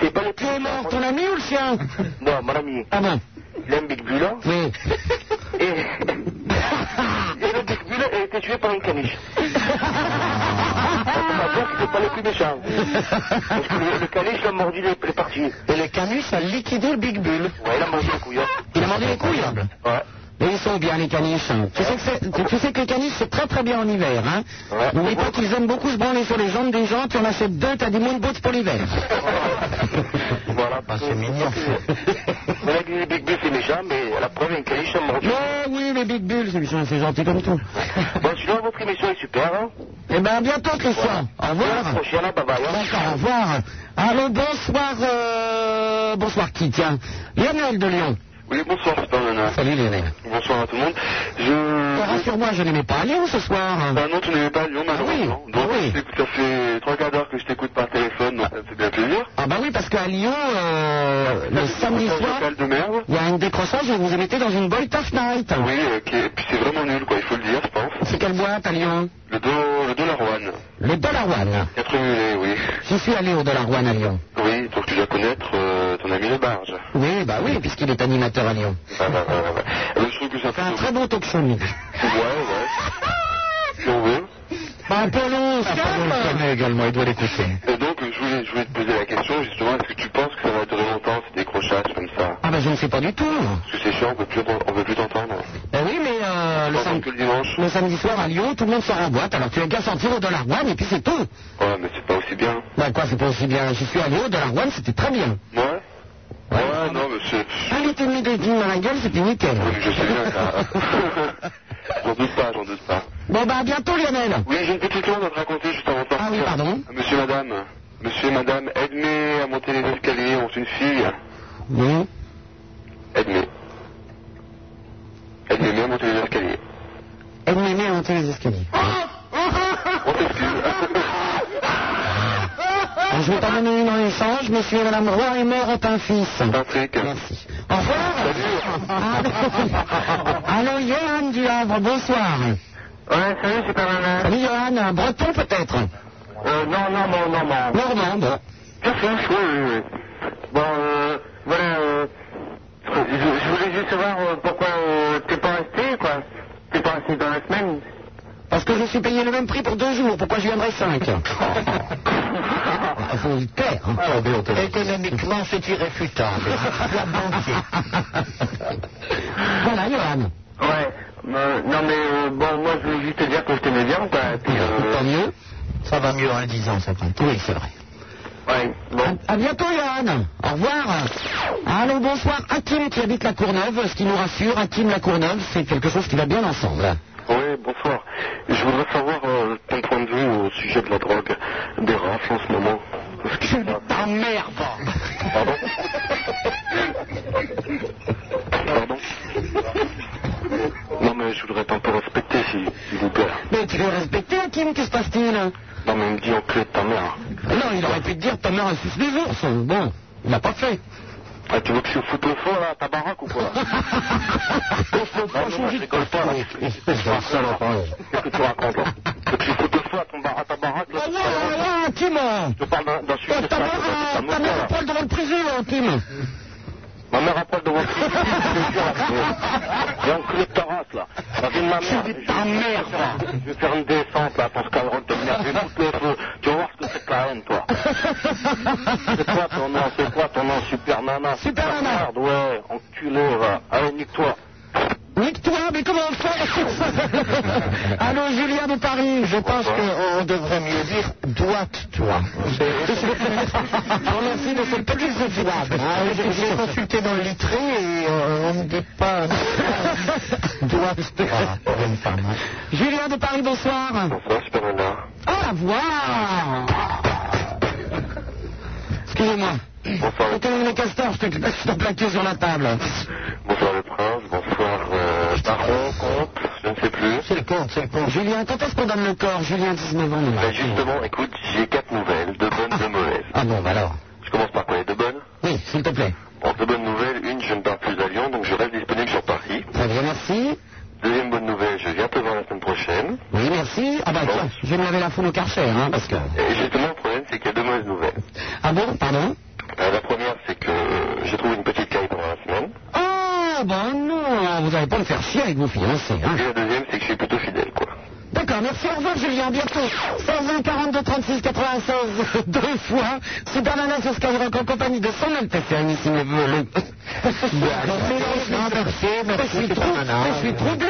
[SPEAKER 44] C'est pas le
[SPEAKER 2] Qui est mort, ton ami ou le chien
[SPEAKER 44] Non, mon ami,
[SPEAKER 2] Ah bon
[SPEAKER 44] il a un Big Bull, là.
[SPEAKER 2] Oui.
[SPEAKER 44] Et,
[SPEAKER 2] [LAUGHS]
[SPEAKER 44] et le Big Bull a été tué par une
[SPEAKER 2] [LAUGHS]
[SPEAKER 44] caniche. Parce qu'on m'a dit que c'était pas le plus méchant. Parce que le, le caniche a mordu les, les parties.
[SPEAKER 2] Et le canus a liquidé le Big Bull.
[SPEAKER 44] Ouais, il a mangé les couilles. hein.
[SPEAKER 2] Il a mordu les couilles. hein. [LAUGHS]
[SPEAKER 44] Ouais.
[SPEAKER 2] Mais ils sont bien les caniches. hein. Tu sais que, c'est- tu- tu sais que les caniches c'est très très bien en hiver. Hein.
[SPEAKER 44] Ouais.
[SPEAKER 2] N'oublie pas qu'ils aiment beaucoup se branler sur les jambes des gens. Tu en achètes deux, t'as des moon boots pour l'hiver.
[SPEAKER 44] [LAUGHS] Voilà,
[SPEAKER 2] Ah,
[SPEAKER 44] parce que c'est mignon. Mais là, les Big Bull, c'est méchant, mais la preuve, une caniche a mordu.
[SPEAKER 2] [LAUGHS] Mais oui, les Big Bulls, ils sont- c'est gentil
[SPEAKER 44] [LAUGHS]
[SPEAKER 2] comme tout.
[SPEAKER 44] Bon, sinon, votre émission est super, hein.
[SPEAKER 2] Eh bien, à bientôt Christian. Au
[SPEAKER 44] À la
[SPEAKER 2] revoir.
[SPEAKER 44] prochaine, hein, bye bye. hein.
[SPEAKER 2] D'accord, au revoir. Allô, bonsoir. euh, Bonsoir qui, tiens Lionel de Lyon.
[SPEAKER 6] Oui, bonsoir, Super Nana.
[SPEAKER 44] Ah.
[SPEAKER 2] Salut Lionel.
[SPEAKER 6] Bonsoir à tout le monde. Je...
[SPEAKER 2] Rassure-moi, je n'aimais pas à Lyon ce soir.
[SPEAKER 6] Bah non, tu n'aimais pas à
[SPEAKER 2] Ah
[SPEAKER 6] Lyon, malheureusement. Donc, écoute, ça fait trois quarts d'heure que je t'écoute par téléphone, donc ça me fait bien plaisir.
[SPEAKER 2] Ah bah oui, parce qu'à Lyon, euh, le samedi soir,
[SPEAKER 6] Local de merde.
[SPEAKER 2] il y a un décrochage et vous vous mettez dans une boîte of night.
[SPEAKER 6] Oui, euh, qui est- puis c'est vraiment nul, quoi, il faut le dire, je pense.
[SPEAKER 2] C'est quelle boîte à Lyon
[SPEAKER 6] Le, do... le dollar one.
[SPEAKER 2] Le Dollar One.
[SPEAKER 6] Quatre mulets, oui.
[SPEAKER 2] J'y suis allé au Dollar One à Lyon.
[SPEAKER 6] Oui, donc tu dois connaître euh, ton ami Le Barge.
[SPEAKER 2] Oui, bah oui, puisqu'il est animateur à Lyon.
[SPEAKER 6] Ah, bah, bah, bah, bah. Euh, je trouve que ça fait...
[SPEAKER 2] C'est un très bon talk show, lui.
[SPEAKER 6] Ouais, ouais. si on veut.
[SPEAKER 2] Bah, un peu long, ça.
[SPEAKER 6] Calme.
[SPEAKER 2] pardon, je connais également, il doit l'écouter.
[SPEAKER 6] Et donc, euh, je voulais, je voulais te poser la question, justement, est-ce que tu penses que ça va durer longtemps, ces décrochages comme ça
[SPEAKER 2] Ah bah je ne sais pas du tout.
[SPEAKER 6] Parce que c'est chiant, on peut plus, on peut plus t'entendre.
[SPEAKER 2] Ben oui, mais euh, le, sam-
[SPEAKER 6] que le dimanche.
[SPEAKER 2] le samedi soir à Lyon, tout le monde sort en boîte. Alors tu as qu'à sortir au Dollar One et puis c'est tout.
[SPEAKER 6] Ouais, mais c'est pas aussi bien.
[SPEAKER 2] Bah quoi, c'est pas aussi bien. J'y suis allé au Dollar One, c'était très bien.
[SPEAKER 6] Ouais Ouais, non, mais c'est... [LAUGHS]
[SPEAKER 2] Un litre et demi de gin dans la gueule, c'était nickel.
[SPEAKER 6] Je sais bien, ça. [LAUGHS] j'en doute pas, j'en doute pas.
[SPEAKER 2] [LAUGHS] Bon bah à bientôt Lionel.
[SPEAKER 6] Oui, j'ai une petite chose à te raconter juste avant de partir.
[SPEAKER 2] Ah oui, pardon.
[SPEAKER 6] Monsieur, madame. Monsieur, madame, aide-moi à monter les escaliers, on est une fille.
[SPEAKER 2] Oui.
[SPEAKER 6] Aide-moi. Aide-moi à monter les escaliers.
[SPEAKER 2] Elle m'aimait à monter les escaliers. Ah, Je vais t'en donner une en échange. Monsieur et Madame Roy et mort est un fils.
[SPEAKER 6] Patrick.
[SPEAKER 2] Merci. Au revoir. Ah, Allô, Johan du Havre, bonsoir.
[SPEAKER 45] Ouais, salut, c'est pas mal.
[SPEAKER 2] Salut Johan, un breton peut-être
[SPEAKER 45] Euh, non, non, non, non, non.
[SPEAKER 2] Normande.
[SPEAKER 45] Perfect, oui, oui, oui. Bon, euh, voilà, euh, je, je voulais juste savoir euh, pourquoi euh, t'es pas resté, quoi. T'es pas resté dans la semaine.
[SPEAKER 2] Parce que je suis payé le même prix pour deux jours, pourquoi je viendrais
[SPEAKER 12] [LAUGHS]
[SPEAKER 2] cinq Faut le taire. hein.
[SPEAKER 12] Ah, Économiquement, c'est irréfutable. Sois banquier.
[SPEAKER 2] Voilà, Johan.
[SPEAKER 45] Ouais, euh, non, mais euh, bon, moi, je voulais juste te dire que je t'aimais bien, quoi. et Puis, euh,
[SPEAKER 2] [LAUGHS] Tant mieux.
[SPEAKER 12] Ça va mieux en 10 ans, ça compte.
[SPEAKER 2] Oui, c'est vrai.
[SPEAKER 45] ouais, bon.
[SPEAKER 2] À bientôt, Johan. Au revoir. Allô, bonsoir. Hakim qui habite la Courneuve, ce qui nous rassure, Hakim la Courneuve, c'est quelque chose qui va bien ensemble.
[SPEAKER 6] Oui, bonsoir. Je voudrais savoir euh, ton point de vue au sujet de la drogue, des rafles en ce moment. Parce que...
[SPEAKER 12] Ah,
[SPEAKER 2] Ta merde
[SPEAKER 6] Pardon Pardon Non, mais je voudrais un peu respecter, s'il s'il vous plaît.
[SPEAKER 2] Mais tu veux respecter, Hakim, que se passe-t-il
[SPEAKER 6] Non, mais il me dit enculé de ta mère.
[SPEAKER 2] Non, il aurait pu te dire ta mère elle suce des ours. Bon, il l'a pas fait.
[SPEAKER 6] Ah, tu veux que je foute le feu, là, à ta baraque ou
[SPEAKER 2] [LAUGHS]
[SPEAKER 6] quoi Ah non, moi, je rigole pas, là. Qu'est-ce que tu racontes, là Que tu foutes le feu à, ton bar- à ta baraque, là
[SPEAKER 2] Ah ouais, ah ouais, Hakim
[SPEAKER 6] Je te parle d'un- d'un
[SPEAKER 2] Ta
[SPEAKER 6] sujet...
[SPEAKER 2] mère, ah, ta mère elle poil devant le prévu, Hakim
[SPEAKER 6] Ma mère a pas de votre [LAUGHS] J'ai enculé de ta race, là. La vie de ma mère. Je ta mère, Je vais faire une descente, là, pour ce cabrol de merde. Je [LAUGHS] vais foutre le feu. Tu vas voir ce que c'est que la haine, toi. C'est quoi ton nom C'est quoi ton nom Super Nana Super Nana Merde, ouais. Enculé, va. Allez, nique-toi.
[SPEAKER 2] Nique-toi, mais comment on fait [LAUGHS] Allô, Julien de Paris, je pense
[SPEAKER 12] qu'on devrait mieux dire
[SPEAKER 2] [LAUGHS]
[SPEAKER 12] doite-toi.
[SPEAKER 2] Je vous remercie de cette petite référence.
[SPEAKER 12] Ah, oui, j'ai- j'ai consulté dans le littré et euh, on ne dit
[SPEAKER 2] [LAUGHS]
[SPEAKER 12] pas doite-toi pour une femme.
[SPEAKER 2] Julien de Paris, bonsoir.
[SPEAKER 6] Bonsoir, Super Nana.
[SPEAKER 2] Ah, la voix Excusez-moi.
[SPEAKER 6] Bonsoir.
[SPEAKER 2] C'était le castor, je t'ai- je t'ai plaqué sur la table.
[SPEAKER 6] Bonsoir, le prince. Bonsoir, euh, baron, comte. Je ne sais plus.
[SPEAKER 12] C'est le compte, c'est le compte.
[SPEAKER 2] Julien, quand est-ce qu'on donne le corps Julien, 19 ans. nous.
[SPEAKER 6] Ben, justement, écoute, j'ai quatre nouvelles. Deux bonnes, deux mauvaises.
[SPEAKER 2] Ah bon, bah alors.
[SPEAKER 6] Je commence par quoi Les deux bonnes
[SPEAKER 2] Oui, s'il te plaît.
[SPEAKER 6] Bon, deux bonnes nouvelles. Une, je ne pars plus à Lyon, donc je reste disponible sur Paris.
[SPEAKER 2] Très bien, merci.
[SPEAKER 6] Deuxième bonne nouvelle, je viens te voir la semaine prochaine.
[SPEAKER 2] Oui, merci. Ah bah tiens, je vais me laver la foule au karcher, hein, parce que...
[SPEAKER 6] Et justement, le problème, c'est qu'il y a deux mauvaises nouvelles.
[SPEAKER 2] Ah bon, pardon
[SPEAKER 6] Euh, la première, c'est que euh, j'ai trouvé une petite caille pendant la semaine.
[SPEAKER 2] Ah bah non, vous n'allez pas me faire chier avec vos fiancés,
[SPEAKER 46] Ah.
[SPEAKER 2] hein.
[SPEAKER 6] Et la deuxième, c'est que je suis plutôt fidèle, quoi.
[SPEAKER 2] D'accord, merci, au revoir Julien, à bientôt. 16 42 36 96, [LAUGHS] deux fois, Super Nana sur Skyrock en compagnie de son Altesse hein, Sérénissime le... le...
[SPEAKER 12] merci,
[SPEAKER 2] Mais je suis
[SPEAKER 12] Super
[SPEAKER 2] trou-
[SPEAKER 12] Nana.
[SPEAKER 2] mais je suis troublé.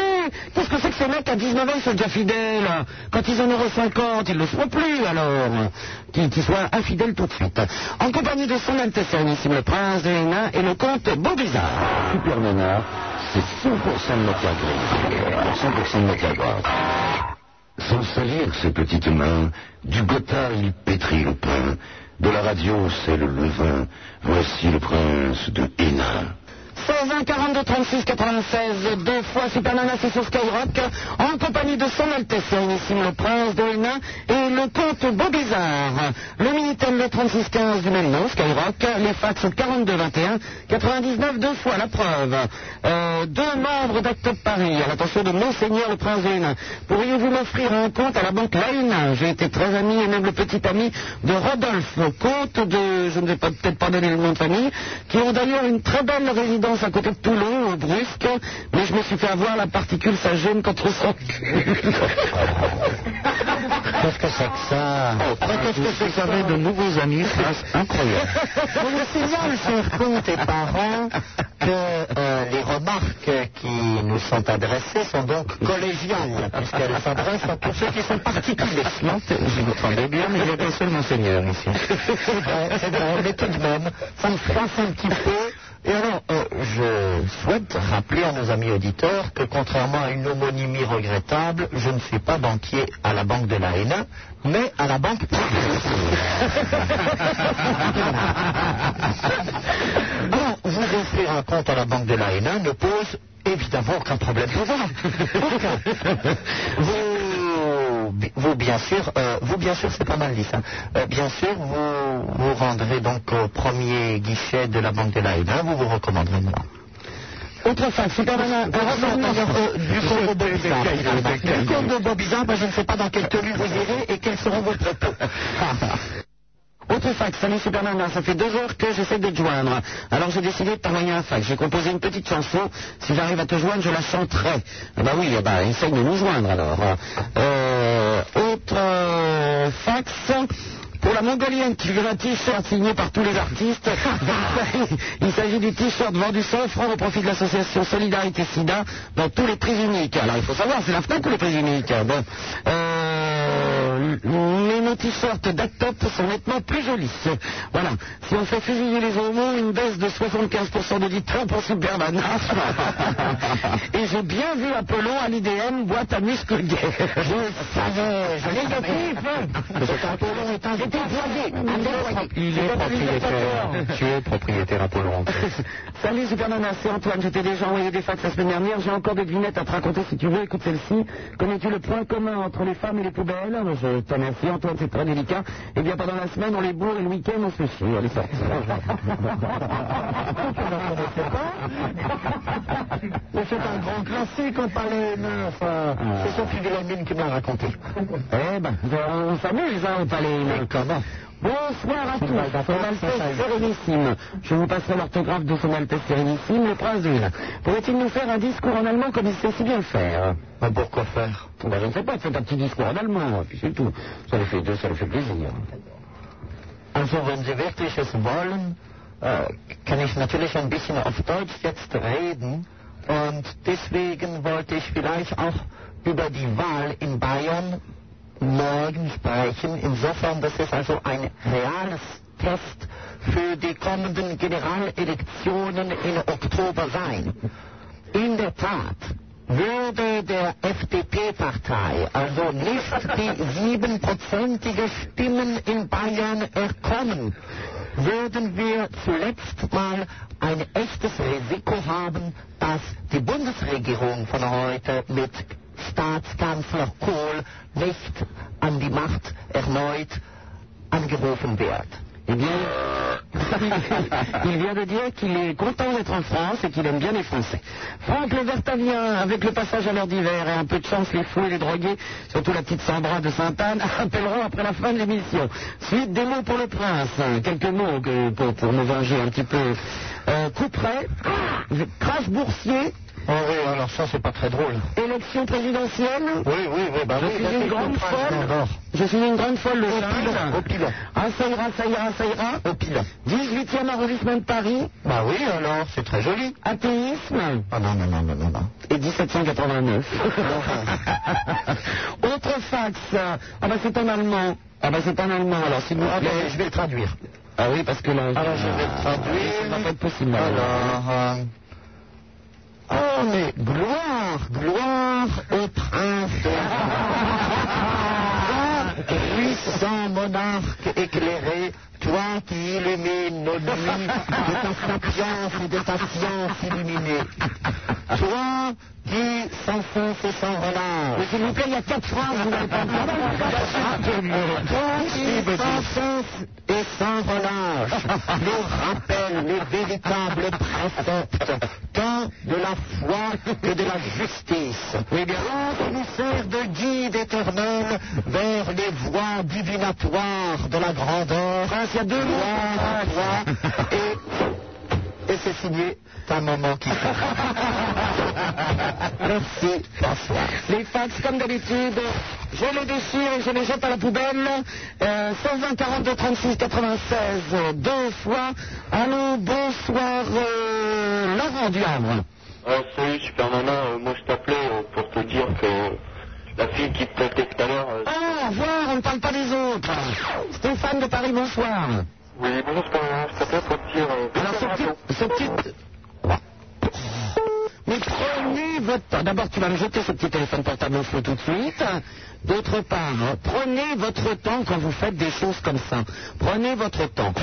[SPEAKER 2] Qu'est-ce que c'est que ces mecs à 19 ans, ils sont déjà fidèles Quand ils en auront 50, ils ne le seront plus, alors. Qu'ils qu'ils soient infidèles tout de suite. En compagnie de son Altesse Sérénissime le Prince de Hénin et le comte Beaubizarre.
[SPEAKER 47] Super Nana, c'est 100% de matière grise. 100% de matière grasse.
[SPEAKER 46] Sans salir ses petites mains, du gotha il pétrit le pain, de la radio c'est le levain, voici le prince de Hénin.
[SPEAKER 2] 16 1 42 36 96 deux fois Super Nana c'est sur Skyrock en compagnie de son Altesse Sérénissime le Prince de Hénin et le comte Beaubizarre. Le Minitel le 36 15 du même nom Skyrock, les fax 42 21 99 deux fois la preuve. Euh, deux membres d'Acte de Paris à l'attention de Monseigneur le Prince de Hénin. Pourriez-vous m'offrir un compte à la banque La Hénin J'ai été très ami et même le petit ami de Rodolphe, comte de, je ne vais pas- peut-être pas donner le nom de famille, qui ont d'ailleurs une très belle résidence à côté de Toulon, au Brusque, mais je me suis fait avoir la particule, ça gêne quand on s'encule.
[SPEAKER 12] Qu'est-ce que c'est que ça
[SPEAKER 6] Oh,
[SPEAKER 2] Ah,
[SPEAKER 6] Qu'est-ce que c'est que ça de nouveaux amis C'est incroyable.
[SPEAKER 12] Je me signale, chers comtes et parents, que euh, les remarques qui nous sont adressées sont donc collégiales, puisqu'elles s'adressent à tous ceux qui sont particuliers.
[SPEAKER 6] Non, c'est- je vous entendais bien, mais il y a qu'un seul monseigneur ici.
[SPEAKER 12] [LAUGHS] C'est vrai, c'est vrai, mais tout de même, ça me froisse un petit peu. Et alors, euh, je souhaite rappeler à nos amis auditeurs que contrairement à une homonymie regrettable, je ne suis pas banquier à la Banque de la Hénin, mais à la Banque [LAUGHS] Bon, vous offrir un compte à la Banque de la Hénin ne pose évidemment aucun problème pour vous. Aucun. Vous, vous, bien sûr, euh, vous, bien sûr, c'est pas mal dit ça. Euh, bien sûr, vous vous rendrez donc au premier guichet de la Banque de la Hénin, vous vous recommanderez moi.
[SPEAKER 2] Autre fax, Super Nana,
[SPEAKER 12] Un rapport d'ailleurs, euh, du combo Bobizarre. Du combo Bobizarre, ben, je ne sais pas dans quelle tenue vous irez et quels seront vos propos.
[SPEAKER 2] Autre fax, salut Superman, ça fait deux heures que j'essaie de te joindre. Alors j'ai décidé de t'envoyer un fax. J'ai composé une petite chanson. Si j'arrive à te joindre, je la chanterai. Ah bah oui, eh bah, essaye de nous joindre alors. Euh, autre euh, fax. Pour la mongolienne qui veut un t-shirt signé par tous les artistes, [LAUGHS] il s'agit du t-shirt vendu 100 francs au profit de l'association Solidarité Sida dans tous les prix uniques. Alors il faut savoir, c'est la FNAC ou les prix uniques Bon. Euh, mais nos t-shirts d'Actop sont nettement plus jolis. Voilà. Si on fait fusiller les hormones, une baisse de 75% d'auditeurs pour [LAUGHS] Superman. Et j'ai bien vu Apollon à l'IDM, boîte à muscle gay. Je savais, je Négatif Apollon est un
[SPEAKER 6] Il est propriétaire. Tu es propriétaire Apollon.
[SPEAKER 2] [LAUGHS] Salut Superman, c'est Antoine. Je t'ai déjà envoyé des fax la semaine dernière. J'ai encore des devinettes à te raconter si tu veux. Écoute celle-ci. Connais-tu le point commun entre les femmes et les poubelles Je te remercie Antoine, c'est très délicat. Eh bien pendant la semaine, on les bourre et le week-end, on se chie. Allez, [LAUGHS] sortez.
[SPEAKER 12] Mais c'est un grand classique au palais
[SPEAKER 2] E
[SPEAKER 12] neuf.
[SPEAKER 2] euh,
[SPEAKER 12] C'est Sophie Villemine qui me l'a raconté.
[SPEAKER 2] Eh ben, on s'amuse hein, au palais. Comment Bonsoir à tous. Son Altesse Sérénissime. Je vous passerai l'orthographe de Son Altesse Sérénissime, le prince de Hénin. Pourrait-il nous faire un discours en allemand comme il sait si bien le faire
[SPEAKER 12] Ah,
[SPEAKER 2] Pourquoi faire Je ne sais pas, faites un petit discours en allemand, et puis c'est tout. Ça lui fait, ça lui fait plaisir.
[SPEAKER 12] Also wenn Sie wirklich es wollen, äh, kann ich natürlich ein bisschen auf Deutsch jetzt reden. Und deswegen wollte ich vielleicht auch über die Wahl in Bayern morgen sprechen. Insofern, das ist also ein reales Test für die kommenden Generalelektionen im Oktober sein. In der Tat würde der FDP-Partei also nicht die siebenprozentige Stimmen in Bayern erkommen, würden wir zuletzt mal ein echtes Risiko haben, dass die Bundesregierung von heute mit Staatskanzler Kohl nicht an die Macht erneut angerufen wird.
[SPEAKER 2] [LAUGHS] il vient de dire qu'il est content d'être en France et qu'il aime bien les Français. Franck le Vertavien, avec le passage à l'heure d'hiver et un peu de chance, les fous et les drogués, surtout la petite Sandra de Sainte-Anne, [LAUGHS] appelleront après la fin de l'émission. Suite des mots pour le prince, hein, quelques mots que- pour, pour nous venger un petit peu. Euh, ah, couperet, crash boursier.
[SPEAKER 12] Oh oui, alors ça c'est pas très drôle.
[SPEAKER 2] Élection présidentielle
[SPEAKER 12] Oui, oui, oui, bah
[SPEAKER 2] Je
[SPEAKER 12] oui,
[SPEAKER 2] suis
[SPEAKER 12] bah,
[SPEAKER 2] une
[SPEAKER 12] c'est
[SPEAKER 2] grande
[SPEAKER 12] le prince
[SPEAKER 2] folle.
[SPEAKER 12] d'Andorre.
[SPEAKER 2] Je suis une grande folle le
[SPEAKER 12] Au pilon, au pilon.
[SPEAKER 2] Ah, ça ira, ça ira, ça ira.
[SPEAKER 12] Au pilon.
[SPEAKER 2] 18e arrondissement de Paris.
[SPEAKER 12] Bah oui, alors, c'est très joli.
[SPEAKER 2] Athéisme.
[SPEAKER 12] Ah non, non, non, non, non, non.
[SPEAKER 2] Et
[SPEAKER 12] [LAUGHS]
[SPEAKER 2] 1789. Autre fax. Ah bah c'est en allemand. Ah bah c'est en allemand. Alors si vous
[SPEAKER 12] Ah, ben, je vais le traduire.
[SPEAKER 2] Ah oui parce que là.
[SPEAKER 12] Alors, je vais le traduire.
[SPEAKER 2] Ça va pas être possible.
[SPEAKER 12] Alors, euh, oh, mais gloire, gloire au
[SPEAKER 2] [LAUGHS]
[SPEAKER 12] prince Grand puissant monarque éclairé, tu
[SPEAKER 2] toi qui illumines nos nuits de ta sapience et de ta science illuminée. Toi qui sans cesse et sans relâche. Mais s'il vous plaît, il y a quatre phrases, vous n'avez pas Toi qui sans cesse et sans [LAUGHS] relâche nous rappelle les véritables préceptes, tant de la foi que de la justice. Et bien, nous sert de guide éternel vers les voies divinatoires de la grandeur. il y a deux et, et c'est signé ta maman qui Merci, François.
[SPEAKER 48] Les fax, comme d'habitude, je les déchire et je les jette à la poubelle. Euh, 120 42 36 96, euh, deux fois. Allô, bonsoir, euh, Laurent du Havre.
[SPEAKER 6] Euh, salut Super Nana, Euh, moi je t'appelais euh, pour te dire que la fille qui te plaquait tout à l'heure, euh,
[SPEAKER 48] Ah, au revoir, on ne parle pas des autres. Stéphane de Paris, bonsoir.
[SPEAKER 49] Oui, bonjour, c'est pas grave, je t'appelle pour te dire. euh,
[SPEAKER 48] Alors, ce petit. Ce petit... Mais prenez votre temps. D'abord, tu vas me jeter ce petit téléphone portable au feu tout de suite. D'autre part, prenez votre temps quand vous faites des choses comme ça. Prenez votre temps.